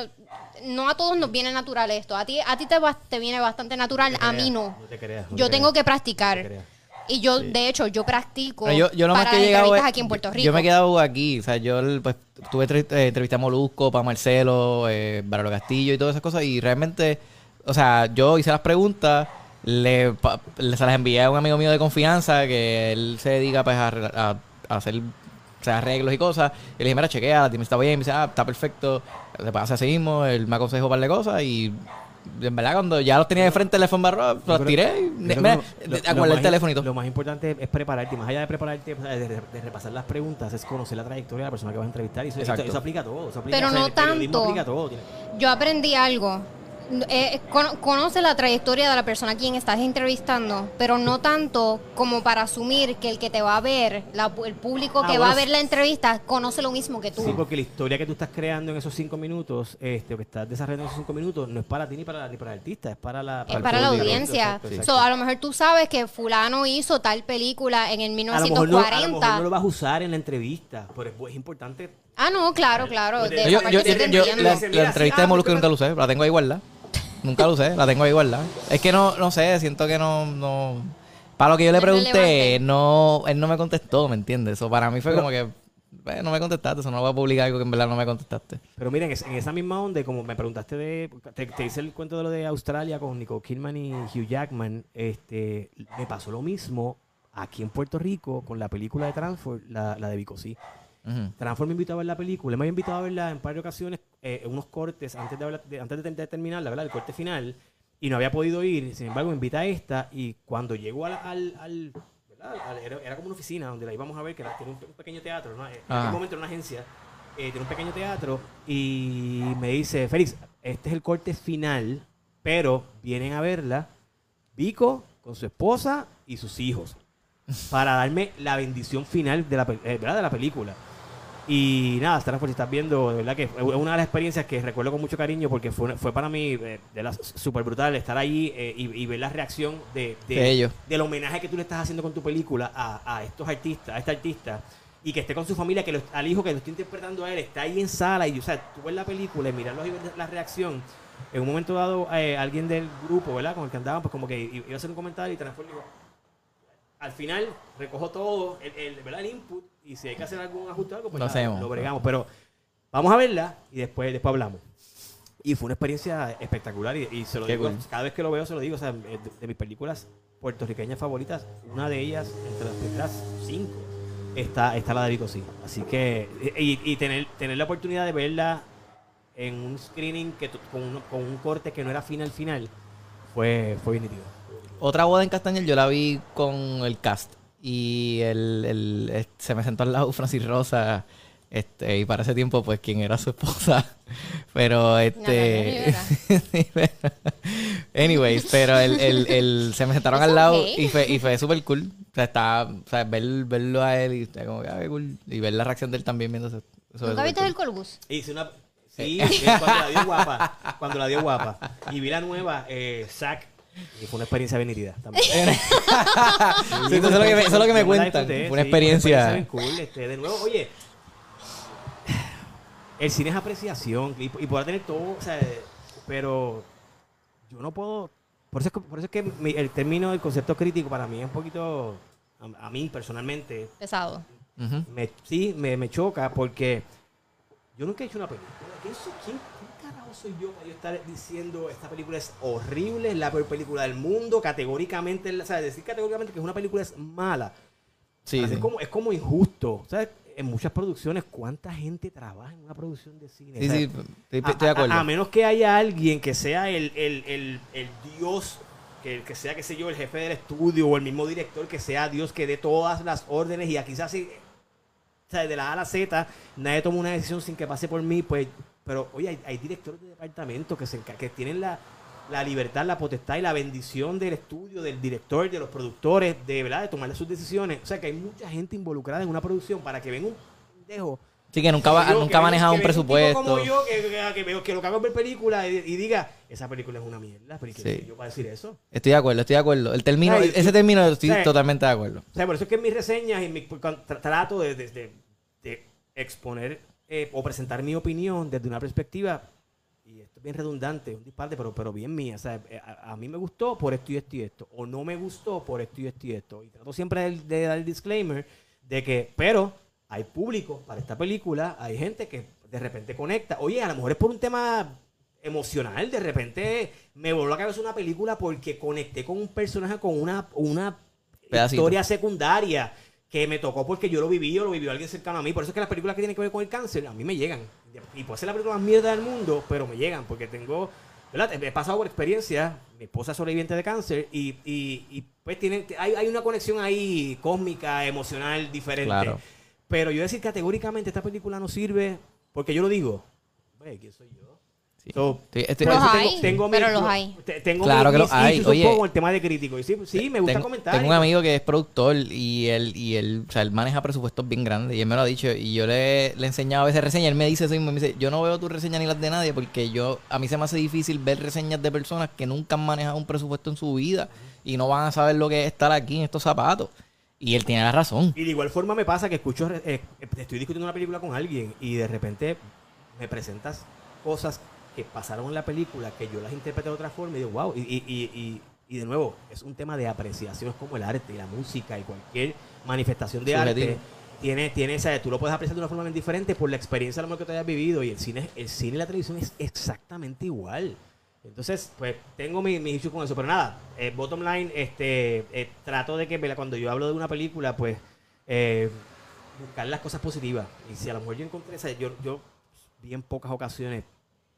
[SPEAKER 1] no a todos nos viene natural esto. A ti, a ti te, va- te viene bastante natural, a mí no.
[SPEAKER 2] No te creas, no
[SPEAKER 1] yo
[SPEAKER 2] te
[SPEAKER 1] tengo que
[SPEAKER 2] creas,
[SPEAKER 1] practicar.
[SPEAKER 2] no te creas.
[SPEAKER 1] y yo, de hecho, yo practico
[SPEAKER 3] No, yo, yo lo más
[SPEAKER 1] para
[SPEAKER 3] que he llegado es-
[SPEAKER 1] entrevistas aquí en Puerto
[SPEAKER 3] yo-
[SPEAKER 1] Rico.
[SPEAKER 3] Yo me he quedado aquí. O sea, yo el- pues, tuve tre- eh, entrevistas a Molusco, para Marcelo, eh, Barolo Castillo y todas esas cosas. Y realmente, o sea, yo hice las preguntas, le, pa- le- se las envié a un amigo mío de confianza que él se dedica pues, a, re- a- a hacer o sea, arreglos y cosas. Y le dije, mira, chequea, dime si está bien. Y me dice, ah, está perfecto. Le pasa así mismo, él me aconsejó un par de cosas y... En verdad, cuando ya los tenía de frente el teléfono barro,
[SPEAKER 2] Yo
[SPEAKER 3] los
[SPEAKER 2] creo-
[SPEAKER 3] tiré. y-
[SPEAKER 2] yo creo
[SPEAKER 3] Mira,
[SPEAKER 2] que lo- lo- lo
[SPEAKER 3] aguardé
[SPEAKER 2] más
[SPEAKER 3] el
[SPEAKER 2] im-
[SPEAKER 3] teléfono y todo.
[SPEAKER 2] Lo más importante es prepararte, más allá de prepararte, o sea, de, re- de repasar las preguntas, es conocer la trayectoria de la persona que vas a entrevistar. Y eso,
[SPEAKER 3] Exacto.
[SPEAKER 2] esto- eso aplica a todo. eso aplica-
[SPEAKER 1] Pero
[SPEAKER 2] o sea,
[SPEAKER 1] no
[SPEAKER 2] el periodismo
[SPEAKER 1] tanto.
[SPEAKER 2] aplica a todo. tiene-
[SPEAKER 1] Yo aprendí algo. Eh, cono- conoce la trayectoria de la persona a quien estás entrevistando, pero no tanto como para asumir que el que te va a ver, la pu- el público
[SPEAKER 2] Ah,
[SPEAKER 1] que va
[SPEAKER 2] bueno,
[SPEAKER 1] a ver la entrevista, conoce lo mismo que tú.
[SPEAKER 2] Sí, porque la historia que tú estás creando en esos cinco minutos, este, o que estás desarrollando en esos cinco minutos, no es para ti ni para, ni para el artista, es para la,
[SPEAKER 1] es
[SPEAKER 2] el
[SPEAKER 1] eh, para la
[SPEAKER 2] público.
[SPEAKER 1] audiencia.
[SPEAKER 2] Exacto, exacto.
[SPEAKER 1] So, a lo mejor tú sabes que fulano hizo tal película en el
[SPEAKER 2] A lo mejor
[SPEAKER 1] 1940.
[SPEAKER 2] no- a lo mejor no lo vas a usar en la entrevista, pero es, es importante
[SPEAKER 1] Ah, no, claro, claro. de
[SPEAKER 2] Yo-
[SPEAKER 1] esa
[SPEAKER 3] Yo,
[SPEAKER 1] parte
[SPEAKER 3] yo-
[SPEAKER 1] sí te
[SPEAKER 3] yo-
[SPEAKER 1] entiendo.
[SPEAKER 3] la,
[SPEAKER 2] Dice,
[SPEAKER 3] la
[SPEAKER 2] mira,
[SPEAKER 3] entrevista
[SPEAKER 2] sí,
[SPEAKER 3] de
[SPEAKER 2] ah,
[SPEAKER 3] Molusco
[SPEAKER 2] tú-
[SPEAKER 3] nunca la usé, la tengo ahí guardada. Nunca la usé, la tengo ahí guardada. Es que no, no sé, siento que no, no... Para lo que yo le
[SPEAKER 1] Es relevante.
[SPEAKER 3] pregunté, no, él no me contestó, ¿me entiendes? Eso para mí fue como que, "Eh, no me contestaste, eso no voy a publicar algo que en verdad no me contestaste.
[SPEAKER 2] Pero miren, es- en esa misma onda, como me preguntaste de. Te, te hice el cuento de lo de Australia con Nicole Kidman y Hugh Jackman. Este, me pasó lo mismo aquí en Puerto Rico con la película de Transform, la, la de Bicosí.
[SPEAKER 3] Ujú.
[SPEAKER 2] Transform me invitó a ver la película. Él Me había invitado a verla en par de ocasiones, eh, unos cortes antes de, verla- de- antes de, de terminarla, ¿verdad? El corte final. Y no había podido ir. Sin embargo, me invita a esta. Y cuando llego al. al- al- ¿verdad? Al- era, era como una oficina donde la íbamos a ver, que era- tiene un, pe- un pequeño teatro. ¿no? Eh, En
[SPEAKER 3] Ajá.
[SPEAKER 2] aquel momento era una agencia. eh, tiene un pequeño teatro. Y me dice: Félix, este es el corte final, pero vienen a verla Vico con su esposa y sus hijos para darme la bendición final de la, pel- eh, ¿verdad? de la película. Y nada, Stanford, si estás viendo, de verdad que es una de las experiencias que recuerdo con mucho cariño porque fue, fue para mí eh, de las súper brutal estar allí eh, y, y ver la reacción de, de-
[SPEAKER 3] De ellos.
[SPEAKER 2] del homenaje que tú le estás haciendo con tu película a, a estos artistas, a este artista, y que esté con su familia, que lo- al hijo que lo está interpretando a él, está ahí en sala, y o sea, tú ves la película y mirarlos y ver la reacción. En un momento dado, eh, alguien del grupo, ¿verdad? Con el que andaban, pues como que i- iba a hacer un comentario y Transform dijo, al final recojo todo, el, el, ¿verdad? el input, y si hay que hacer algún ajuste o algo, pues
[SPEAKER 3] Lo
[SPEAKER 2] nada,
[SPEAKER 3] hacemos.
[SPEAKER 2] lo bregamos. Pero vamos a verla y después, después hablamos. Y fue una experiencia espectacular y, y se lo
[SPEAKER 3] Qué
[SPEAKER 2] digo,
[SPEAKER 3] cool.
[SPEAKER 2] cada vez que lo veo se lo digo, o sea, eh, de, de mis películas puertorriqueñas favoritas, una de ellas, entre las primeras cinco, está, está la de Vico sí. Así que, y, y tener, tener la oportunidad de verla en un screening que tú- con, un, con un corte que no era final final, fue, fue bien nítido.
[SPEAKER 3] Otra boda en Castañel yo la vi con el cast. Y el, el- eh, se me sentó al lado Francis Rosa. Este, y para ese tiempo, pues, quien era su esposa. Pero este. sí, pero- Anyways, pero el, el- el- se me sentaron
[SPEAKER 1] It's
[SPEAKER 3] al lado
[SPEAKER 1] okay.
[SPEAKER 3] y fue, y fue súper cool. O sea, estaba, o sea, ver- verlo a él y estaba como que, ah, qué cool. Y ver la reacción de él también viéndose. eso es
[SPEAKER 1] ¿Nunca
[SPEAKER 3] súper
[SPEAKER 1] viste
[SPEAKER 3] cool.
[SPEAKER 1] el Colbus?
[SPEAKER 2] Hice una. Sí,
[SPEAKER 3] Eh.
[SPEAKER 2] sí, cuando la dio guapa. Cuando la dio guapa. Y vi la nueva, eh, Zack. Y fue una experiencia bien nítida también.
[SPEAKER 3] Sí, eso es lo que me, eso es lo que me
[SPEAKER 2] Yo la
[SPEAKER 3] cuentan.
[SPEAKER 2] disfruté,
[SPEAKER 3] Fue una
[SPEAKER 2] sí, fue
[SPEAKER 3] experiencia.
[SPEAKER 2] bien cool, este, de nuevo, oye. El cine es apreciación y, y podrá tener todo, o sea, pero yo no puedo. Por eso es que, por eso es que mi- el término del concepto crítico para mí es un poquito, a- a mí personalmente,
[SPEAKER 1] Pesado.
[SPEAKER 3] Ujú.
[SPEAKER 2] me, sí, me, me choca porque yo nunca he hecho una película. ¿Quién, soy, quién, quién carajo soy yo para yo estar diciendo esta película es horrible, es la peor película del mundo, categóricamente, o sea, decir categóricamente que una película es mala,
[SPEAKER 3] Sí,
[SPEAKER 2] es,
[SPEAKER 3] sí.
[SPEAKER 2] como, es como injusto. ¿sabes? En muchas producciones, ¿cuánta gente trabaja en una producción de cine?
[SPEAKER 3] Sí,
[SPEAKER 2] O sea,
[SPEAKER 3] sí, estoy,
[SPEAKER 2] a-
[SPEAKER 3] estoy de
[SPEAKER 2] a-
[SPEAKER 3] acuerdo.
[SPEAKER 2] A, menos que haya alguien que sea el, el- el- el dios, que, que sea, qué sé yo, el jefe del estudio o el mismo director, que sea dios que dé todas las órdenes y quizás si, o sea, de la A a la Z, nadie toma una decisión sin que pase por mí, pues, pero oye, hay, hay directores de departamento que, se, enca- que tienen la, la libertad, la potestad y la bendición del estudio, del director, de los productores, de, ¿verdad? de tomar sus decisiones. O sea, que hay mucha gente involucrada en una producción para que venga un pendejo
[SPEAKER 3] Sí, que nunca, va,
[SPEAKER 2] Yo,
[SPEAKER 3] nunca ha
[SPEAKER 2] que-
[SPEAKER 3] manejado
[SPEAKER 2] que
[SPEAKER 3] un
[SPEAKER 2] venga tipo
[SPEAKER 3] presupuesto.
[SPEAKER 2] Como yo, que, que, que veo- que lo que hago es ver películas y, y diga, esa película es una mierda. Pero ¿y qué
[SPEAKER 3] Sí.
[SPEAKER 2] soy yo para decir eso?
[SPEAKER 3] Estoy de acuerdo, estoy de acuerdo. El término,
[SPEAKER 2] Ay,
[SPEAKER 3] ese término estoy
[SPEAKER 2] sí.
[SPEAKER 3] totalmente de acuerdo.
[SPEAKER 2] O sea, por eso es que en mis reseñas y en mi, pues, cuando tra- trato de, de- de- de exponer eh, o presentar mi opinión desde una perspectiva, y esto es bien redundante, un disparate, pero, pero bien mía. O sea, eh, a, a mí me gustó por esto y esto y esto, o no me gustó por esto y esto y esto. Y trato siempre de, de dar el disclaimer de que, pero hay público para esta película, hay gente que de repente conecta. Oye, a lo mejor es por un tema emocional, de repente me voló a la cabeza una película porque conecté con un personaje, con una, una
[SPEAKER 3] Pedacito.
[SPEAKER 2] historia secundaria que me tocó porque yo lo viví o lo vivió alguien cercano a mí. Por eso es que las películas que tienen que ver con el cáncer a mí me llegan. Y puede ser la película más mierda del mundo, pero me llegan porque tengo... ¿verdad? He pasado por experiencia, mi esposa es sobreviviente de cáncer y, y- y, pues tiene, hay, hay una conexión ahí cósmica, emocional, diferente.
[SPEAKER 3] Claro.
[SPEAKER 2] Pero yo decir categóricamente esta película no sirve porque yo lo digo. Güey, ¿quién soy yo?
[SPEAKER 3] Sí.
[SPEAKER 2] So, pues,
[SPEAKER 3] Estoy- estoy-
[SPEAKER 1] Los
[SPEAKER 2] por eso
[SPEAKER 1] hay, pero los
[SPEAKER 2] yo-
[SPEAKER 1] hay.
[SPEAKER 2] te- Tengo
[SPEAKER 3] Claro que
[SPEAKER 2] mis-
[SPEAKER 3] los hay,
[SPEAKER 2] mis issues un
[SPEAKER 3] oye.
[SPEAKER 2] poco con el tema de crítico. Y sí, sí, me gusta
[SPEAKER 3] tengo,
[SPEAKER 2] comentar.
[SPEAKER 3] tengo un amigo que es productor y él, y él, o sea, él maneja presupuestos bien grandes y él me lo ha dicho. Y yo le, le he enseñado a veces reseñas. Él me dice eso mismo, me dice, yo no veo tus reseñas ni las de nadie porque yo, a mí se me hace difícil ver reseñas de personas que nunca han manejado un presupuesto en su vida y no van a saber lo que es estar aquí en estos zapatos. Y él tiene la razón.
[SPEAKER 2] Y de igual forma me pasa que escucho, eh, eh, estoy discutiendo una película con alguien y de repente me presentas cosas que pasaron en la película que yo las interpreté de otra forma y digo, wow. Y, y- y- y- y de nuevo, es un tema de apreciación, es como el arte y la música y cualquier manifestación de
[SPEAKER 3] Subjetivo.
[SPEAKER 2] arte. Tiene, tiene, esa tú lo puedes apreciar de una forma bien diferente por la experiencia a lo mejor que tú hayas vivido y el cine, el cine y la televisión es exactamente igual. Entonces, pues tengo mi- mis issues con eso, pero nada, eh, bottom line, este, eh, trato de que ¿verdad? cuando yo hablo de una película, pues eh, buscar las cosas positivas. Y si a lo mejor yo encontré, o sea, yo, yo vi en pocas ocasiones,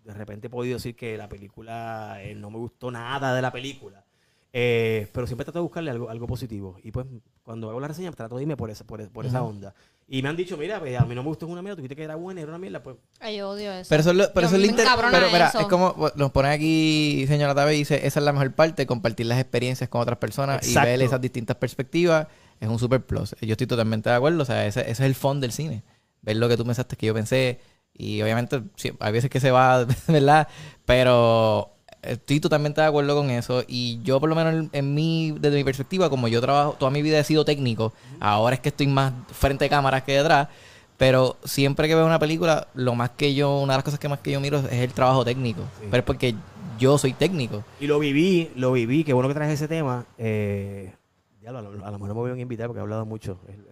[SPEAKER 2] de repente he podido decir que la película, eh, no me gustó nada de la película. Eh, pero siempre trato de buscarle algo, algo positivo. Y pues cuando hago la reseña, trato de irme por esa, por, esa- por esa
[SPEAKER 3] Ujú.
[SPEAKER 2] onda. Y me han dicho, mira, pues, a mí no me gustó es una mierda, tú dijiste que era buena, era una mierda, pues
[SPEAKER 1] Ay, yo odio eso.
[SPEAKER 3] Pero eso es lo,
[SPEAKER 1] Yo
[SPEAKER 3] pero eso es lo
[SPEAKER 1] me
[SPEAKER 3] inter-
[SPEAKER 1] encabrona
[SPEAKER 3] Pero espera,
[SPEAKER 1] eso.
[SPEAKER 3] es como nos pone aquí señora Tabe y dice, esa es la mejor parte, compartir las experiencias con otras personas
[SPEAKER 2] Exacto.
[SPEAKER 3] y ver esas distintas perspectivas es un super plus. Yo estoy totalmente de acuerdo, o sea, ese, ese es el fondo del cine. Ver lo que tú pensaste que yo pensé y obviamente sí, hay veces que se va, ¿verdad? Pero estoy totalmente de acuerdo con eso y yo por lo menos en, en mi desde mi perspectiva, como yo trabajo toda mi vida he sido técnico, ahora es que estoy más frente de cámaras que detrás. Pero siempre que veo una película, lo más que yo, una de las cosas que más que yo miro es el trabajo técnico.
[SPEAKER 2] Sí.
[SPEAKER 3] Pero es porque yo soy técnico.
[SPEAKER 2] Y lo viví, lo viví. Qué bueno que traes ese tema. Eh, ya lo- a, lo, a lo mejor me voy a invitar porque he hablado mucho. Es- es-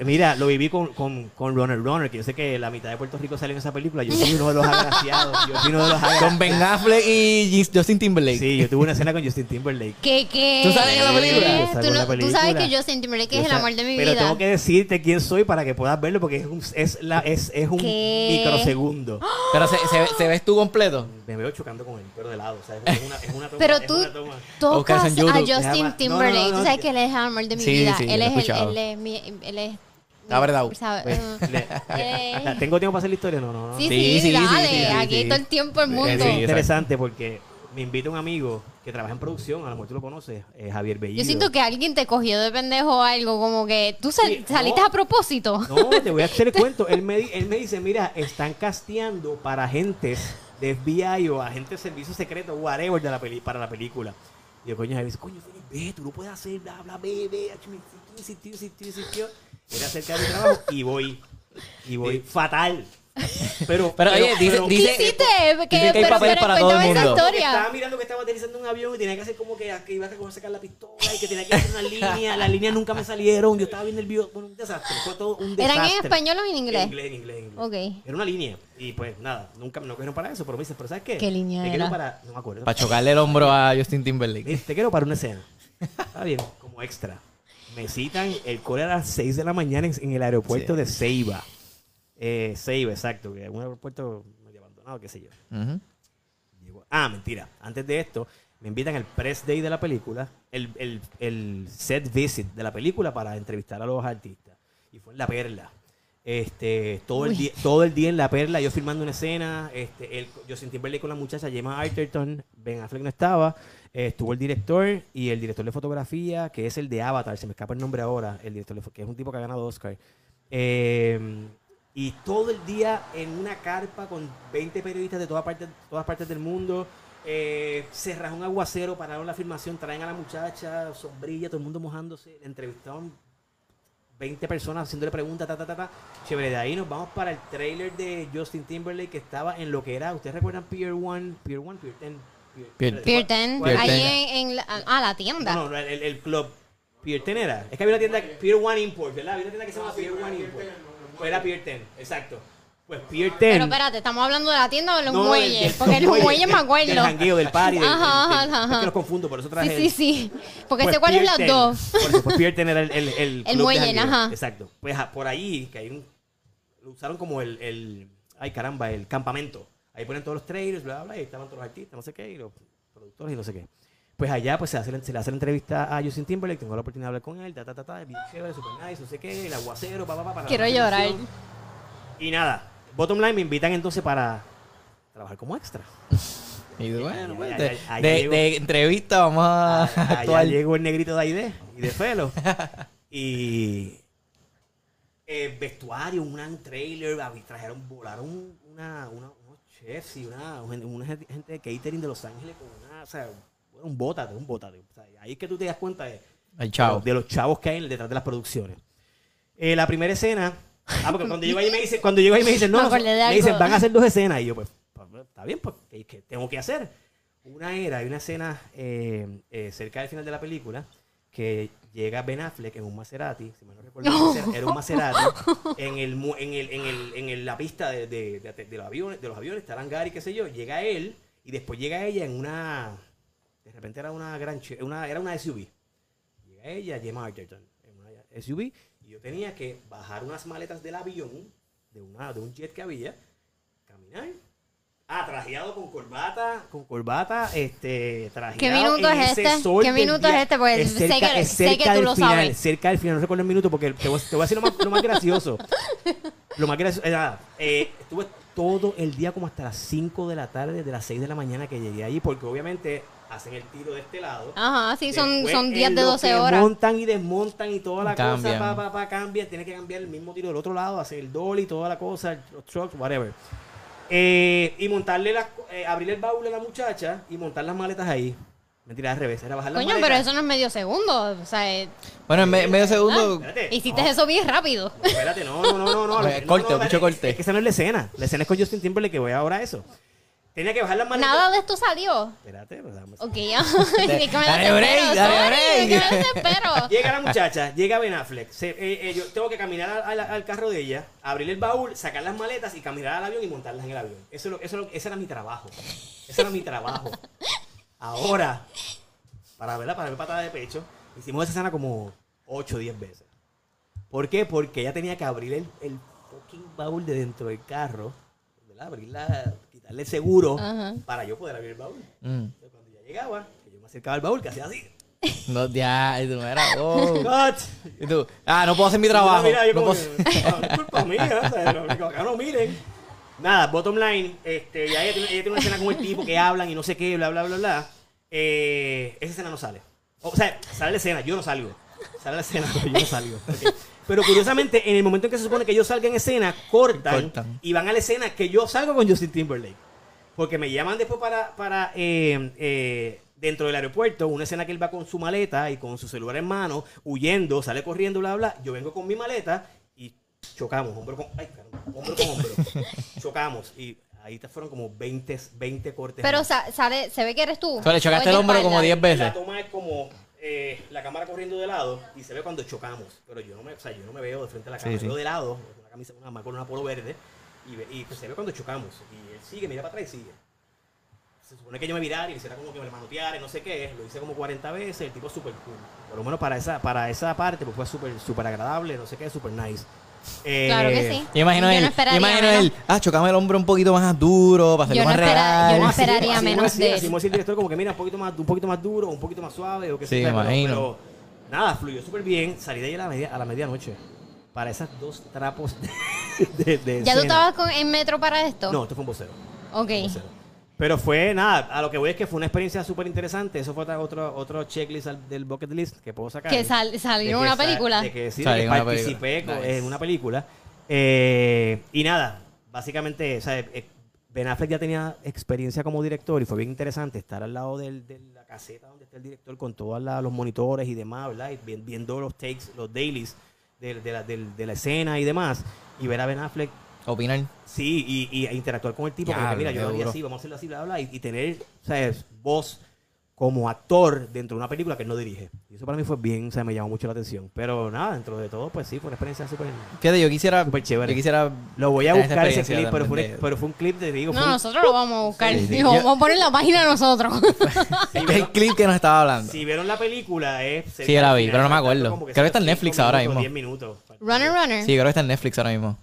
[SPEAKER 2] Mira, lo viví con, con, con Runner Runner, que yo sé que la mitad de Puerto Rico salió en esa película. Yo soy uno de los agraciados. Yo soy uno de los agraciados.
[SPEAKER 3] con Ben Affleck y Gis- Justin Timberlake.
[SPEAKER 2] Sí, yo tuve una escena con Justin Timberlake.
[SPEAKER 1] ¿Qué, qué?
[SPEAKER 3] ¿Tú sabes que la película?
[SPEAKER 1] ¿Tú
[SPEAKER 2] Yo salgo
[SPEAKER 1] no-
[SPEAKER 2] en la
[SPEAKER 1] Tú sabes
[SPEAKER 2] película.
[SPEAKER 1] que Justin Timberlake es
[SPEAKER 2] Yo
[SPEAKER 1] el
[SPEAKER 2] sa-
[SPEAKER 1] amor de mi
[SPEAKER 2] Pero
[SPEAKER 1] vida.
[SPEAKER 2] tengo que decirte quién soy para que puedas verlo porque es un, es la, es, es un
[SPEAKER 1] ¿Qué? ¡Ah!
[SPEAKER 2] microsegundo.
[SPEAKER 3] Pero se, se, ve- ¿se ves tú completo.
[SPEAKER 2] Me veo chocando con él, pero de lado. O sea, es una, es una toma.
[SPEAKER 1] Pero
[SPEAKER 2] es
[SPEAKER 1] tú-
[SPEAKER 2] una toma.
[SPEAKER 3] Buscas
[SPEAKER 1] Tocas
[SPEAKER 3] en YouTube.
[SPEAKER 1] a
[SPEAKER 2] Déjame- no, no,
[SPEAKER 1] Justin
[SPEAKER 2] no,
[SPEAKER 1] Timberlake.
[SPEAKER 2] no.
[SPEAKER 1] Tú sabes que él es el amor de mi
[SPEAKER 3] Sí,
[SPEAKER 1] vida.
[SPEAKER 3] sí, yo
[SPEAKER 1] él,
[SPEAKER 3] lo he
[SPEAKER 1] es el,
[SPEAKER 3] escuchado.
[SPEAKER 1] él es mi. Él es.
[SPEAKER 3] La verdad.
[SPEAKER 1] ¿sabes?
[SPEAKER 3] Pues,
[SPEAKER 1] Eh,
[SPEAKER 2] Le-
[SPEAKER 1] eh.
[SPEAKER 2] ¿Tengo tiempo para hacer la historia? No, no, no.
[SPEAKER 1] Sí,
[SPEAKER 3] Sí,
[SPEAKER 1] sí,
[SPEAKER 3] sí, sí,
[SPEAKER 1] dale.
[SPEAKER 3] sí, sí,
[SPEAKER 1] aquí
[SPEAKER 3] sí.
[SPEAKER 1] todo el tiempo el mundo.
[SPEAKER 3] Eh, Sí,
[SPEAKER 2] Es
[SPEAKER 3] exacto.
[SPEAKER 2] interesante porque me invita un amigo que trabaja en producción, a lo mejor tú lo conoces, eh, Javier Bellido.
[SPEAKER 1] Yo siento que alguien te cogió de pendejo o algo, como que tú sal-
[SPEAKER 2] Sí, no.
[SPEAKER 1] saliste a propósito.
[SPEAKER 2] No, te voy a hacer el cuento. Él me, di- él me dice, mira, están casteando para agentes de FBI o agentes de servicio secreto, whatever, de la peli para la película. Y yo, coño, Javier dice, coño, Felipe, ve, tú lo puedes hacer, bla, bla, ve, ve, ach, me insistió, insistió, insistió, insistió. Era acerca de mi trabajo y voy, y voy fatal. Pero,
[SPEAKER 3] Pero, oye, dice-
[SPEAKER 1] ¿Qué
[SPEAKER 3] dice-
[SPEAKER 1] hiciste?
[SPEAKER 3] que hay
[SPEAKER 1] pero, pero
[SPEAKER 3] papeles
[SPEAKER 1] pues,
[SPEAKER 3] para todo el
[SPEAKER 1] cuéntame esa
[SPEAKER 3] mundo.
[SPEAKER 2] Estaba
[SPEAKER 1] historia.
[SPEAKER 2] mirando que estaba aterrizando un avión y tenía que hacer como que, que iba a como sacar la pistola y que tenía que hacer una línea. Las líneas nunca me salieron. Yo estaba bien nervioso. Bueno, un desastre. Fue todo un desastre.
[SPEAKER 1] ¿Eran en español o en inglés?
[SPEAKER 2] En inglés, en inglés, en inglés.
[SPEAKER 1] Ok.
[SPEAKER 2] Era una línea. Y pues nada, nunca me lo cogieron para eso. Pero me dices, ¿pero sabes qué?
[SPEAKER 1] ¿Qué línea
[SPEAKER 2] Te quiero
[SPEAKER 1] era?
[SPEAKER 2] para. No me acuerdo.
[SPEAKER 3] Para chocarle el hombro a Justin
[SPEAKER 2] Me
[SPEAKER 3] Timberlake.
[SPEAKER 2] dice, Te quiero para una escena. Está bien, como extra. Me citan el cole a las 6 de la mañana en, en el aeropuerto
[SPEAKER 3] Sí.
[SPEAKER 2] de Ceiba. Eh, Ceiba, exacto. Que es un aeropuerto medio abandonado, qué sé yo.
[SPEAKER 3] Ujú.
[SPEAKER 2] Llegó- Ah, mentira. Antes de esto, me invitan al press day de la película, el, el- el set visit de la película para entrevistar a los artistas. Y fue en La Perla. Este, todo, el día, todo el día en La Perla, yo filmando una escena, este, el, Justin Timberlake con la muchacha Gemma Arterton, Ben Affleck no estaba, eh, estuvo el director y el director de fotografía, que es el de Avatar, se me escapa el nombre ahora, el director de fo- que es un tipo que ha ganado Oscar. Eh, y todo el día en una carpa con 20 periodistas de todas partes, todas partes del mundo. Eh, se rajó un aguacero, pararon la filmación, traen a la muchacha, sombrilla, todo el mundo mojándose. Le entrevistaron 20 personas haciéndole preguntas, ta, ta, ta, ta. Chévere, de ahí nos vamos para el trailer de Justin Timberlake que estaba en lo que era, ¿ustedes recuerdan Pier 1? Pier 1, Pier 10.
[SPEAKER 3] Pier-
[SPEAKER 1] Pier
[SPEAKER 2] ¿cuál-
[SPEAKER 1] 10,
[SPEAKER 2] cuál-
[SPEAKER 1] ahí
[SPEAKER 3] Pier 10.
[SPEAKER 1] en, en la, ah, la tienda.
[SPEAKER 2] No, no, el, el- el club. Pier 10 era. Es que había una tienda, Pier 1 Import, ¿verdad? Había una tienda que se llama Pier 1 Import. Pues era Pier 10, exacto. Pues Pier 10.
[SPEAKER 1] Pero espérate, ¿estamos hablando de la tienda o de los
[SPEAKER 2] No,
[SPEAKER 1] muelles?
[SPEAKER 2] del-
[SPEAKER 1] porque
[SPEAKER 2] del
[SPEAKER 1] los muelles me
[SPEAKER 2] Del
[SPEAKER 1] acuerdo.
[SPEAKER 2] jangueo, del party. del- del-
[SPEAKER 1] Ajá,
[SPEAKER 2] del-
[SPEAKER 1] ajá,
[SPEAKER 2] Es
[SPEAKER 1] ajá.
[SPEAKER 2] que los confundo, por eso traje
[SPEAKER 1] Sí, sí,
[SPEAKER 2] el-
[SPEAKER 1] sí. Porque
[SPEAKER 2] Pues
[SPEAKER 1] sé cuáles
[SPEAKER 2] Pier
[SPEAKER 1] las
[SPEAKER 2] 10.
[SPEAKER 1] dos.
[SPEAKER 2] Por eso, pues Pier 10 era el, el, el, club de
[SPEAKER 1] muelle,
[SPEAKER 2] jangueo.
[SPEAKER 1] ajá.
[SPEAKER 2] Exacto. Pues ah, por ahí, que hay un. Lo usaron como el, el. Ay, caramba, el campamento. Ahí ponen todos los trailers, bla, bla, bla, y estaban todos los artistas, no sé qué, y los productores y no sé qué. Pues allá pues se, hace, la- se le hace la entrevista a Justin Timberlake, tengo la oportunidad de hablar con él, ta, ta, ta, ta, bien chévere, super nice, no sé qué, el aguacero, pa, pa, pa, para
[SPEAKER 1] Quiero
[SPEAKER 2] la
[SPEAKER 1] llorar.
[SPEAKER 2] televisión. Y nada, bottom line, me invitan entonces para trabajar como extra.
[SPEAKER 3] Y bueno, pues,
[SPEAKER 2] Ay,
[SPEAKER 3] de,
[SPEAKER 2] ay, ay,
[SPEAKER 3] de-
[SPEAKER 2] ahí llegó.
[SPEAKER 3] de entrevista vamos a
[SPEAKER 2] Allá
[SPEAKER 3] actuar.
[SPEAKER 2] Ah, llegó el negrito de Aide y de pelo. y eh, vestuario, un gran trailer, ah, trajeron, volaron una, una- unos chefs y una, una gente de catering de Los Ángeles con una, o sea, bueno, un bótate, un bótate. O sea, ahí es que tú te das cuenta de,
[SPEAKER 3] Ay, chao.
[SPEAKER 2] de los chavos que hay detrás de las producciones. Eh, la primera escena, ah, porque cuando llego ahí me dicen, cuando llego ahí me dicen,
[SPEAKER 1] Me
[SPEAKER 2] no,
[SPEAKER 1] acordé de
[SPEAKER 2] me
[SPEAKER 1] algo.
[SPEAKER 2] dicen, van a hacer dos escenas. Y yo, pues, pues, está bien, pues, ¿qué, qué tengo que hacer? Una era, hay una escena eh, eh, cerca del final de la película que llega Ben Affleck en un Maserati, si mal no recuerdo, era un Maserati, en, el, mu- en, el, en, el, en el- la pista de, de- de- de los aviones, de los aviones, está el hangar y qué sé yo, llega él y después llega ella en una, de repente era una gran, che- una, era una SUV, Llega ella, Gemma Arterton, en una SUV, y yo tenía que bajar unas maletas del avión, de, una, de un jet que había, caminar. Ah, trajeado con corbata, con corbata, este, trajeado.
[SPEAKER 1] minuto
[SPEAKER 2] en
[SPEAKER 1] es
[SPEAKER 2] ese
[SPEAKER 1] este?
[SPEAKER 2] sol
[SPEAKER 1] ¿Qué
[SPEAKER 2] del
[SPEAKER 1] minuto
[SPEAKER 2] día.
[SPEAKER 1] es este? Porque
[SPEAKER 2] Es
[SPEAKER 1] sé
[SPEAKER 2] cerca-
[SPEAKER 1] que-
[SPEAKER 2] es
[SPEAKER 1] sé que
[SPEAKER 2] cerca
[SPEAKER 1] tú
[SPEAKER 2] del
[SPEAKER 1] lo
[SPEAKER 2] final,
[SPEAKER 1] sabes.
[SPEAKER 2] Cerca del final, no recuerdo el minuto porque te voy, a- te voy a decir lo más, lo más gracioso. Lo más gracioso era, eh, estuve todo el día como hasta las 5 de la tarde, de las 6 de la mañana que llegué allí, porque obviamente hacen el tiro de este lado.
[SPEAKER 1] Ajá, sí, son,
[SPEAKER 2] Después,
[SPEAKER 1] son
[SPEAKER 2] en
[SPEAKER 1] 10 de
[SPEAKER 2] lo
[SPEAKER 1] 12
[SPEAKER 2] que
[SPEAKER 1] horas.
[SPEAKER 2] Montan y desmontan y toda la
[SPEAKER 3] Cambian.
[SPEAKER 2] cosa, pa, pa, pa, cambia. Tienes que cambiar el mismo tiro del otro lado, hacer el dolly, toda la cosa, los trucks, whatever. Eh, y montarle las, co- eh, abrir el baúl a la muchacha y montar las maletas ahí. Mentira, al revés, era bajar las
[SPEAKER 1] Coño, pero
[SPEAKER 2] maletas.
[SPEAKER 1] eso no es medio segundo. O sea, eh,
[SPEAKER 3] Bueno, en me- medio segundo.
[SPEAKER 2] Espérate.
[SPEAKER 1] hiciste
[SPEAKER 2] No,
[SPEAKER 1] eso bien rápido.
[SPEAKER 2] no, espérate, no, no, no, no. no,
[SPEAKER 3] Eh,
[SPEAKER 2] no,
[SPEAKER 3] corte,
[SPEAKER 2] no, no,
[SPEAKER 3] mucho
[SPEAKER 2] es-
[SPEAKER 3] corte.
[SPEAKER 2] Es que esa no es la escena. La escena es con Justin Timberlake que voy ahora a eso. Tenía que bajar las maletas.
[SPEAKER 1] Nada de esto salió.
[SPEAKER 2] Espérate, pues, dame-
[SPEAKER 1] Ok, ya. Es que me
[SPEAKER 3] Dale
[SPEAKER 1] desespero,
[SPEAKER 3] break, dale
[SPEAKER 1] sorry,
[SPEAKER 3] break.
[SPEAKER 1] es que me desespero.
[SPEAKER 2] Llega la muchacha, llega Ben Affleck. Se- eh, eh, yo tengo que caminar al, al- al carro de ella, abrir el baúl, sacar las maletas y caminar al avión y montarlas en el avión. Eso, es lo- eso es lo- ese era mi trabajo. Ese era mi trabajo. Ahora, para verla, para ver patada de pecho, hicimos esa escena como 8 o 10 veces. ¿Por qué? Porque ella tenía que abrir el, el fucking baúl de dentro del carro, ¿verdad? Abrirla, quitarle el seguro
[SPEAKER 1] Ajá.
[SPEAKER 2] para yo poder abrir el baúl.
[SPEAKER 3] Mm,
[SPEAKER 2] Entonces, cuando ya llegaba, que yo me acercaba al baúl, que hacía así.
[SPEAKER 3] no, ya, y tú, mira, wow.
[SPEAKER 2] ¡Cut!
[SPEAKER 3] Y tú, ah, no puedo hacer mi trabajo.
[SPEAKER 2] Mira, yo
[SPEAKER 3] no
[SPEAKER 2] como
[SPEAKER 3] puedo-
[SPEAKER 2] que, "Ah, es culpa mía, o sea, no, acá no miren. Nada, bottom line, este, ya ella, tiene- ella tiene una escena con el tipo que hablan y no sé qué, bla, bla, bla, bla. Eh, esa escena no sale. O sea, sale la escena, yo no salgo. Sale la escena, pero yo no salgo. Ok. Pero curiosamente, en el momento en que se supone que yo salga en escena, cortan,
[SPEAKER 3] Cortan.
[SPEAKER 2] y van a la escena que yo salgo con Justin Timberlake. Porque me llaman después para, para eh, eh, dentro del aeropuerto, una escena que él va con su maleta y con su celular en mano, huyendo, sale corriendo, bla, bla. Yo vengo con mi maleta y chocamos, hombro con, ay, caramba, hombro, con hombro. chocamos. Y ahí te fueron como 20, 20 cortes.
[SPEAKER 1] Pero
[SPEAKER 2] más.
[SPEAKER 1] sa- sale, se ve que eres tú.
[SPEAKER 3] Tú le chocaste
[SPEAKER 1] O es
[SPEAKER 3] el
[SPEAKER 1] de
[SPEAKER 3] hombro como
[SPEAKER 1] espalda.
[SPEAKER 3] 10 veces.
[SPEAKER 2] La toma es como eh, la cámara corriendo de lado y se ve cuando chocamos. Pero yo no me, o sea, yo no me veo de frente a la cámara,
[SPEAKER 3] sí.
[SPEAKER 2] me veo de lado, con una camisa, una con una polo verde, y, ve- y se ve cuando chocamos. Y él sigue, mira para atrás y sigue. Se supone que yo me mirara y le hiciera como que me manoteara y no sé qué. Lo hice como 40 veces, el tipo súper cool. Por lo menos para esa, para esa parte, pues fue súper súper agradable, no sé qué, súper nice. Eh,
[SPEAKER 1] Claro que sí.
[SPEAKER 3] Yo
[SPEAKER 1] Yo
[SPEAKER 3] imagino
[SPEAKER 1] no
[SPEAKER 3] él, yo
[SPEAKER 1] esperaría
[SPEAKER 3] imagino
[SPEAKER 1] menos.
[SPEAKER 3] él, ah, chocame el hombro un poquito más duro, para hacerlo
[SPEAKER 1] Yo no
[SPEAKER 3] más
[SPEAKER 1] espera- yo
[SPEAKER 3] real.
[SPEAKER 1] no
[SPEAKER 2] Ah, sí,
[SPEAKER 1] esperaría menos
[SPEAKER 2] así mismo decía,
[SPEAKER 1] de
[SPEAKER 2] así
[SPEAKER 1] él.
[SPEAKER 2] mismo decía el director como que mira, un poquito más, un poquito más duro, un poquito más suave, o que
[SPEAKER 3] Sí,
[SPEAKER 2] sea,
[SPEAKER 3] me
[SPEAKER 2] pero-
[SPEAKER 3] imagino.
[SPEAKER 2] pero nada, fluyó súper bien. Salí de ahí a la, media- a la medianoche para esas dos trapos de, de- de
[SPEAKER 1] ¿Ya tú
[SPEAKER 2] escena.
[SPEAKER 1] estabas con- en metro para esto?
[SPEAKER 2] No, esto fue un vocero.
[SPEAKER 1] Ok.
[SPEAKER 2] un vocero. Pero fue nada, a lo que voy es que fue una experiencia súper interesante. Eso fue otra- otro, otro checklist al- del bucket list que puedo sacar.
[SPEAKER 1] Que sal- salió
[SPEAKER 2] De que
[SPEAKER 1] una
[SPEAKER 2] sa-
[SPEAKER 1] película.
[SPEAKER 2] De que sí,
[SPEAKER 3] Salió
[SPEAKER 2] de que
[SPEAKER 3] una
[SPEAKER 2] participé
[SPEAKER 3] película.
[SPEAKER 2] co-
[SPEAKER 3] Nice.
[SPEAKER 2] en una película. Eh, y nada, básicamente, o sea, eh, Ben Affleck ya tenía experiencia como director y fue bien interesante estar al lado del- de la caseta donde está el director con todos los monitores y demás, ¿verdad? Y vi- viendo los takes, los dailies de, de la, del- de la escena y demás. Y ver a Ben Affleck,
[SPEAKER 3] Opinar.
[SPEAKER 2] sí, y, y interactuar con el tipo.
[SPEAKER 3] Diablo,
[SPEAKER 2] porque mira,
[SPEAKER 3] qué
[SPEAKER 2] yo lo haría
[SPEAKER 3] duro.
[SPEAKER 2] así, vamos a hacerlo así, bla, bla, bla, y, y tener, ¿sabes? Voz como actor dentro de una película que él no dirige. Y eso para mí fue bien, o sea, me llamó mucho la atención. Pero nada, dentro de todo, pues sí, fue una experiencia súper...
[SPEAKER 3] Fíjate, yo quisiera.
[SPEAKER 2] Súper chévere.
[SPEAKER 3] Yo quisiera.
[SPEAKER 2] Lo voy a
[SPEAKER 3] tener esa
[SPEAKER 2] buscar ese
[SPEAKER 3] experiencia
[SPEAKER 2] clip, pero fue,
[SPEAKER 3] también
[SPEAKER 2] un,
[SPEAKER 3] de-
[SPEAKER 2] pero fue un clip de digo...
[SPEAKER 1] No,
[SPEAKER 2] fue un-
[SPEAKER 1] nosotros lo vamos a buscar.
[SPEAKER 3] Sí, sí.
[SPEAKER 1] Digo,
[SPEAKER 3] Yo-
[SPEAKER 1] vamos a poner en la página nosotros.
[SPEAKER 3] Este es el clip que nos estaba hablando.
[SPEAKER 2] Si vieron la película, eh, se-
[SPEAKER 3] Sí, la vi, pero no me
[SPEAKER 2] como
[SPEAKER 3] acuerdo. Creo que
[SPEAKER 2] son
[SPEAKER 3] está
[SPEAKER 2] cinco
[SPEAKER 3] en Netflix ahora
[SPEAKER 2] minutos, 10
[SPEAKER 3] mismo.
[SPEAKER 2] minutos.
[SPEAKER 1] runner, runner.
[SPEAKER 3] Sí, creo que está en Netflix ahora mismo.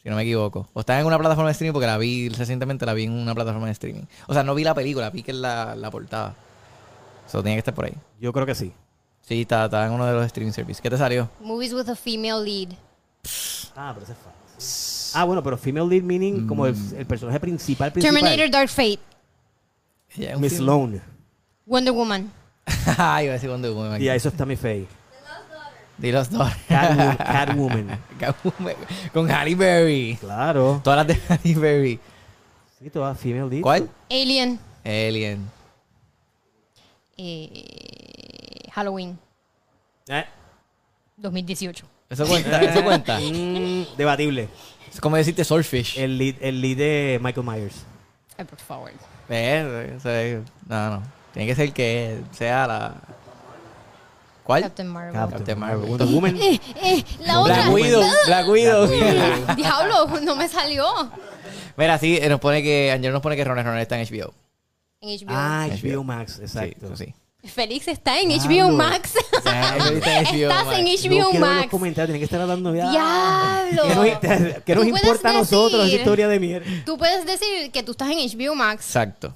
[SPEAKER 3] Si no me equivoco. O está en una plataforma de streaming porque la vi recientemente, la vi en una plataforma de streaming. O sea, no vi la película, vi que es la, la portada. Eso tenía que estar por ahí.
[SPEAKER 2] Yo creo que sí.
[SPEAKER 3] Sí, está, está en uno de los streaming services. ¿Qué te salió?
[SPEAKER 1] Movies with a female lead.
[SPEAKER 2] Ah, pero ese es falso. Ah, bueno, pero female lead meaning como el,
[SPEAKER 3] Mm.
[SPEAKER 2] el personaje principal, principal.
[SPEAKER 1] Terminator Dark Fate.
[SPEAKER 3] Ella es un
[SPEAKER 2] Miss
[SPEAKER 3] film.
[SPEAKER 2] Sloan.
[SPEAKER 1] Wonder Woman.
[SPEAKER 3] Ay, iba a decir Wonder Woman.
[SPEAKER 2] Y a eso está mi fe.
[SPEAKER 3] Di los dos.
[SPEAKER 2] Catwoman. Catwoman.
[SPEAKER 3] Catwoman. Con Halle Berry.
[SPEAKER 2] Claro.
[SPEAKER 3] Todas las de Halle Berry.
[SPEAKER 2] Sí, todas female lead.
[SPEAKER 3] ¿Cuál?
[SPEAKER 1] Alien.
[SPEAKER 3] Alien.
[SPEAKER 1] Eh, Halloween
[SPEAKER 2] Eh,
[SPEAKER 1] 2018.
[SPEAKER 3] Eso cuenta, eso cuenta.
[SPEAKER 2] mm, debatible.
[SPEAKER 3] Es como decirte Swordfish.
[SPEAKER 2] El lead, el lead de Michael Myers.
[SPEAKER 1] Ay, por favor.
[SPEAKER 3] Eh, eso es- no, no. Tiene que ser que sea la. ¿Cuál?
[SPEAKER 1] Captain Marvel.
[SPEAKER 3] Captain Marvel.
[SPEAKER 2] Wonder Woman.
[SPEAKER 1] Eh, eh, la
[SPEAKER 3] Black
[SPEAKER 1] otra.
[SPEAKER 3] Widow. Black Widow.
[SPEAKER 1] Diablo, no me salió.
[SPEAKER 3] Mira, sí, eh, nos pone que. Angelo nos pone que Ronald Ronald está en HBO.
[SPEAKER 1] En HBO.
[SPEAKER 2] Ah, HBO
[SPEAKER 3] HBO.
[SPEAKER 2] Max, exacto.
[SPEAKER 3] Sí, eso sí.
[SPEAKER 1] Félix está en HBO
[SPEAKER 2] Diablo.
[SPEAKER 1] Max.
[SPEAKER 3] Ah, pero está en HBO,
[SPEAKER 1] Estás
[SPEAKER 3] Max.
[SPEAKER 1] en
[SPEAKER 2] Yo quiero
[SPEAKER 1] HBO
[SPEAKER 2] ver Los
[SPEAKER 1] Max.
[SPEAKER 2] comentarios tienen que estar hablando ya. ¿Qué nos,
[SPEAKER 1] Diablo.
[SPEAKER 2] inter- qué
[SPEAKER 1] Tú
[SPEAKER 2] nos
[SPEAKER 1] puedes
[SPEAKER 2] importa a nosotros esa
[SPEAKER 1] decir-
[SPEAKER 2] historia de mierda?
[SPEAKER 1] Tú puedes decir que tú estás en HBO Max.
[SPEAKER 3] Exacto.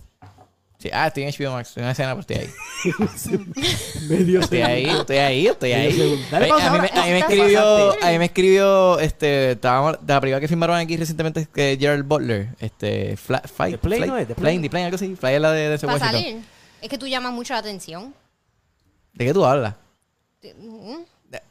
[SPEAKER 3] Sí, ah, estoy en HBO Max. Estoy en una escena, pero estoy ahí.
[SPEAKER 2] Medio
[SPEAKER 3] Estoy ahí, estoy ahí, estoy ahí.
[SPEAKER 2] Dale pausa
[SPEAKER 3] Oye, a, mí,
[SPEAKER 2] ahora.
[SPEAKER 3] me- a mí me
[SPEAKER 1] Estás
[SPEAKER 3] escribió,
[SPEAKER 1] pasante.
[SPEAKER 3] a mí me escribió, este, estábamos, de la primera que firmaron aquí recientemente, que Gerald Butler, este, Fla- Fly,
[SPEAKER 2] The Plane,
[SPEAKER 3] Fly-
[SPEAKER 2] ¿no es? The
[SPEAKER 3] Plane,
[SPEAKER 2] Plane.
[SPEAKER 3] The Plane, algo así. Fly es la de, de ese
[SPEAKER 1] Para
[SPEAKER 3] Washington.
[SPEAKER 1] salir. Es que tú llamas mucho la atención.
[SPEAKER 3] ¿De qué tú hablas?
[SPEAKER 1] Mm.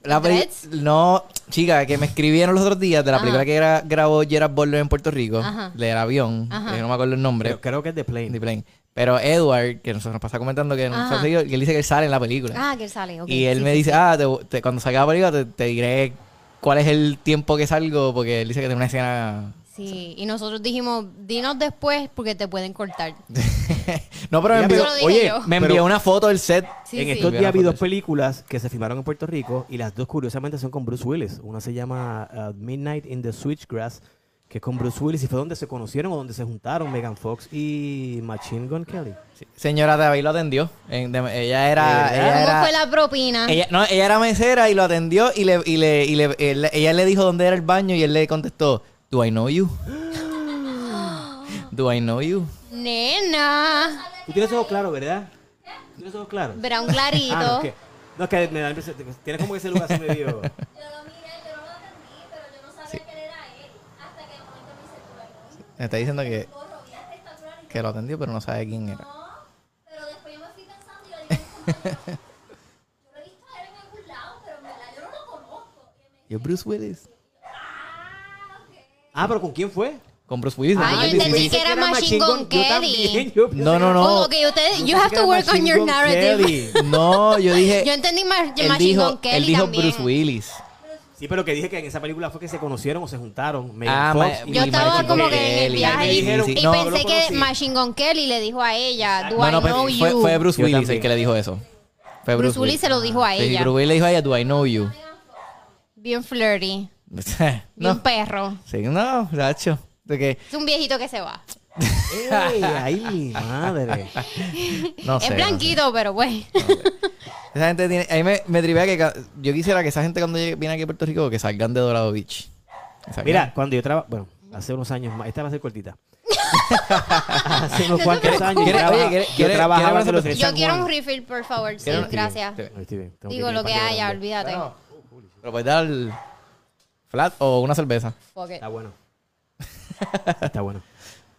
[SPEAKER 3] La peli-
[SPEAKER 1] ¿Dreads?
[SPEAKER 3] No, chica, que me escribieron los otros días de la
[SPEAKER 1] Ajá.
[SPEAKER 3] película que gra- grabó Gerard Butler en Puerto Rico,
[SPEAKER 1] Ajá.
[SPEAKER 3] del avión,
[SPEAKER 1] Ajá.
[SPEAKER 3] que yo no me acuerdo el nombre,
[SPEAKER 2] Creo, creo que es de Plane.
[SPEAKER 3] The Plane. pero Edward, que nosotros nos pasa comentando que nos
[SPEAKER 1] Ajá.
[SPEAKER 3] ha seguido, que él dice que él sale en la película.
[SPEAKER 1] Ah, que él sale. ok.
[SPEAKER 3] y él
[SPEAKER 1] Sí,
[SPEAKER 3] me
[SPEAKER 1] sí,
[SPEAKER 3] dice,
[SPEAKER 1] sí.
[SPEAKER 3] ah, te- te- cuando salga la película te, te diré cuál es el tiempo que salgo, porque él dice que tiene una escena...
[SPEAKER 1] Sí, y nosotros dijimos, dinos después porque te pueden cortar.
[SPEAKER 3] no, pero me
[SPEAKER 2] Ya,
[SPEAKER 3] envió,
[SPEAKER 1] pero- Eso lo dije
[SPEAKER 3] oye,
[SPEAKER 1] yo.
[SPEAKER 3] me envió
[SPEAKER 2] Pero-
[SPEAKER 3] una foto del set.
[SPEAKER 1] Sí,
[SPEAKER 2] en
[SPEAKER 1] sí.
[SPEAKER 2] estos
[SPEAKER 3] Vi
[SPEAKER 2] días
[SPEAKER 3] la
[SPEAKER 2] vi
[SPEAKER 3] foto
[SPEAKER 2] dos
[SPEAKER 3] de-
[SPEAKER 2] películas que se filmaron en Puerto Rico y las dos curiosamente son con Bruce Willis. Una se llama uh, Midnight in the Switchgrass, que es con Bruce Willis y fue donde se conocieron o donde se juntaron Megan Fox y Machine Gun Kelly.
[SPEAKER 3] Señora David lo atendió. En- de- ella era...
[SPEAKER 2] ¿De
[SPEAKER 3] ella
[SPEAKER 2] verdad?
[SPEAKER 1] ¿Cómo
[SPEAKER 3] era-
[SPEAKER 1] fue la propina?
[SPEAKER 3] Ella, no, ella era mesera y lo atendió y le, y le, y le- él- ella le dijo dónde era el baño y él le contestó, Do I know you? Do I know you?
[SPEAKER 1] Nena.
[SPEAKER 2] Tú tienes ojos claros, ¿verdad? ¿Tú tienes ojos claros?
[SPEAKER 1] Verá un
[SPEAKER 2] Ah, no,
[SPEAKER 1] clarito.
[SPEAKER 2] es que, no, es que me da la impresión- Tienes como que ese lugar así medio...
[SPEAKER 3] Me está diciendo que, que lo atendió pero no sabe quién era.
[SPEAKER 4] Pero después yo me fui cansando y yo dije, "Compañero, yo lo he visto a él en algún lado, pero en verdad yo no lo conozco. Y él me dice,
[SPEAKER 3] Yo Bruce Willis.
[SPEAKER 4] ah, ok.
[SPEAKER 2] Ah, pero ¿con quién fue?
[SPEAKER 3] Con Bruce Willis.
[SPEAKER 1] Ah,
[SPEAKER 3] ¿no?
[SPEAKER 1] yo
[SPEAKER 3] Sí, sí,
[SPEAKER 1] entendí
[SPEAKER 3] sí.
[SPEAKER 1] que era Machine Gun
[SPEAKER 2] Yo
[SPEAKER 1] Kelly.
[SPEAKER 2] también, yo pensé
[SPEAKER 3] No,
[SPEAKER 2] que
[SPEAKER 3] no,
[SPEAKER 2] era-
[SPEAKER 3] no.
[SPEAKER 1] Oh, ok, ustedes, you have
[SPEAKER 2] Yo
[SPEAKER 1] to work
[SPEAKER 2] pensé que
[SPEAKER 1] on
[SPEAKER 2] era
[SPEAKER 1] your
[SPEAKER 2] Machine Gun
[SPEAKER 1] narrative.
[SPEAKER 2] Kelly.
[SPEAKER 3] No, yo dije...
[SPEAKER 1] Yo entendí más
[SPEAKER 3] él
[SPEAKER 1] Machine
[SPEAKER 3] dijo,
[SPEAKER 1] Gun Kelly
[SPEAKER 3] él dijo
[SPEAKER 1] también.
[SPEAKER 3] Bruce Willis.
[SPEAKER 2] Sí, pero que dije que en esa película fue que se conocieron o se juntaron. Megan
[SPEAKER 3] Ah,
[SPEAKER 2] Fox
[SPEAKER 3] ma-
[SPEAKER 2] y
[SPEAKER 1] Yo
[SPEAKER 3] Machine
[SPEAKER 1] estaba
[SPEAKER 3] Gun
[SPEAKER 1] como que en el
[SPEAKER 3] Kelly.
[SPEAKER 1] viaje
[SPEAKER 3] Sí,
[SPEAKER 1] y-
[SPEAKER 3] sí, sí.
[SPEAKER 1] y
[SPEAKER 2] No,
[SPEAKER 1] pensé
[SPEAKER 2] lo
[SPEAKER 1] que
[SPEAKER 2] conocí.
[SPEAKER 1] Machine Gun Kelly le dijo a ella, do
[SPEAKER 3] No,
[SPEAKER 1] I
[SPEAKER 3] no,
[SPEAKER 1] know
[SPEAKER 3] pero fue,
[SPEAKER 1] you?
[SPEAKER 3] fue Bruce
[SPEAKER 2] Yo
[SPEAKER 3] Willis
[SPEAKER 2] también.
[SPEAKER 3] el que le dijo eso. Fue
[SPEAKER 1] Bruce Willis se lo dijo a
[SPEAKER 3] Sí, sí,
[SPEAKER 1] ella.
[SPEAKER 3] Bruce Willis le dijo a ella, Do I know you?
[SPEAKER 1] Bien flirty, bien
[SPEAKER 3] no.
[SPEAKER 1] perro.
[SPEAKER 3] Sí, no, Nacho. De que,
[SPEAKER 1] Es un viejito que se va.
[SPEAKER 2] ¡Ey! ¡Ay, mi madre!
[SPEAKER 3] no sé.
[SPEAKER 1] es
[SPEAKER 3] no sé.
[SPEAKER 1] blanquito, pero güey.
[SPEAKER 3] Esa gente tiene. A mí me, me tripea que. ca- Yo quisiera que esa gente cuando llegue- viene aquí a Puerto Rico que salgan de Dorado Beach. Que salgan-
[SPEAKER 2] Mira, cuando yo trabajaba, bueno, hace unos años más, esta va a ser cortita. hace unos
[SPEAKER 1] te
[SPEAKER 2] cuantos
[SPEAKER 1] preocupes.
[SPEAKER 2] años. yo
[SPEAKER 3] ¿Quiere-
[SPEAKER 2] traba-
[SPEAKER 3] oye, ¿quiere-
[SPEAKER 2] yo
[SPEAKER 3] quiere-
[SPEAKER 2] trabajaba
[SPEAKER 3] quiere
[SPEAKER 2] en el
[SPEAKER 3] una
[SPEAKER 2] Hotel
[SPEAKER 1] Yo
[SPEAKER 2] San
[SPEAKER 1] quiero
[SPEAKER 2] Juan.
[SPEAKER 1] un refill, por favor. Sí,
[SPEAKER 3] Quiero un refill.
[SPEAKER 1] gracias.
[SPEAKER 3] Te-
[SPEAKER 2] Ahí estoy bien, tengo
[SPEAKER 1] Digo
[SPEAKER 2] ir
[SPEAKER 1] lo
[SPEAKER 2] para
[SPEAKER 1] que
[SPEAKER 2] allá
[SPEAKER 1] haya,
[SPEAKER 2] grande.
[SPEAKER 1] olvídate.
[SPEAKER 3] Bueno, ¿Lo puedes dar flat o una cerveza?
[SPEAKER 1] Fuck it.
[SPEAKER 2] Está bueno. Está bueno.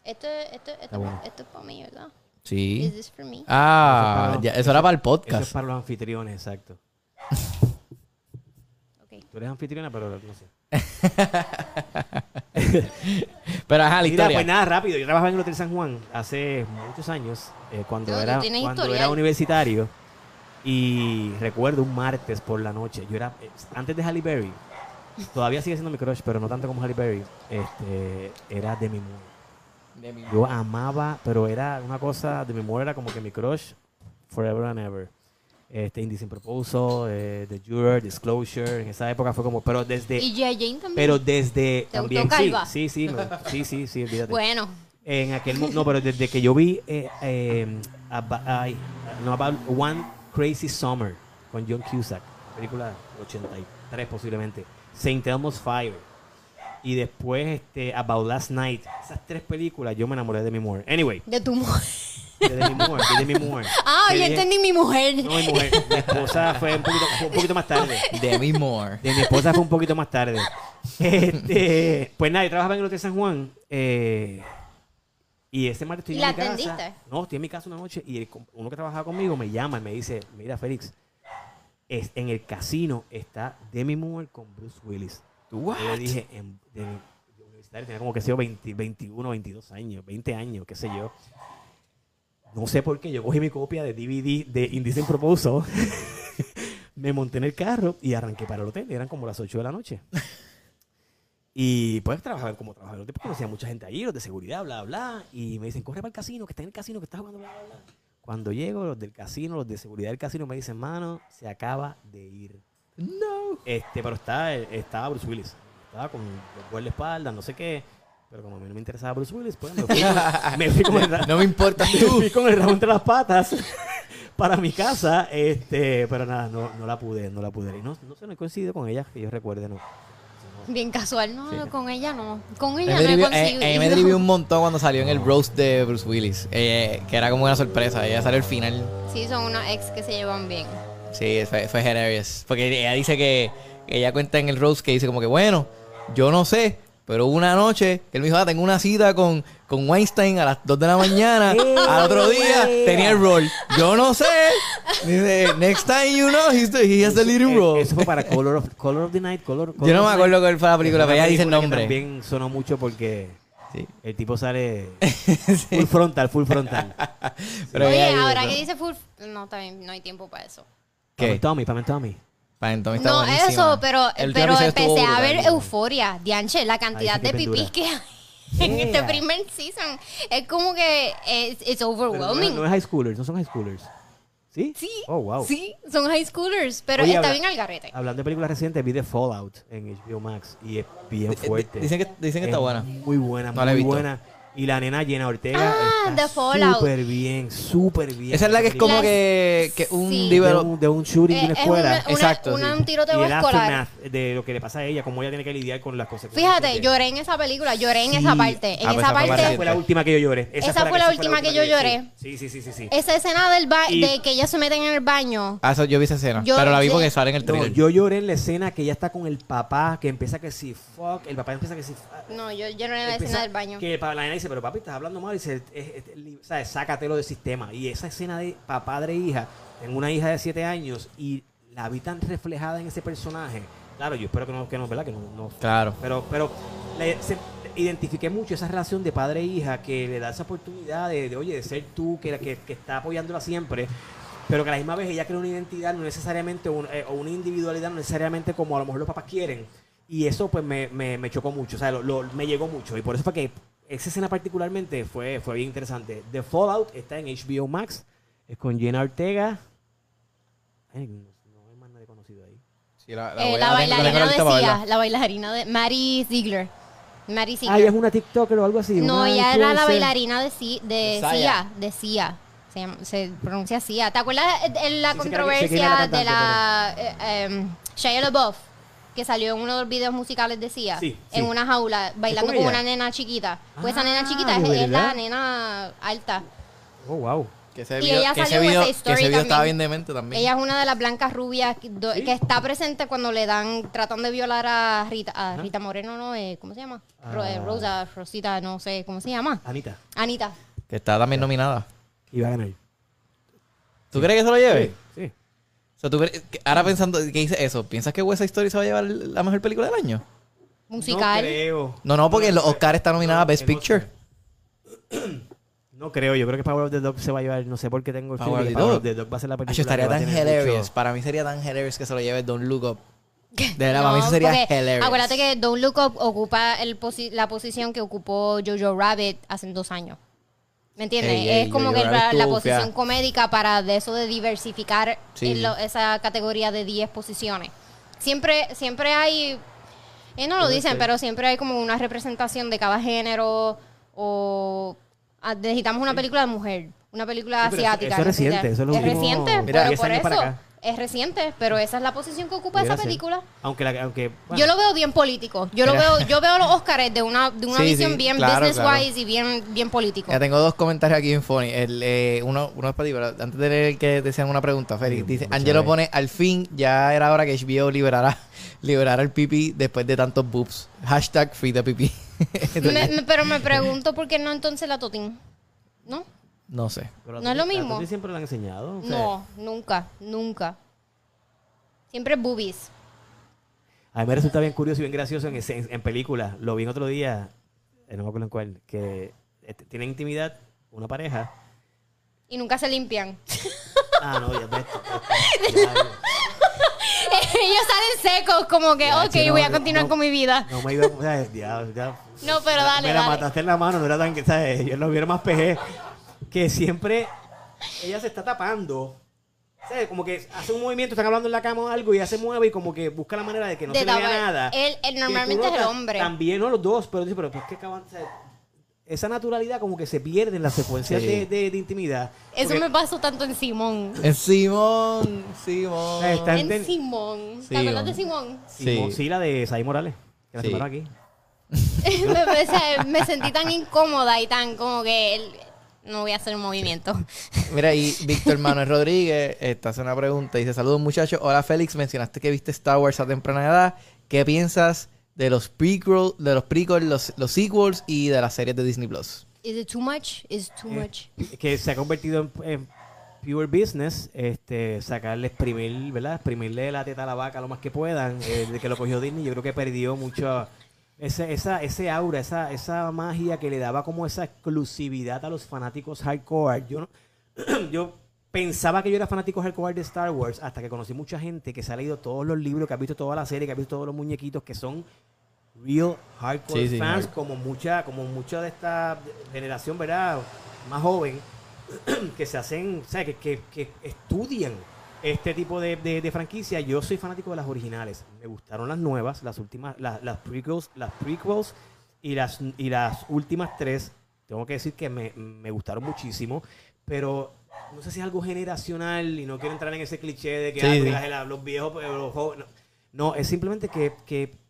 [SPEAKER 4] Esto, esto, esto,
[SPEAKER 2] bueno.
[SPEAKER 4] esto es para mí, ¿verdad? Is
[SPEAKER 3] Sí.
[SPEAKER 4] this for me?
[SPEAKER 3] Ah,
[SPEAKER 2] Eso es para los-
[SPEAKER 3] ya, eso era para el
[SPEAKER 2] Eso es
[SPEAKER 3] podcast.
[SPEAKER 2] para los anfitriones, exacto.
[SPEAKER 4] Ok.
[SPEAKER 2] Tú eres anfitriona, pero no sé.
[SPEAKER 3] Pero
[SPEAKER 2] Mira,
[SPEAKER 3] ajá, la
[SPEAKER 2] pues
[SPEAKER 3] historia.
[SPEAKER 2] nada, rápido. Yo trabajaba en el Hotel San Juan hace muchos años, eh, cuando,
[SPEAKER 1] Tú- tú
[SPEAKER 2] era,
[SPEAKER 1] tienes
[SPEAKER 2] cuando
[SPEAKER 1] historial.
[SPEAKER 2] era universitario. Y recuerdo un martes por la noche. Yo era, eh, antes de Halle Berry, todavía sigue siendo mi crush, pero no tanto como Halle Berry. Este, era Demi Moore. Yo amaba, pero era una cosa, Demi Moore era como que mi crush forever and ever. Este, Indecent Proposal, eh, The Juror, Disclosure, en esa época fue como, pero desde,
[SPEAKER 1] Y J. Jane también.
[SPEAKER 2] pero desde,
[SPEAKER 1] ¿Te
[SPEAKER 2] también,
[SPEAKER 1] gustó
[SPEAKER 2] sí,
[SPEAKER 1] Calva?
[SPEAKER 2] sí, sí, me- sí, sí, sí, olvídate.
[SPEAKER 1] bueno,
[SPEAKER 2] En aquel mo- no, pero desde que yo vi eh, eh, Ab- ay, no, About One Crazy Summer con John Cusack, película 83 posiblemente, Saint Elmo's Fire y después este About Last Night, esas tres películas yo me enamoré de mi Moore. Anyway,
[SPEAKER 1] de tu mujer.
[SPEAKER 2] de Demi Moore, de Demi Moore.
[SPEAKER 1] Ah,
[SPEAKER 2] Que
[SPEAKER 1] yo
[SPEAKER 2] dije-
[SPEAKER 1] entendí mi mujer.
[SPEAKER 2] No, mi mujer, mi esposa fue un poquito, fue un poquito más tarde.
[SPEAKER 3] Demi Moore.
[SPEAKER 2] De mi esposa fue un poquito más tarde. Este, pues nada, yo trabajaba en el Hotel San Juan. eh, y ese martes estoy yo
[SPEAKER 1] ¿La
[SPEAKER 2] en mi casa.
[SPEAKER 1] atendiste?
[SPEAKER 2] No, estoy en mi casa una noche y el com- uno que trabajaba conmigo me llama y me dice, mira Félix, es, en el casino está Demi Moore con Bruce Willis. Yo le dije, en, de, de universitario, tenía como que sé yo, 20, 21, 22 años, 20 años, qué sé yo. No sé por qué, yo cogí mi copia de DVD de Indecent Proposal, me monté en el carro y arranqué para el hotel. Eran como las 8 de la noche. Y pues trabajaba como trabajaba en el hotel, porque conocía mucha gente allí, los de seguridad, bla, bla. Y me dicen, corre para el casino, que está en el casino, que está jugando, bla, bla, bla. Cuando llego, los del casino, los de seguridad del casino me dicen, mano, se acaba de ir.
[SPEAKER 3] No.
[SPEAKER 2] Este, pero estaba, estaba Bruce Willis. Estaba con los guardaespaldas, no sé qué. Pero como a mí no me interesaba Bruce Willis, pues me fui, me fui con el ra-
[SPEAKER 3] No me importa
[SPEAKER 2] me
[SPEAKER 3] tú.
[SPEAKER 2] fui con el rabo entre las patas para mi casa. Este, pero nada, no, no la pude, no la pude. Y no, no sé, no he coincidido con ella, que yo recuerde, no.
[SPEAKER 1] Bien casual, no,
[SPEAKER 2] Sí.
[SPEAKER 1] no, con ella no. Con
[SPEAKER 3] A
[SPEAKER 1] ella no
[SPEAKER 3] mí me
[SPEAKER 1] he
[SPEAKER 3] drivió- eh,
[SPEAKER 1] conseguido.
[SPEAKER 3] eh, me drivió un montón cuando salió en el roast de Bruce Willis, eh, que era como una sorpresa. Ella salió al final.
[SPEAKER 1] Sí, son unos ex que se llevan bien.
[SPEAKER 3] Sí, fue, fue hilarious. Porque ella dice que, que ella cuenta en el roast que dice como que, bueno, yo no sé, pero hubo una noche que él me dijo, ah, tengo una cita con, con Weinstein a las 2 de la mañana. al otro día
[SPEAKER 2] ¡Eh!
[SPEAKER 3] tenía el rol. Yo no sé. Dice, next time you know, he's the- he has the leading
[SPEAKER 2] Eh,
[SPEAKER 3] role.
[SPEAKER 2] Eso fue para Color of, Color of the Night. Color,
[SPEAKER 3] Yo no me acuerdo cuál fue la película, pero ella dice el nombre.
[SPEAKER 2] También sonó mucho porque
[SPEAKER 3] Sí.
[SPEAKER 2] el tipo sale full frontal, full frontal.
[SPEAKER 3] Pero
[SPEAKER 1] Oye,
[SPEAKER 3] ella dice,
[SPEAKER 1] ahora
[SPEAKER 3] ¿no?
[SPEAKER 1] que dice full. No, también no hay tiempo para eso.
[SPEAKER 3] ¿Qué?
[SPEAKER 2] Pam and Tommy, Pam and Tommy.
[SPEAKER 3] Pa, entonces está
[SPEAKER 1] No,
[SPEAKER 3] buenísima.
[SPEAKER 1] eso, pero,
[SPEAKER 3] El último
[SPEAKER 1] pero
[SPEAKER 3] episodio estuvo
[SPEAKER 1] empecé a
[SPEAKER 3] brutal.
[SPEAKER 1] ver euforia, Dianche, la cantidad
[SPEAKER 2] Ay, sí,
[SPEAKER 1] de
[SPEAKER 2] qué
[SPEAKER 1] pipí
[SPEAKER 2] pintura.
[SPEAKER 1] que hay en este
[SPEAKER 2] Yeah.
[SPEAKER 1] primer season. Es como que es it's
[SPEAKER 2] Pero No,
[SPEAKER 1] overwhelming.
[SPEAKER 2] es- no es high schoolers, no son high schoolers. ¿Sí?
[SPEAKER 1] Sí,
[SPEAKER 2] Oh, wow.
[SPEAKER 1] sí, son high schoolers, pero
[SPEAKER 2] Oye,
[SPEAKER 1] está
[SPEAKER 2] habla- Ah,
[SPEAKER 1] bien al garete.
[SPEAKER 2] Hablando de películas recientes, vi The Fallout en HBO Max y es bien
[SPEAKER 3] D-
[SPEAKER 2] fuerte.
[SPEAKER 3] dicen que- dicen que está
[SPEAKER 2] Es
[SPEAKER 3] buena.
[SPEAKER 2] Muy buena,
[SPEAKER 3] No la he
[SPEAKER 2] muy
[SPEAKER 3] visto.
[SPEAKER 2] buena. Y la nena Jenna Ortega.
[SPEAKER 1] Ah,
[SPEAKER 2] está
[SPEAKER 1] The Fallout.
[SPEAKER 2] Súper bien, súper bien.
[SPEAKER 3] Esa es la que es como
[SPEAKER 1] Las-
[SPEAKER 3] que, que un
[SPEAKER 1] sí.
[SPEAKER 2] De
[SPEAKER 3] libro.
[SPEAKER 2] un, de un shooting de
[SPEAKER 1] Eh, es
[SPEAKER 2] una
[SPEAKER 1] una,
[SPEAKER 2] escuela.
[SPEAKER 1] una-
[SPEAKER 3] exacto,
[SPEAKER 1] una-
[SPEAKER 3] sí.
[SPEAKER 1] un tiroteo
[SPEAKER 2] y el
[SPEAKER 1] escolar.
[SPEAKER 2] aftermath de lo que le pasa a ella, cómo ella tiene que lidiar con las consecuencias.
[SPEAKER 1] Fíjate,
[SPEAKER 2] de-
[SPEAKER 1] lloré en esa película, lloré en
[SPEAKER 2] Sí.
[SPEAKER 1] esa parte. En
[SPEAKER 3] Ah, pues
[SPEAKER 1] esa
[SPEAKER 3] esa fue
[SPEAKER 1] parte,
[SPEAKER 2] Esa fue la última que yo lloré.
[SPEAKER 1] Esa fue la
[SPEAKER 2] esa
[SPEAKER 1] última que yo lloré.
[SPEAKER 2] Sí, sí, sí, sí. sí.
[SPEAKER 1] esa escena del ba
[SPEAKER 2] Y-
[SPEAKER 1] de que ellas se meten en el baño.
[SPEAKER 3] Ah, eso- yo vi esa escena.
[SPEAKER 1] Yo-
[SPEAKER 3] pero la vi
[SPEAKER 1] sí.
[SPEAKER 3] porque sale en el
[SPEAKER 2] No,
[SPEAKER 3] trailer.
[SPEAKER 2] yo lloré en la escena que ella está con el papá, que empieza que si fuck, el papá empieza que si fuck.
[SPEAKER 1] No, yo, yo no era la
[SPEAKER 2] Empieza-
[SPEAKER 1] escena del baño.
[SPEAKER 2] Que pa- la nena dice, pero papi, estás hablando mal. Y dice, "Es- es- li- ¿sabes? sácatelo del sistema. Y esa escena de pa- padre e hija, tengo una hija de 7 años y la vi tan reflejada en ese personaje. Claro, yo espero que no, que no, ¿verdad? Que no, no-
[SPEAKER 3] Claro.
[SPEAKER 2] Pero, pero le- se- identifiqué mucho esa relación de padre e hija que le da esa oportunidad de, de, oye, de ser tú, que, que, que está apoyándola siempre. Pero que a la misma vez ella crea una identidad, no necesariamente, un- eh, o una individualidad, no necesariamente como a lo mejor los papás quieren. Y eso pues me, me, me chocó mucho, o sea, lo- lo- me llegó mucho. Y por eso fue que esa escena particularmente fue, fue bien interesante. The Fallout está en HBO Max, es con Jenna Ortega. Ay, no, no hay más nadie conocido ahí.
[SPEAKER 3] Sí, la,
[SPEAKER 1] Eh,
[SPEAKER 3] voy-
[SPEAKER 1] la
[SPEAKER 3] tengo- tengo
[SPEAKER 1] bailarina
[SPEAKER 3] la lista para
[SPEAKER 1] decía,
[SPEAKER 3] verla.
[SPEAKER 1] la bailarina de Mary Ziegler. Mary
[SPEAKER 2] Ah, ella
[SPEAKER 1] Ziegler.
[SPEAKER 2] es una TikToker o algo así.
[SPEAKER 1] no,
[SPEAKER 2] una
[SPEAKER 1] ella era la
[SPEAKER 2] influencer.
[SPEAKER 1] bailarina de, Si- de
[SPEAKER 3] De Sia.
[SPEAKER 1] Sia, de Sia. Se, llama- se pronuncia Sia. ¿Te acuerdas eh, de la
[SPEAKER 2] Sí, sé que era- sé que era la
[SPEAKER 1] controversia de
[SPEAKER 2] cantante,
[SPEAKER 1] la eh, em, Shia LaBeouf? Que salió en uno de los videos musicales de Sia.
[SPEAKER 2] Sí,
[SPEAKER 1] en
[SPEAKER 2] sí.
[SPEAKER 1] una jaula, bailando
[SPEAKER 2] con
[SPEAKER 1] con
[SPEAKER 2] ella?
[SPEAKER 1] una nena chiquita. Pues esa
[SPEAKER 2] Ah,
[SPEAKER 1] nena chiquita es,
[SPEAKER 2] ¿de
[SPEAKER 1] es la
[SPEAKER 2] verdad?
[SPEAKER 1] nena alta.
[SPEAKER 2] Oh, wow.
[SPEAKER 3] Que Que ese
[SPEAKER 1] Y
[SPEAKER 3] video,
[SPEAKER 1] ella
[SPEAKER 3] que ese
[SPEAKER 1] salió en
[SPEAKER 3] video-
[SPEAKER 1] esa
[SPEAKER 3] que
[SPEAKER 1] story
[SPEAKER 3] ese video estaba
[SPEAKER 1] también.
[SPEAKER 3] bien demente también.
[SPEAKER 1] Ella es una de las blancas rubias que, do-
[SPEAKER 2] Sí.
[SPEAKER 1] que está presente cuando le dan, tratan de violar a Rita, a Rita Moreno, ¿no? Eh, ¿Cómo se llama? Ro- eh,
[SPEAKER 2] Ah.
[SPEAKER 1] Rosa, Rosita, no sé, ¿cómo se llama?
[SPEAKER 2] Anita,
[SPEAKER 1] Anita.
[SPEAKER 3] Que está también nominada.
[SPEAKER 2] iba a ganar.
[SPEAKER 3] ¿Tú crees que se lo lleve?
[SPEAKER 2] Sí.
[SPEAKER 3] O sea, ¿tú crees- que- ahora pensando que dice eso, ¿piensas que West Side Story se va a llevar la mejor película del año?
[SPEAKER 1] Musical.
[SPEAKER 2] No creo.
[SPEAKER 3] No, no, porque los Oscar está nominada a
[SPEAKER 2] No,
[SPEAKER 3] Best
[SPEAKER 2] que no
[SPEAKER 3] Picture.
[SPEAKER 2] No creo, yo creo que Power of the Dog se va a llevar, no sé por qué tengo el feeling
[SPEAKER 3] Power of
[SPEAKER 2] que
[SPEAKER 3] the
[SPEAKER 2] Power
[SPEAKER 3] Dog.
[SPEAKER 2] of the Dog va a ser la película.
[SPEAKER 3] Acho, estaría
[SPEAKER 2] que va a
[SPEAKER 3] tan
[SPEAKER 2] tener mucho-
[SPEAKER 3] hilarious. Para mí sería tan hilarious que se lo lleve Don't Look Up. De verdad, para mí
[SPEAKER 1] No,
[SPEAKER 3] eso sería
[SPEAKER 1] porque
[SPEAKER 3] hilarious.
[SPEAKER 1] Acuérdate que Don't Look Up ocupa el posi- la posición que ocupó Jojo Rabbit hace dos años. ¿Me entiendes?
[SPEAKER 3] Ey, ey,
[SPEAKER 1] es como
[SPEAKER 3] Jojo
[SPEAKER 1] que la,
[SPEAKER 3] Rabbit
[SPEAKER 1] la
[SPEAKER 3] estuvo
[SPEAKER 1] posición
[SPEAKER 3] fea.
[SPEAKER 1] comédica para de eso de diversificar
[SPEAKER 3] Sí.
[SPEAKER 1] en lo- esa categoría de 10 posiciones. Siempre, siempre hay, eh, no lo dicen, pero siempre hay como una representación de cada género o ah, necesitamos una película de mujer, una película
[SPEAKER 2] Sí, pero eso-
[SPEAKER 1] asiática.
[SPEAKER 2] eso es
[SPEAKER 1] necesita-
[SPEAKER 2] reciente, eso es lo último-
[SPEAKER 1] reciente,
[SPEAKER 2] Mira,
[SPEAKER 1] pero
[SPEAKER 2] 10
[SPEAKER 1] por
[SPEAKER 2] años
[SPEAKER 1] eso
[SPEAKER 2] para acá.
[SPEAKER 1] es reciente, pero esa es la posición que ocupa
[SPEAKER 2] Pudiera
[SPEAKER 1] esa
[SPEAKER 2] ser.
[SPEAKER 1] película.
[SPEAKER 2] Aunque la, aunque,
[SPEAKER 1] Yo
[SPEAKER 2] bueno,
[SPEAKER 1] lo veo bien político. Yo lo
[SPEAKER 3] Mira.
[SPEAKER 1] veo, yo veo los Óscares de una, de una
[SPEAKER 3] Sí,
[SPEAKER 1] visión
[SPEAKER 3] sí,
[SPEAKER 1] bien
[SPEAKER 3] claro,
[SPEAKER 1] business wise y bien, bien político.
[SPEAKER 3] Ya tengo dos comentarios aquí en Funny. El, eh, uno, uno es para ti, pero antes de leer el que te sean una pregunta, Félix. Dice, Angelo pone, al fin ya era hora que HBO liberara, liberara el pipí después de tantos boobs. Hashtag free the pipí.
[SPEAKER 1] Me- me- pero me pregunto por qué no entonces la Totín. ¿No?
[SPEAKER 3] no sé.
[SPEAKER 2] pero
[SPEAKER 1] no es lo
[SPEAKER 2] a- a
[SPEAKER 1] mismo.
[SPEAKER 2] Tuti siempre lo han enseñado.
[SPEAKER 1] No, nunca, nunca. Siempre boobies.
[SPEAKER 2] A mí me resulta bien curioso y bien gracioso en, ese- en, en películas. Lo vi en otro día, eh, no me acuerdo en cuál, que este, tiene intimidad una pareja.
[SPEAKER 1] Y nunca se limpian.
[SPEAKER 2] Ah, no, ya ves. ya, ya.
[SPEAKER 1] Ellos salen secos, como que,
[SPEAKER 2] Ya,
[SPEAKER 1] ok,
[SPEAKER 2] chino,
[SPEAKER 1] voy a
[SPEAKER 2] Ah, no,
[SPEAKER 1] continuar
[SPEAKER 2] no.
[SPEAKER 1] con mi vida.
[SPEAKER 2] No me iba o sea, ya, ya.
[SPEAKER 1] No, pero
[SPEAKER 2] Me-
[SPEAKER 1] dale,
[SPEAKER 2] Me la
[SPEAKER 1] dale.
[SPEAKER 2] mataste en la mano, no era tan que, ¿sabes? Yo lo hubiera más PG. Que siempre ella se está tapando. ¿Sabes? Como que hace un movimiento, están hablando en la cama o algo y ella se mueve y como que busca la manera de que no
[SPEAKER 1] De
[SPEAKER 2] se le vea
[SPEAKER 1] tapar.
[SPEAKER 2] nada.
[SPEAKER 1] Él- él
[SPEAKER 2] Que tú
[SPEAKER 1] normalmente es el
[SPEAKER 2] notas
[SPEAKER 1] hombre.
[SPEAKER 2] También, no los dos, pero dice, pero ¿por qué acaban? ¿sabes? Esa naturalidad como que se pierde en las secuencias
[SPEAKER 3] Sí.
[SPEAKER 2] de, de- de intimidad.
[SPEAKER 1] Eso
[SPEAKER 2] Porque,
[SPEAKER 1] me pasó tanto en Simón.
[SPEAKER 3] Eh, Simón, Simón.
[SPEAKER 2] ¿sabes? Están
[SPEAKER 1] En
[SPEAKER 2] ten-
[SPEAKER 1] Simón. ¿Te
[SPEAKER 3] Simón.
[SPEAKER 1] acuerdas de Simón?
[SPEAKER 2] Simón-
[SPEAKER 3] Sí.
[SPEAKER 2] sí, la de Saí Morales, que la
[SPEAKER 3] Sí.
[SPEAKER 2] separaron aquí.
[SPEAKER 1] me, o sea, me sentí tan incómoda y tan como que el- no voy a hacer un movimiento.
[SPEAKER 3] Mira, y Víctor Manuel Rodríguez eh, te hace una pregunta. Dice, saludos muchachos. Hola Félix, mencionaste que viste Star Wars a temprana edad. ¿Qué piensas de los prequels, de los, prequels los, los sequels y de las series de Disney+. Plus?
[SPEAKER 1] Is it too much? Is it too much?
[SPEAKER 2] Eh, que se ha convertido en, en pure business, este, sacarle, exprimir, ¿verdad? Exprimirle la teta a la vaca lo más que puedan. eh, de que lo cogió Disney, yo creo que perdió mucho ese, esa, ese aura, esa, esa magia que le daba como esa exclusividad a los fanáticos hardcore. Yo, no- yo pensaba que yo era fanático hardcore de Star Wars hasta que conocí mucha gente que se ha leído todos los libros, que ha visto toda la serie, que ha visto todos los muñequitos que son real hardcore
[SPEAKER 3] Sí, sí,
[SPEAKER 2] fans
[SPEAKER 3] hard-
[SPEAKER 2] como mucha como mucha de esta generación verdad más joven que se hacen o sea que, que- que estudian este tipo de, de, de franquicia yo soy fanático de las originales me gustaron las nuevas las últimas las, las prequels las prequels y las y las últimas tres tengo que decir que me, me gustaron muchísimo pero no sé si es algo generacional y no quiero entrar en ese cliché de que
[SPEAKER 3] Sí,
[SPEAKER 2] ah, porque
[SPEAKER 3] sí.
[SPEAKER 2] la- la- los viejos eh, los jóvenes no, no, es simplemente que, que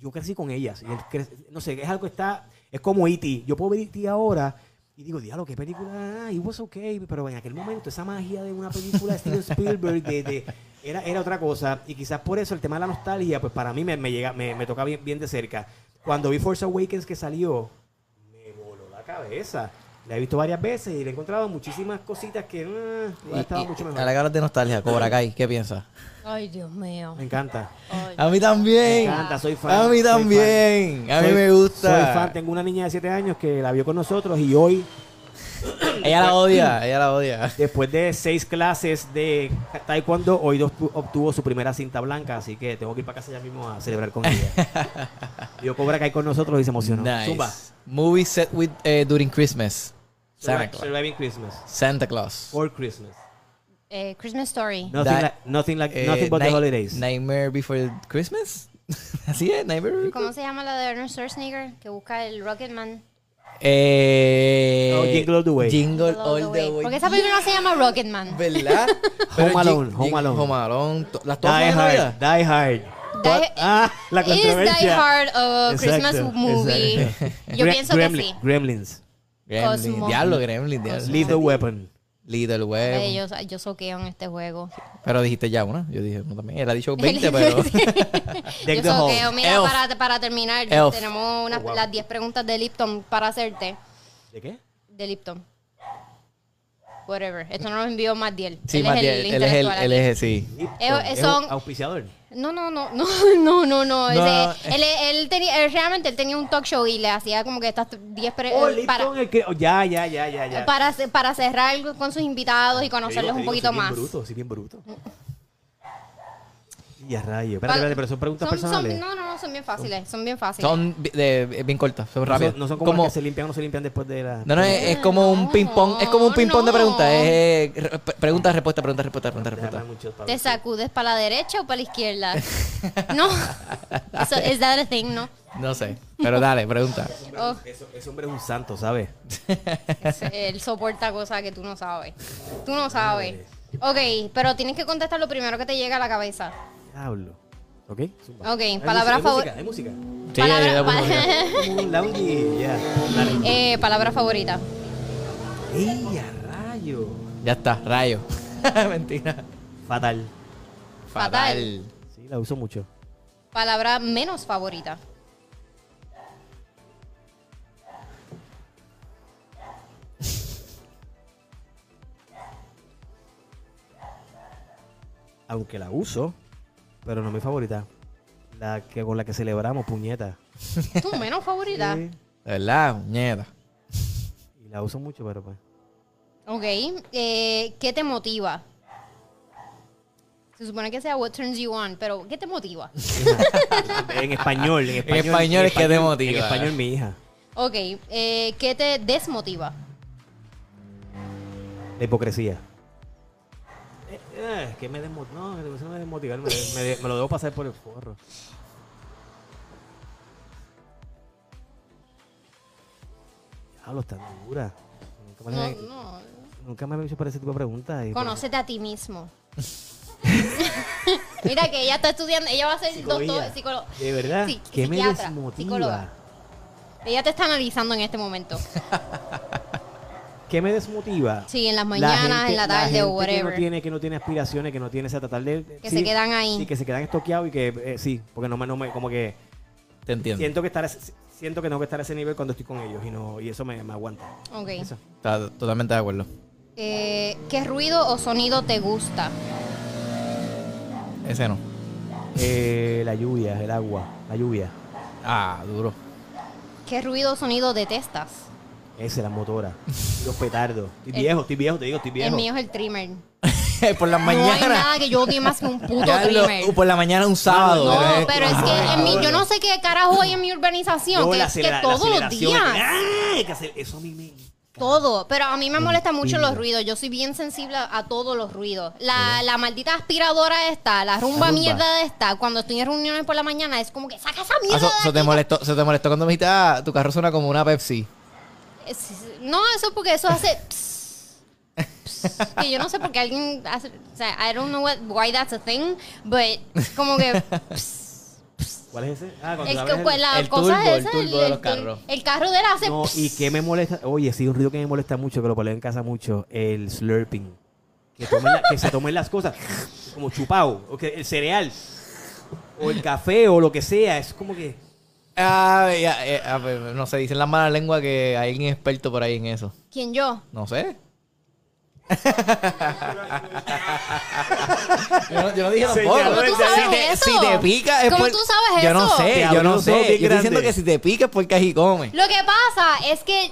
[SPEAKER 2] yo crecí con ellas. y el cre- no sé, es algo que está. Es como E.T. Yo puedo ver E.T. ahora y digo, diablo, qué película. Ah, it was okay. Pero en aquel momento, esa magia de una película de Steven Spielberg de, de- era, era otra cosa. Y quizás por eso el tema de la nostalgia, pues para mí me, me llega, me, me toca bien, bien de cerca. Cuando vi Force Awakens que salió, me voló la cabeza. La he visto varias veces y le he encontrado muchísimas cositas que ah, estaba mucho
[SPEAKER 3] A la
[SPEAKER 2] mejor.
[SPEAKER 3] cara de nostalgia, Cobra Kai, ¿qué piensas?
[SPEAKER 1] Ay, Dios mío.
[SPEAKER 2] Me encanta.
[SPEAKER 3] A mí también.
[SPEAKER 2] Me encanta, soy fan,
[SPEAKER 3] A
[SPEAKER 2] soy
[SPEAKER 3] mí
[SPEAKER 2] fan.
[SPEAKER 3] también. A mí
[SPEAKER 2] Soy-
[SPEAKER 3] me gusta.
[SPEAKER 2] Soy fan, tengo una niña de 7 años que la vio con nosotros y hoy,
[SPEAKER 3] Ella la odia, ella la odia.
[SPEAKER 2] después de seis clases de taekwondo, hoy dos- obtuvo su primera cinta blanca, así que tengo que ir para casa ya mismo a celebrar con ella. Yo Cobra Kai con nosotros y se emocionó.
[SPEAKER 3] Nice.
[SPEAKER 2] Zumba.
[SPEAKER 3] Movie set with eh, during Christmas. Santa
[SPEAKER 2] Survi-
[SPEAKER 3] Claus.
[SPEAKER 2] Surviving Christmas.
[SPEAKER 3] Santa Claus.
[SPEAKER 2] For Christmas.
[SPEAKER 1] Eh, Christmas Story.
[SPEAKER 2] Nothing,
[SPEAKER 3] That-
[SPEAKER 2] like, nothing, like,
[SPEAKER 3] Eh,
[SPEAKER 2] nothing but the
[SPEAKER 3] Night-
[SPEAKER 2] holidays.
[SPEAKER 3] Nightmare Before Christmas. Así es, Nightmare Before
[SPEAKER 1] ¿Cómo se llama la de Ernest Schwarzenegger que busca el Rocketman?
[SPEAKER 3] Eh,
[SPEAKER 2] No, Oh, Jingle All the Way.
[SPEAKER 3] Jingle
[SPEAKER 1] Todo
[SPEAKER 3] All the Way.
[SPEAKER 1] Porque esa película no se llama Rocketman.
[SPEAKER 3] ¿Verdad? Pero
[SPEAKER 2] Alone,
[SPEAKER 3] Jing-
[SPEAKER 2] Home
[SPEAKER 3] Jing-
[SPEAKER 2] Alone.
[SPEAKER 3] Home Alone. to- Las todas
[SPEAKER 2] Die
[SPEAKER 3] son de
[SPEAKER 2] Hard.
[SPEAKER 3] Navidad.
[SPEAKER 2] Die Hard.
[SPEAKER 1] Die-
[SPEAKER 2] ah, la
[SPEAKER 1] Is
[SPEAKER 2] controversia.
[SPEAKER 1] Die Hard a
[SPEAKER 2] Exacto,
[SPEAKER 1] Christmas movie?
[SPEAKER 2] exacto.
[SPEAKER 1] Yo
[SPEAKER 2] Gre-
[SPEAKER 1] pienso
[SPEAKER 2] Gremlin-
[SPEAKER 1] que sí.
[SPEAKER 2] Gremlins.
[SPEAKER 3] Gremlin,
[SPEAKER 1] Cosmo.
[SPEAKER 3] diablo, Gremlin, diablo.
[SPEAKER 2] Little Weapon.
[SPEAKER 3] Little Web.
[SPEAKER 1] Oye, Eh, yo, yo soqueo en este juego.
[SPEAKER 3] Pero dijiste ya una. Yo dije, no también. Él ha dicho 20, pero.
[SPEAKER 2] Deck
[SPEAKER 1] Yo
[SPEAKER 2] the Hall.
[SPEAKER 1] soqueo. Mira,
[SPEAKER 3] Elf.
[SPEAKER 1] para, para terminar,
[SPEAKER 3] Elf.
[SPEAKER 1] tenemos unas- las 10 preguntas de Lipton para hacerte.
[SPEAKER 2] ¿De
[SPEAKER 1] Eh,
[SPEAKER 2] qué?
[SPEAKER 1] De Lipton. Whatever. Esto no lo envió Matiel.
[SPEAKER 3] sí,
[SPEAKER 1] él
[SPEAKER 3] Matías,
[SPEAKER 1] es el,
[SPEAKER 3] él es el,
[SPEAKER 1] intelectual
[SPEAKER 3] él
[SPEAKER 1] aquí.
[SPEAKER 3] es el, sí.
[SPEAKER 1] Eh,
[SPEAKER 2] Es
[SPEAKER 1] son-
[SPEAKER 2] un auspiciador.
[SPEAKER 1] No, no, no, no, no, no, no.
[SPEAKER 3] No.
[SPEAKER 1] Ese- él, él tenía, él realmente él tenía un talk show y le hacía como que estas 10 pre-
[SPEAKER 2] Oh,
[SPEAKER 1] eh,
[SPEAKER 2] Lipton,
[SPEAKER 1] para, eh,
[SPEAKER 2] el que- oh, ya, ya, ya, ya, ya.
[SPEAKER 1] para, ce- para cerrar con sus invitados y
[SPEAKER 2] Te digo,
[SPEAKER 1] conocerlos
[SPEAKER 2] te
[SPEAKER 1] un
[SPEAKER 2] digo,
[SPEAKER 1] poquito
[SPEAKER 2] soy bien
[SPEAKER 1] más. Mm.
[SPEAKER 2] bruto, soy bien bruto. Y a rayos. Espérate, espérate, pero son preguntas
[SPEAKER 1] Son- son-
[SPEAKER 2] personales.
[SPEAKER 1] no, no, no, son bien fáciles, son bien fáciles.
[SPEAKER 3] Son bi- de- eh, bien cortas, son
[SPEAKER 2] No son-
[SPEAKER 3] rápidas.
[SPEAKER 2] No son como, las que se limpian o no se limpian después de la...
[SPEAKER 3] No, eh. no, es, es como un
[SPEAKER 1] No,
[SPEAKER 3] ping-pong. Es como un ping-pong de
[SPEAKER 1] no.
[SPEAKER 3] preguntas. Es eh, re- pre- pregunta, respuesta, pregunta, respuesta, pregunta,
[SPEAKER 2] Déjame dar
[SPEAKER 3] respuesta.
[SPEAKER 2] muchos
[SPEAKER 1] ¿Te
[SPEAKER 2] palos.
[SPEAKER 1] sacudes para la derecha o para la izquierda? no. Eso es that a thing, ¿no?
[SPEAKER 3] No sé. Pero dale, pregunta.
[SPEAKER 1] Oh,
[SPEAKER 2] Eso- Ese hombre es un santo, ¿sabes?
[SPEAKER 1] ese- él soporta cosas que tú no sabes. Tú no sabes. Ok, pero tienes que contestar lo primero que te llega a la cabeza.
[SPEAKER 2] Diablo. ¿Ok?
[SPEAKER 1] Ok, palabra favor-
[SPEAKER 2] favorita. Hay música.
[SPEAKER 3] Sí,
[SPEAKER 1] Palabra-
[SPEAKER 3] eh, la
[SPEAKER 1] pa-
[SPEAKER 3] pregunta.
[SPEAKER 2] Un lounge, ya. Dale.
[SPEAKER 1] Eh, palabra favorita.
[SPEAKER 2] ¡Ey, a rayo!
[SPEAKER 3] Ya está, rayo. Mentira.
[SPEAKER 2] Fatal.
[SPEAKER 1] Fatal.
[SPEAKER 2] Sí, la uso mucho.
[SPEAKER 1] Palabra menos favorita.
[SPEAKER 2] Aunque la uso, pero no es mi favorita. La que con la que celebramos, puñeta.
[SPEAKER 1] ¿Tu menos favorita?
[SPEAKER 2] Sí.
[SPEAKER 3] De verdad, muñeca.
[SPEAKER 2] Y la uso mucho, pero pues.
[SPEAKER 1] Ok. eh, ¿Qué te motiva? Se supone que sea What Turns You On, pero ¿qué te motiva?
[SPEAKER 2] en español, en español.
[SPEAKER 3] español es que te motiva.
[SPEAKER 2] En español, mi hija.
[SPEAKER 1] Ok. eh, ¿Qué te desmotiva?
[SPEAKER 2] La hipocresía. Eh, eh, que me desmo- No, eso no es desmotivar, me, me de- me lo debo pasar por el forro. Diablos, tan dura. Nunca me,
[SPEAKER 1] No,
[SPEAKER 2] había-
[SPEAKER 1] no.
[SPEAKER 2] nunca me había hecho para ese tipo de preguntas. eh, y-
[SPEAKER 1] Conócete a ti mismo. Mira que ella está estudiando, ella va a ser doctora,
[SPEAKER 2] Psicología.
[SPEAKER 1] psicóloga.
[SPEAKER 2] De verdad,
[SPEAKER 1] Sí,
[SPEAKER 2] que me
[SPEAKER 1] psiquiatra,
[SPEAKER 2] desmotiva.
[SPEAKER 1] psicóloga. Ella te está analizando en este momento.
[SPEAKER 2] ¿Qué me desmotiva?
[SPEAKER 1] Sí, en las mañanas, en la tarde o
[SPEAKER 2] Que
[SPEAKER 1] whatever.
[SPEAKER 2] no, tiene, que no tiene aspiraciones, que no tiene esa tratar de...
[SPEAKER 1] Que se quedan ahí.
[SPEAKER 2] Sí, que se quedan estoqueados y que eh, sí, porque no me, no me, como que
[SPEAKER 3] Te entiendo.
[SPEAKER 2] siento que estar, a ese- siento que tengo que estar a ese nivel cuando estoy con ellos y no, y eso me, me aguanta.
[SPEAKER 1] Ok.
[SPEAKER 2] Eso.
[SPEAKER 3] Está totalmente de acuerdo.
[SPEAKER 1] Eh, ¿Qué ruido o sonido te gusta?
[SPEAKER 3] Ese no.
[SPEAKER 2] Eh, la lluvia, el agua, la lluvia.
[SPEAKER 3] Ah, duro.
[SPEAKER 1] ¿Qué ruido o sonido detestas?
[SPEAKER 2] Esa es la motora. Los petardos. Estoy viejo, estoy viejo, te digo, estoy viejo.
[SPEAKER 1] El mío Eh, es el trimmer.
[SPEAKER 3] por las
[SPEAKER 1] No hay
[SPEAKER 3] mañanas.
[SPEAKER 1] nada que yo odie más que un puto
[SPEAKER 3] Diablo,
[SPEAKER 1] trimmer.
[SPEAKER 3] por la mañana un sábado. ¿eh? Ah.
[SPEAKER 1] No,
[SPEAKER 2] eh.
[SPEAKER 3] ¿verdad?
[SPEAKER 1] pero es que en mí, yo no sé qué carajo hay en mi urbanización,
[SPEAKER 2] No,
[SPEAKER 1] que
[SPEAKER 2] la
[SPEAKER 1] es que
[SPEAKER 2] acelera- la
[SPEAKER 1] todos los
[SPEAKER 2] aceleración, es que-
[SPEAKER 1] días,
[SPEAKER 2] ¡Ah! Hay que hacer- Eso a mí me...
[SPEAKER 1] todo. Pero a mí me molestan mucho los
[SPEAKER 2] Estúpido.
[SPEAKER 1] ruidos, yo soy bien sensible a a todos los ruidos. La, la maldita aspiradora esta, la rumba,
[SPEAKER 2] rumba.
[SPEAKER 1] mierda esta, cuando estoy en reuniones por la mañana, es como que saca esa
[SPEAKER 3] Ah,
[SPEAKER 1] mierda.
[SPEAKER 3] so-
[SPEAKER 1] de
[SPEAKER 3] so te
[SPEAKER 1] aquí".
[SPEAKER 3] molestó, so te molestó cuando me dijiste, ah, tu carro suena como una Pepsi.
[SPEAKER 1] Es- es- No, eso es porque eso hace... ps, ps, que yo no sé por qué alguien hace... O sea, I don't know what- why that's a thing, but como que... ps,
[SPEAKER 2] ¿Cuál es ese? Ah, cuando
[SPEAKER 1] Es que
[SPEAKER 2] abres el-
[SPEAKER 1] pues, la
[SPEAKER 3] el
[SPEAKER 1] cosa
[SPEAKER 3] turbo, el
[SPEAKER 1] esa,
[SPEAKER 3] turbo de los carros.
[SPEAKER 1] el carro de él hace
[SPEAKER 2] No,
[SPEAKER 1] pss.
[SPEAKER 2] y que me molesta, oye, sí, un ruido que me molesta mucho, que lo peleo en casa mucho, el slurping. Que, tomen la- que se tomen las cosas como chupado, o que el cereal, o el café, o lo que sea, es como que...
[SPEAKER 3] Ah, ya, eh, ah, pues, no sé, dicen las malas lenguas que hay un experto por ahí en eso.
[SPEAKER 1] ¿Quién yo?
[SPEAKER 3] No sé. yo, no, yo no dije tampoco.
[SPEAKER 2] ¿Cómo tú
[SPEAKER 1] sabes
[SPEAKER 3] si te,
[SPEAKER 1] eso?
[SPEAKER 3] si te pica es
[SPEAKER 1] ¿Cómo
[SPEAKER 3] por-
[SPEAKER 1] tú sabes
[SPEAKER 3] Yo no
[SPEAKER 1] eso?
[SPEAKER 3] sé,
[SPEAKER 2] Te
[SPEAKER 3] yo
[SPEAKER 2] abrió
[SPEAKER 3] no
[SPEAKER 2] los ojos
[SPEAKER 3] sé. Yo
[SPEAKER 2] bien
[SPEAKER 3] estoy diciendo que
[SPEAKER 2] grandes.
[SPEAKER 3] si te pica es porque allí come.
[SPEAKER 1] Lo que pasa es que.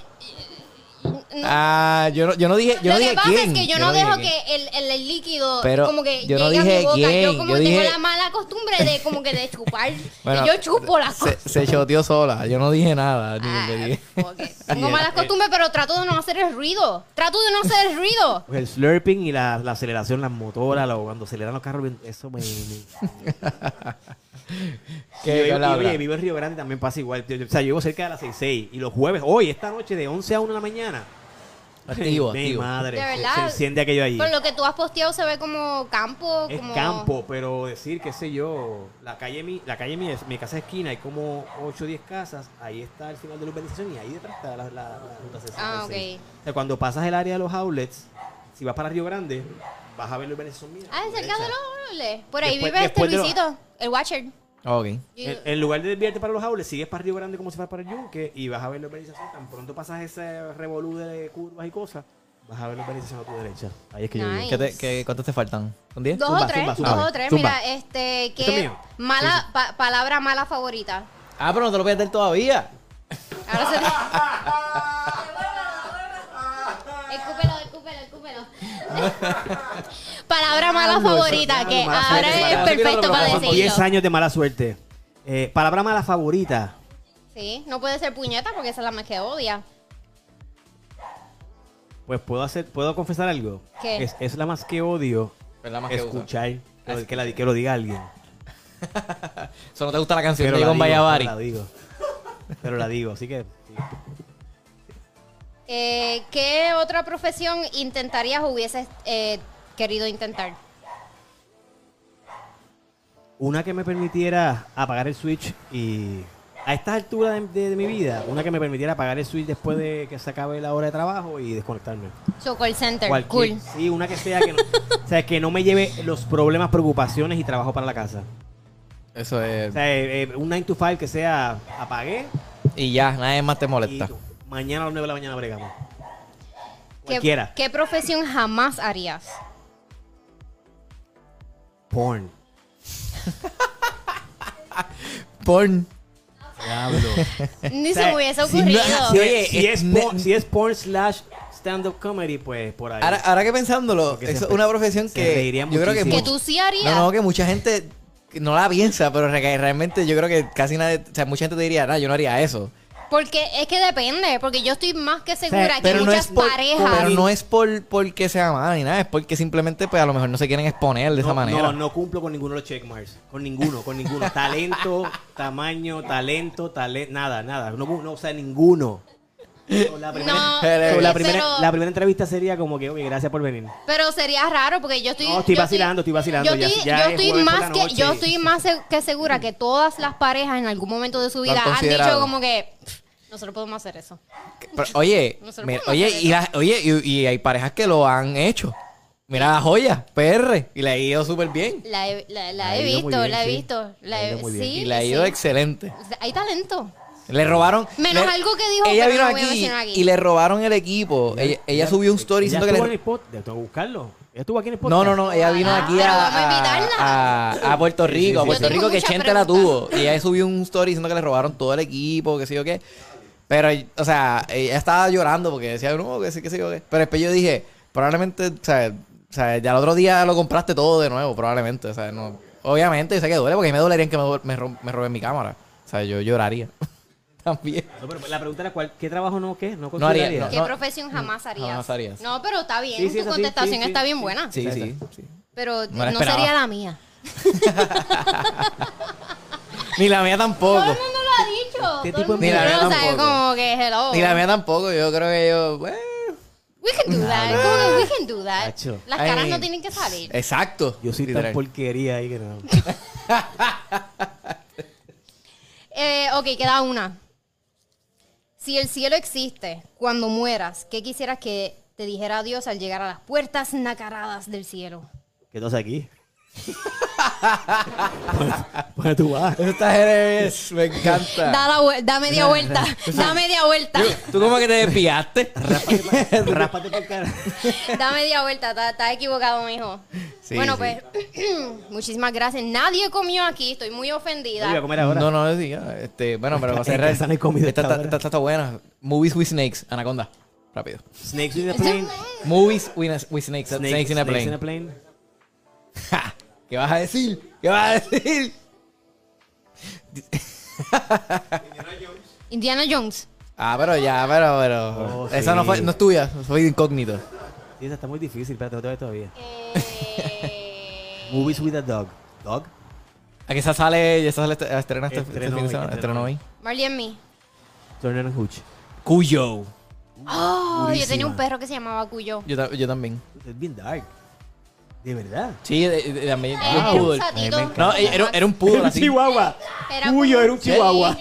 [SPEAKER 1] no-
[SPEAKER 3] Ah, yo no, yo no dije, yo
[SPEAKER 1] lo
[SPEAKER 3] no
[SPEAKER 1] que
[SPEAKER 3] dije
[SPEAKER 1] pasa
[SPEAKER 3] quién.
[SPEAKER 1] es que yo, no,
[SPEAKER 3] dije
[SPEAKER 1] dejo
[SPEAKER 3] quién.
[SPEAKER 1] que el, el- el líquido
[SPEAKER 3] Pero
[SPEAKER 1] como que
[SPEAKER 3] yo no
[SPEAKER 1] llegue a
[SPEAKER 3] dije
[SPEAKER 1] mi boca.
[SPEAKER 3] quién,
[SPEAKER 1] yo como
[SPEAKER 3] yo
[SPEAKER 1] tengo
[SPEAKER 3] dije-
[SPEAKER 1] la mala costumbre de como que de chupar.
[SPEAKER 3] Bueno,
[SPEAKER 1] que yo chupo las
[SPEAKER 3] Se,
[SPEAKER 1] cosas.
[SPEAKER 3] se choteó sola, yo no dije nada. ni
[SPEAKER 1] Ah,
[SPEAKER 3] le dije.
[SPEAKER 1] porque Tengo malas costumbres, pero trato de no hacer el ruido. Trato de no hacer el ruido.
[SPEAKER 2] Pues el slurping y la, la aceleración, las motoras, lo- cuando aceleran los carros, eso me... me-
[SPEAKER 3] ¿Qué-
[SPEAKER 2] yo,
[SPEAKER 3] qué
[SPEAKER 2] yo-
[SPEAKER 3] habla,
[SPEAKER 2] oye,
[SPEAKER 3] habla?
[SPEAKER 2] vivo en Río Grande, también pasa igual. tío. O sea, yo vivo cerca de las 6 y los jueves, hoy, esta noche, de 11 a 1 de la mañana,
[SPEAKER 3] Activo,
[SPEAKER 2] Mi
[SPEAKER 3] activo.
[SPEAKER 2] madre.
[SPEAKER 1] De
[SPEAKER 2] se-
[SPEAKER 1] verdad.
[SPEAKER 2] Se enciende aquello ahí.
[SPEAKER 1] Por lo que tú has posteado se ve como campo.
[SPEAKER 2] Es
[SPEAKER 1] como...
[SPEAKER 2] campo, pero decir, qué sé yo, la calle mi, la calle mi, mi casa de esquina, hay como 8 o 10 casas, ahí está el final de la urbanización y ahí detrás está la, la, la ruta 66.
[SPEAKER 1] Ah, ok.
[SPEAKER 2] O sea, cuando pasas el área de los outlets, si vas para Río Grande, vas a ver la urbanización mía.
[SPEAKER 1] Ah,
[SPEAKER 2] a tu
[SPEAKER 1] cerca de
[SPEAKER 2] derecha.
[SPEAKER 1] los árboles. Por ahí
[SPEAKER 2] Después-
[SPEAKER 1] vive este
[SPEAKER 2] después de Eh, los-
[SPEAKER 1] Luisito, el Watcher.
[SPEAKER 3] Ok.
[SPEAKER 1] Yo-
[SPEAKER 2] En, en lugar de desviarte para los outlets, sigues para Río Grande como si fueras para el Yunque y vas a ver la urbanización. Tan pronto pasas ese revolú de curvas y cosas, vas a ver la urbanización a tu derecha. Ahí es que yo
[SPEAKER 1] Nice.
[SPEAKER 2] llegué.
[SPEAKER 3] ¿Qué te- qué- ¿Cuántos te faltan? ¿Un 10?
[SPEAKER 1] Dos o
[SPEAKER 2] Zumba,
[SPEAKER 1] tres,
[SPEAKER 2] zumba,
[SPEAKER 1] dos
[SPEAKER 2] zumba.
[SPEAKER 1] o tres.
[SPEAKER 2] Zumba.
[SPEAKER 1] Mira, este,
[SPEAKER 2] Este es
[SPEAKER 1] ¿qué
[SPEAKER 2] mío.
[SPEAKER 1] mala, pa- palabra mala favorita?
[SPEAKER 3] Ah, pero no te lo voy a dar todavía.
[SPEAKER 1] Ahora se te... Escúpelo, escúpelo, escúpelo. palabra mala
[SPEAKER 2] Diablo,
[SPEAKER 1] favorita,
[SPEAKER 2] eso,
[SPEAKER 1] que
[SPEAKER 2] diablo, mala
[SPEAKER 1] ahora
[SPEAKER 2] suerte,
[SPEAKER 1] es
[SPEAKER 2] mala suerte.
[SPEAKER 1] perfecto para
[SPEAKER 2] Son 10
[SPEAKER 1] decirlo.
[SPEAKER 2] años de mala suerte. Eh, palabra mala favorita.
[SPEAKER 1] Sí, no puede ser puñeta porque esa es la más que odia.
[SPEAKER 2] Pues puedo hacer, puedo confesar algo.
[SPEAKER 1] ¿Qué?
[SPEAKER 2] Es, es la más que odio
[SPEAKER 3] Es la más que
[SPEAKER 2] escuchar que, que la, que lo diga alguien.
[SPEAKER 3] Solo no te gusta la canción
[SPEAKER 2] Pero
[SPEAKER 3] de
[SPEAKER 2] la
[SPEAKER 3] Egon
[SPEAKER 2] digo,
[SPEAKER 3] Bayabari.
[SPEAKER 2] Pero la digo. Pero la digo, así que. sí.
[SPEAKER 1] Eh, ¿Qué otra profesión intentarías o hubieses eh, querido intentar?
[SPEAKER 2] Una que me permitiera apagar el switch y. A esta altura de, de- de mi vida, una que me permitiera apagar el switch después de que se acabe la hora de trabajo y desconectarme.
[SPEAKER 1] So, call center,
[SPEAKER 2] Cualquier-
[SPEAKER 1] cool.
[SPEAKER 2] Sí, una que sea que no, o sea, que no me lleve los problemas, preocupaciones y trabajo para la casa.
[SPEAKER 3] Eso
[SPEAKER 2] O
[SPEAKER 3] es.
[SPEAKER 2] sea, eh, eh, un 9 to 5 que sea apagué
[SPEAKER 3] Y ya, nadie más te
[SPEAKER 2] y
[SPEAKER 3] molesta.
[SPEAKER 2] mañana a las 9 de la mañana bregamos.
[SPEAKER 1] ¿Qué,
[SPEAKER 2] Cualquiera.
[SPEAKER 1] ¿Qué profesión jamás harías?
[SPEAKER 2] Porn.
[SPEAKER 3] Porn.
[SPEAKER 2] Diablo.
[SPEAKER 1] Ni
[SPEAKER 2] O sea,
[SPEAKER 1] se me hubiese
[SPEAKER 3] Eh, si no-
[SPEAKER 1] ocurrido.
[SPEAKER 2] si, oye,
[SPEAKER 3] es-
[SPEAKER 2] si es,
[SPEAKER 3] ne-
[SPEAKER 2] porn, si es porn slash stand-up comedy, pues por ahí.
[SPEAKER 3] Ahora, ahora que pensándolo,
[SPEAKER 2] Porque
[SPEAKER 3] es
[SPEAKER 2] se-
[SPEAKER 3] una profesión
[SPEAKER 2] se
[SPEAKER 3] que
[SPEAKER 2] reiría
[SPEAKER 3] yo creo que,
[SPEAKER 2] muchísimo.
[SPEAKER 1] que tú
[SPEAKER 3] mu-
[SPEAKER 1] sí harías.
[SPEAKER 3] no, no, que mucha gente no la piensa, pero re- que realmente yo creo que casi nadie, o sea, mucha gente te diría, no, yo no haría eso.
[SPEAKER 1] Porque es que depende, porque yo estoy más que segura que
[SPEAKER 3] Pero no, es
[SPEAKER 1] muchas
[SPEAKER 3] por,
[SPEAKER 1] parejas.
[SPEAKER 3] pero no es por porque sea mal ni nada, es porque simplemente pues a lo mejor no se quieren exponer de
[SPEAKER 2] no,
[SPEAKER 3] esa manera.
[SPEAKER 2] No, no cumplo con ninguno de los checkmarks. Con ninguno, con ninguno. talento, tamaño, talento, talento. Nada, nada. No, no, o sea, ninguno. So, La primera,
[SPEAKER 1] No,
[SPEAKER 2] so, la,
[SPEAKER 1] pero-
[SPEAKER 2] primera, la primera entrevista sería como que, ok, gracias por venir.
[SPEAKER 1] Pero sería raro porque yo estoy.
[SPEAKER 2] No, estoy
[SPEAKER 1] yo
[SPEAKER 2] vacilando, estoy vacilando,
[SPEAKER 1] Yo
[SPEAKER 2] ya-
[SPEAKER 1] estoy,
[SPEAKER 2] ya
[SPEAKER 1] yo
[SPEAKER 2] es
[SPEAKER 1] estoy
[SPEAKER 2] jueves por la
[SPEAKER 1] más que, yo
[SPEAKER 2] noche.
[SPEAKER 1] estoy más se- que segura que todas las parejas en algún momento de su
[SPEAKER 3] Lo han
[SPEAKER 1] vida han dicho
[SPEAKER 3] considerado.
[SPEAKER 1] como que "Pff, nosotros podemos hacer eso.
[SPEAKER 3] Pero, oye,
[SPEAKER 1] Nosotros
[SPEAKER 3] mira,
[SPEAKER 1] podemos
[SPEAKER 3] oye,
[SPEAKER 1] hacer
[SPEAKER 3] y,
[SPEAKER 1] eso.
[SPEAKER 3] las- oye y, y hay parejas que lo han hecho. Mira la joya, PR, y le ha ido súper bien.
[SPEAKER 1] La he, la, la
[SPEAKER 2] La ha
[SPEAKER 1] he
[SPEAKER 2] ido muy
[SPEAKER 1] visto,
[SPEAKER 2] bien,
[SPEAKER 1] la he
[SPEAKER 2] sí.
[SPEAKER 1] visto.
[SPEAKER 2] La
[SPEAKER 1] La
[SPEAKER 2] ha
[SPEAKER 1] he,
[SPEAKER 2] ido muy bien.
[SPEAKER 1] sí,
[SPEAKER 3] Y le ha ido
[SPEAKER 1] sí.
[SPEAKER 3] excelente.
[SPEAKER 1] Hay talento.
[SPEAKER 3] Le robaron.
[SPEAKER 1] Menos
[SPEAKER 3] le-
[SPEAKER 1] algo que dijo,
[SPEAKER 3] Ella
[SPEAKER 1] pero
[SPEAKER 3] vino
[SPEAKER 1] no voy a
[SPEAKER 3] aquí,
[SPEAKER 1] mencionar aquí.
[SPEAKER 3] y le robaron el equipo. Ella, ella subió un story
[SPEAKER 2] Ella
[SPEAKER 3] diciendo que
[SPEAKER 2] estuvo en
[SPEAKER 3] le.
[SPEAKER 2] el pod- ya tengo que buscarlo. Ella estuvo aquí en el podcast.
[SPEAKER 3] No, no, no. Ella vino
[SPEAKER 1] Ah,
[SPEAKER 3] aquí
[SPEAKER 1] pero
[SPEAKER 3] a,
[SPEAKER 1] vamos a invitarla.
[SPEAKER 3] a- a Puerto
[SPEAKER 2] sí,
[SPEAKER 3] Rico. A
[SPEAKER 2] sí,
[SPEAKER 3] Puerto
[SPEAKER 2] sí.
[SPEAKER 3] Rico que
[SPEAKER 1] Muchas
[SPEAKER 3] Chente la tuvo.
[SPEAKER 1] preguntas.
[SPEAKER 3] Y ella subió un story diciendo que le robaron todo el equipo, que sé yo qué. Pero, o sea, ella estaba llorando porque decía, no, que sé, qué sé yo qué. Pero después yo dije, probablemente, o sea, o sea, ya el otro día lo compraste todo de nuevo, probablemente. O sea, no. Obviamente, yo sé que duele porque a mí me dolería que me, do- me, ro- me roben mi cámara. O sea, yo lloraría. También.
[SPEAKER 2] No, pero la pregunta era, cuál, ¿qué trabajo no qué? No,
[SPEAKER 3] No haría,
[SPEAKER 2] consideraría?
[SPEAKER 1] ¿Qué
[SPEAKER 3] no,
[SPEAKER 1] profesión jamás harías?
[SPEAKER 3] jamás harías.
[SPEAKER 1] No, pero está bien.
[SPEAKER 2] Sí, sí,
[SPEAKER 1] tu
[SPEAKER 2] esa sí,
[SPEAKER 1] contestación
[SPEAKER 2] sí, sí,
[SPEAKER 1] está bien
[SPEAKER 2] sí.
[SPEAKER 1] buena.
[SPEAKER 3] Sí, sí,
[SPEAKER 2] Exacto.
[SPEAKER 3] sí.
[SPEAKER 1] Pero
[SPEAKER 3] No la
[SPEAKER 1] no
[SPEAKER 3] esperaba.
[SPEAKER 1] sería la mía.
[SPEAKER 3] Ni la mía tampoco.
[SPEAKER 1] Todo el mundo lo ha dicho.
[SPEAKER 2] Este
[SPEAKER 1] todo el
[SPEAKER 2] tipo
[SPEAKER 1] mundo
[SPEAKER 2] es
[SPEAKER 3] Ni la mía
[SPEAKER 1] lo sabe
[SPEAKER 3] tampoco.
[SPEAKER 1] como que hello.
[SPEAKER 3] Ni la mía tampoco. Yo creo que yo. bueno,
[SPEAKER 1] We can do that. Como que we can do that.
[SPEAKER 2] Tacho.
[SPEAKER 1] Las caras
[SPEAKER 3] Ay.
[SPEAKER 1] no tienen que salir.
[SPEAKER 3] Exacto.
[SPEAKER 2] Yo soy
[SPEAKER 3] Literal.
[SPEAKER 2] tan porquería ahí que no.
[SPEAKER 1] Eh, ok, queda una. Si el cielo existe, cuando mueras, ¿qué quisieras que te dijera Dios al llegar a las puertas nacaradas del cielo?
[SPEAKER 2] ¿Qué tú haces aquí? Pues tú vas.
[SPEAKER 3] Esta gente es- me encanta.
[SPEAKER 1] Da, la vuel- da media vuelta. da media vuelta.
[SPEAKER 3] ¿Tú cómo que te despiaste?
[SPEAKER 2] Rápate por cara.
[SPEAKER 1] Da media vuelta, está- está equivocado, mijo.
[SPEAKER 3] Sí,
[SPEAKER 1] bueno,
[SPEAKER 3] sí.
[SPEAKER 1] pues, muchísimas gracias. Nadie comió aquí, estoy muy
[SPEAKER 2] Yo voy a
[SPEAKER 1] ofendida.
[SPEAKER 2] comer ahora.
[SPEAKER 3] no, no, sí, ya, este, bueno, pero para
[SPEAKER 2] En
[SPEAKER 3] cerrar.
[SPEAKER 2] casa no hay comida
[SPEAKER 3] Esta,
[SPEAKER 2] hasta
[SPEAKER 3] esta-
[SPEAKER 2] ahora.
[SPEAKER 3] esta está buena. Movies with Snakes, Anaconda. Rápido.
[SPEAKER 2] Snakes in a plane.
[SPEAKER 3] Movies with, with snakes, snakes, in a
[SPEAKER 2] Snakes
[SPEAKER 3] plane.
[SPEAKER 2] in a plane.
[SPEAKER 3] Ja, ¿Qué vas a decir? ¿Qué vas a decir?
[SPEAKER 1] Indiana Jones.
[SPEAKER 3] Ah, pero ya, pero, pero.
[SPEAKER 2] Oh,
[SPEAKER 3] esa no,
[SPEAKER 2] sí.
[SPEAKER 3] fue, no es tuya, soy incógnito.
[SPEAKER 2] Sí, esa está muy difícil, pero no te voy todavía.
[SPEAKER 1] Eh,
[SPEAKER 2] Movies with a dog. ¿Dog?
[SPEAKER 3] ¿A que esa sale? ¿Esa sale este- estrena este, este
[SPEAKER 2] Estrenó
[SPEAKER 3] fin de
[SPEAKER 2] hoy,
[SPEAKER 3] semana?
[SPEAKER 2] estrenó
[SPEAKER 3] Estrenó
[SPEAKER 2] hoy.
[SPEAKER 3] hoy.
[SPEAKER 1] Marley and me.
[SPEAKER 2] Turner and Hooch.
[SPEAKER 3] Cuyo.
[SPEAKER 1] Oh, yo
[SPEAKER 2] Durísima.
[SPEAKER 1] tenía un perro que se llamaba Cuyo.
[SPEAKER 3] Yo, ta- yo también.
[SPEAKER 2] Es bien dark. De verdad.
[SPEAKER 3] Sí, de- de- también.
[SPEAKER 1] Era
[SPEAKER 3] yo un
[SPEAKER 1] un
[SPEAKER 3] poodle.
[SPEAKER 1] satito.
[SPEAKER 3] No, era, era un poodle
[SPEAKER 2] un
[SPEAKER 3] así.
[SPEAKER 2] chihuahua.
[SPEAKER 1] Era
[SPEAKER 2] Cuyo,
[SPEAKER 1] como-
[SPEAKER 2] era un
[SPEAKER 1] Sí.
[SPEAKER 2] chihuahua.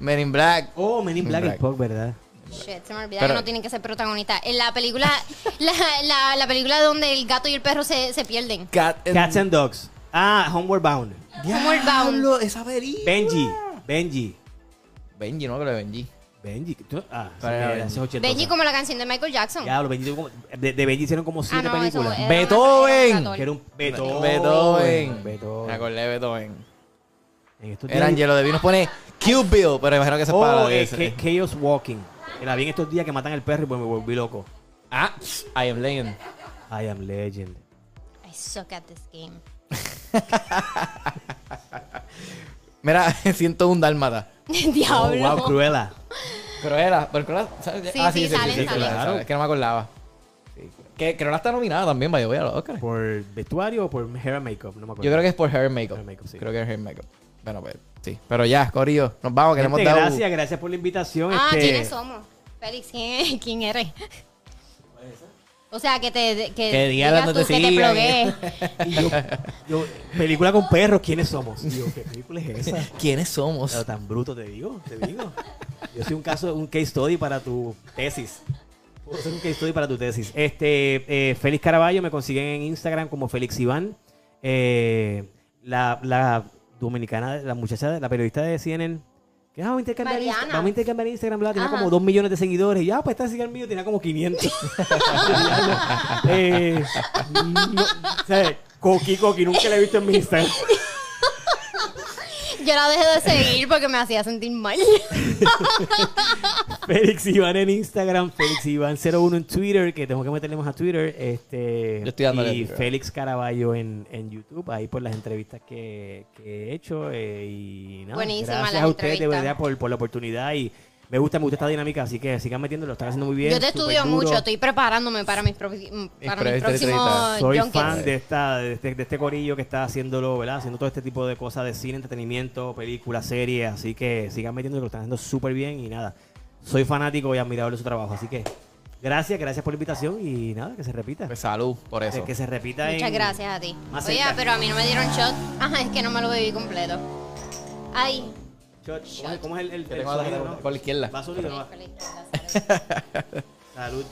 [SPEAKER 3] Men in Black.
[SPEAKER 2] Oh, Men in Black,
[SPEAKER 3] Black.
[SPEAKER 2] y Pog, ¿verdad?
[SPEAKER 1] Shit, se me olvidaba
[SPEAKER 3] Pero-
[SPEAKER 1] que no tienen que ser protagonistas. En la película, la, la, la película donde el gato y el perro se, se pierden.
[SPEAKER 3] Cat and-
[SPEAKER 2] Cats and Dogs. Ah, Homeward Bound.
[SPEAKER 1] Homeward Bound.
[SPEAKER 3] Diablo, Esa película.
[SPEAKER 2] Benji. Benji.
[SPEAKER 3] Benji, no creo que Benji.
[SPEAKER 2] Benji. ¿Tú? Ah, sí,
[SPEAKER 3] Para-
[SPEAKER 2] era, ese es ochentoso.
[SPEAKER 1] Benji como la canción de Michael Jackson.
[SPEAKER 2] Diablo, Benji tuvo como- de, de Benji hicieron como
[SPEAKER 1] Ah,
[SPEAKER 2] siete
[SPEAKER 1] no, eso
[SPEAKER 2] películas.
[SPEAKER 1] era
[SPEAKER 3] Beethoven.
[SPEAKER 1] una- era un
[SPEAKER 2] Que era un Beethoven.
[SPEAKER 3] Beethoven.
[SPEAKER 2] Beethoven.
[SPEAKER 3] Me acordé de Beethoven.
[SPEAKER 2] En estos
[SPEAKER 3] Era
[SPEAKER 2] días-
[SPEAKER 3] Angelo de Vino. Pone Kill Bill, pero imagino que se
[SPEAKER 2] Oh,
[SPEAKER 3] para
[SPEAKER 2] eh,
[SPEAKER 3] de ese.
[SPEAKER 2] Cha- Chaos Walking. La vi en estos días que matan al perro y pues me volví loco.
[SPEAKER 3] Ah, pss, I am Legend.
[SPEAKER 2] I am legend.
[SPEAKER 1] I suck at this game.
[SPEAKER 3] Mira, siento un dálmata.
[SPEAKER 2] Oh,
[SPEAKER 1] Diablo.
[SPEAKER 2] wow, Cruella.
[SPEAKER 3] Cruella. ¿Pero Cruella? ¿sabes? Ah,
[SPEAKER 1] Sí, sí, sale,
[SPEAKER 2] sale.
[SPEAKER 3] Cruella,
[SPEAKER 2] Claro.
[SPEAKER 3] Es que no me acordaba. Que Cruella está nominada también, vaya, voy a los Oscars.
[SPEAKER 2] ¿Por vestuario o por hair and makeup? No me acuerdo.
[SPEAKER 3] Yo creo que es por Hair and Makeup.
[SPEAKER 2] Hair and Makeup, sí.
[SPEAKER 3] Creo que es Hair and Makeup. Bueno, pues sí. Pero ya, Corillo, nos vamos, que le hemos
[SPEAKER 2] Gente,
[SPEAKER 3] dado.
[SPEAKER 2] gracias, gracias por la invitación.
[SPEAKER 1] Ah,
[SPEAKER 2] este,
[SPEAKER 1] ¿quiénes somos? Félix, ¿quién, quién eres? O sea, que te que,
[SPEAKER 3] Que digan
[SPEAKER 1] digas
[SPEAKER 3] dónde
[SPEAKER 1] tú
[SPEAKER 3] te
[SPEAKER 1] que te
[SPEAKER 3] sigan.
[SPEAKER 1] plugué.
[SPEAKER 2] y yo- yo, película con perros, ¿quiénes somos? Y yo, ¿qué película es esa?
[SPEAKER 3] ¿Quiénes
[SPEAKER 2] Pero
[SPEAKER 3] somos?
[SPEAKER 2] tan bruto te digo, te digo. Yo soy un caso, un case study para tu tesis. Puedo ser un case study para tu tesis. Este, eh, Félix Caraballo me consiguen en Instagram como Félix Iván. Eh, la, la dominicana, la muchacha, la periodista de CNN. que, ah, vamos a intercambiar,
[SPEAKER 1] Mariana.
[SPEAKER 2] Insta- vamos a intercambiar Instagram, bla, tenía
[SPEAKER 1] Ajá.
[SPEAKER 2] como 2 millones de seguidores. Y ya, pues esta sigue el mío, tenía como 500. eh, no, o sea, Coqui, Coqui, nunca la he visto en mi Instagram.
[SPEAKER 1] Yo la dejé de seguir porque me hacía sentir mal.
[SPEAKER 2] Félix Iván en Instagram, Félix Iván 01 en Twitter, que tengo que meterle más a Twitter. Este,
[SPEAKER 3] Yo estoy dándole
[SPEAKER 2] y
[SPEAKER 3] a Twitter.
[SPEAKER 2] Félix Caraballo en, en YouTube, ahí por las entrevistas que, que he hecho. eh, y nada,
[SPEAKER 1] Buenísima
[SPEAKER 2] gracias
[SPEAKER 1] las
[SPEAKER 2] a ustedes de
[SPEAKER 1] entrevistas.
[SPEAKER 2] verdad por, por la oportunidad y me gusta, me gusta esta dinámica, así que sigan metiéndolo, lo están haciendo muy bien.
[SPEAKER 1] Yo te estudio
[SPEAKER 2] superduro.
[SPEAKER 1] mucho, estoy preparándome para mis, profi- mm, para mis
[SPEAKER 3] Entrevistas,
[SPEAKER 1] próximos
[SPEAKER 3] entrevistas.
[SPEAKER 2] este Soy
[SPEAKER 1] junkets.
[SPEAKER 2] fan de, esta, de, este, de este corillo que está haciéndolo, ¿verdad? Haciendo todo este tipo de cosas de cine, entretenimiento, películas, series. Así que sigan metiendo que lo están haciendo súper bien y nada. Soy fanático y admirador de su trabajo. Así que gracias, gracias por la invitación y nada, que se repita.
[SPEAKER 3] Pues salud por eso.
[SPEAKER 2] Que- que se repita.
[SPEAKER 1] Muchas
[SPEAKER 2] en-
[SPEAKER 1] gracias a ti.
[SPEAKER 2] Más
[SPEAKER 1] Oye,
[SPEAKER 2] cerca.
[SPEAKER 1] pero a mí no me dieron shot. Ajá, es que no me lo bebí completo. Ay.
[SPEAKER 2] Shot. ¿Cómo es- ¿Cómo es el, el,
[SPEAKER 3] Que
[SPEAKER 2] el
[SPEAKER 3] tengo la-
[SPEAKER 2] sonido, no?
[SPEAKER 3] por la izquierda.
[SPEAKER 2] Va sonido, no va. Salud.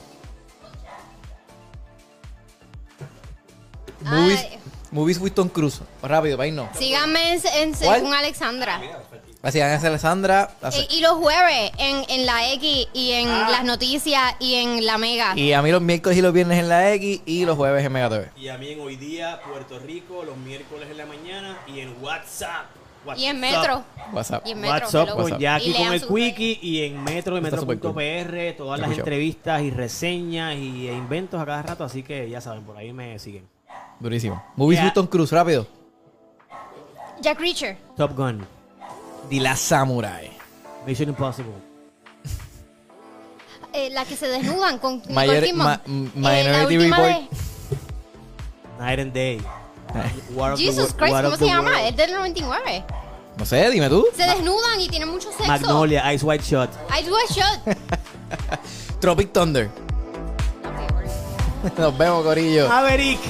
[SPEAKER 3] Movies,
[SPEAKER 1] Ay.
[SPEAKER 3] movies with Tom Cruise. Rápido, para irnos.
[SPEAKER 1] Síganme en, en
[SPEAKER 3] ¿Cuál?
[SPEAKER 1] según Alexandra.
[SPEAKER 3] Así, Ángel Alessandra. así-
[SPEAKER 1] Eh, y los jueves en, en la X y en
[SPEAKER 2] Ah.
[SPEAKER 1] las noticias y en la Mega.
[SPEAKER 3] Y a mí los miércoles y los viernes en la X y los jueves en Mega TV.
[SPEAKER 2] Y a mí en hoy día, Puerto Rico, los miércoles en la mañana y en WhatsApp.
[SPEAKER 1] Y en Metro.
[SPEAKER 3] WhatsApp.
[SPEAKER 1] Y en Metro.
[SPEAKER 2] WhatsApp
[SPEAKER 1] hello.
[SPEAKER 2] con
[SPEAKER 3] WhatsApp.
[SPEAKER 1] Y
[SPEAKER 2] Jackie,
[SPEAKER 1] lean
[SPEAKER 2] Pues con el
[SPEAKER 1] sus-
[SPEAKER 2] Quickie y en Metro y
[SPEAKER 3] Está
[SPEAKER 2] Metro.pr,
[SPEAKER 3] súper cool.
[SPEAKER 2] todas las
[SPEAKER 3] Se escuchó.
[SPEAKER 2] entrevistas y reseñas y e inventos a cada rato, así que ya saben, por ahí me siguen.
[SPEAKER 3] Durísimo. Movies
[SPEAKER 2] Ya.
[SPEAKER 3] with Tom Cruise, rápido.
[SPEAKER 1] Jack Reacher.
[SPEAKER 2] Top Gun,
[SPEAKER 3] The Last Samurai.
[SPEAKER 2] Mission Impossible,
[SPEAKER 1] Eh, la que se desnudan con Nicole
[SPEAKER 3] Mayor-
[SPEAKER 1] Kidman. Eh,
[SPEAKER 3] ma- m-
[SPEAKER 1] la
[SPEAKER 3] Minority
[SPEAKER 1] última
[SPEAKER 3] Report.
[SPEAKER 2] Night and Day, War
[SPEAKER 1] de-
[SPEAKER 2] of the
[SPEAKER 1] Jesus
[SPEAKER 2] Wo-
[SPEAKER 1] Christ,
[SPEAKER 2] War
[SPEAKER 1] ¿cómo
[SPEAKER 2] of the
[SPEAKER 1] se llama?
[SPEAKER 2] World,
[SPEAKER 1] Es del 99.
[SPEAKER 3] No sé, dime tú.
[SPEAKER 1] Se desnudan y tienen mucho sexo.
[SPEAKER 2] Magnolia, Ice White Shot.
[SPEAKER 1] I do a shot.
[SPEAKER 3] Tropic Thunder.
[SPEAKER 1] Ok, we're good.
[SPEAKER 3] Nos vemos, Corillo.
[SPEAKER 2] Maverick.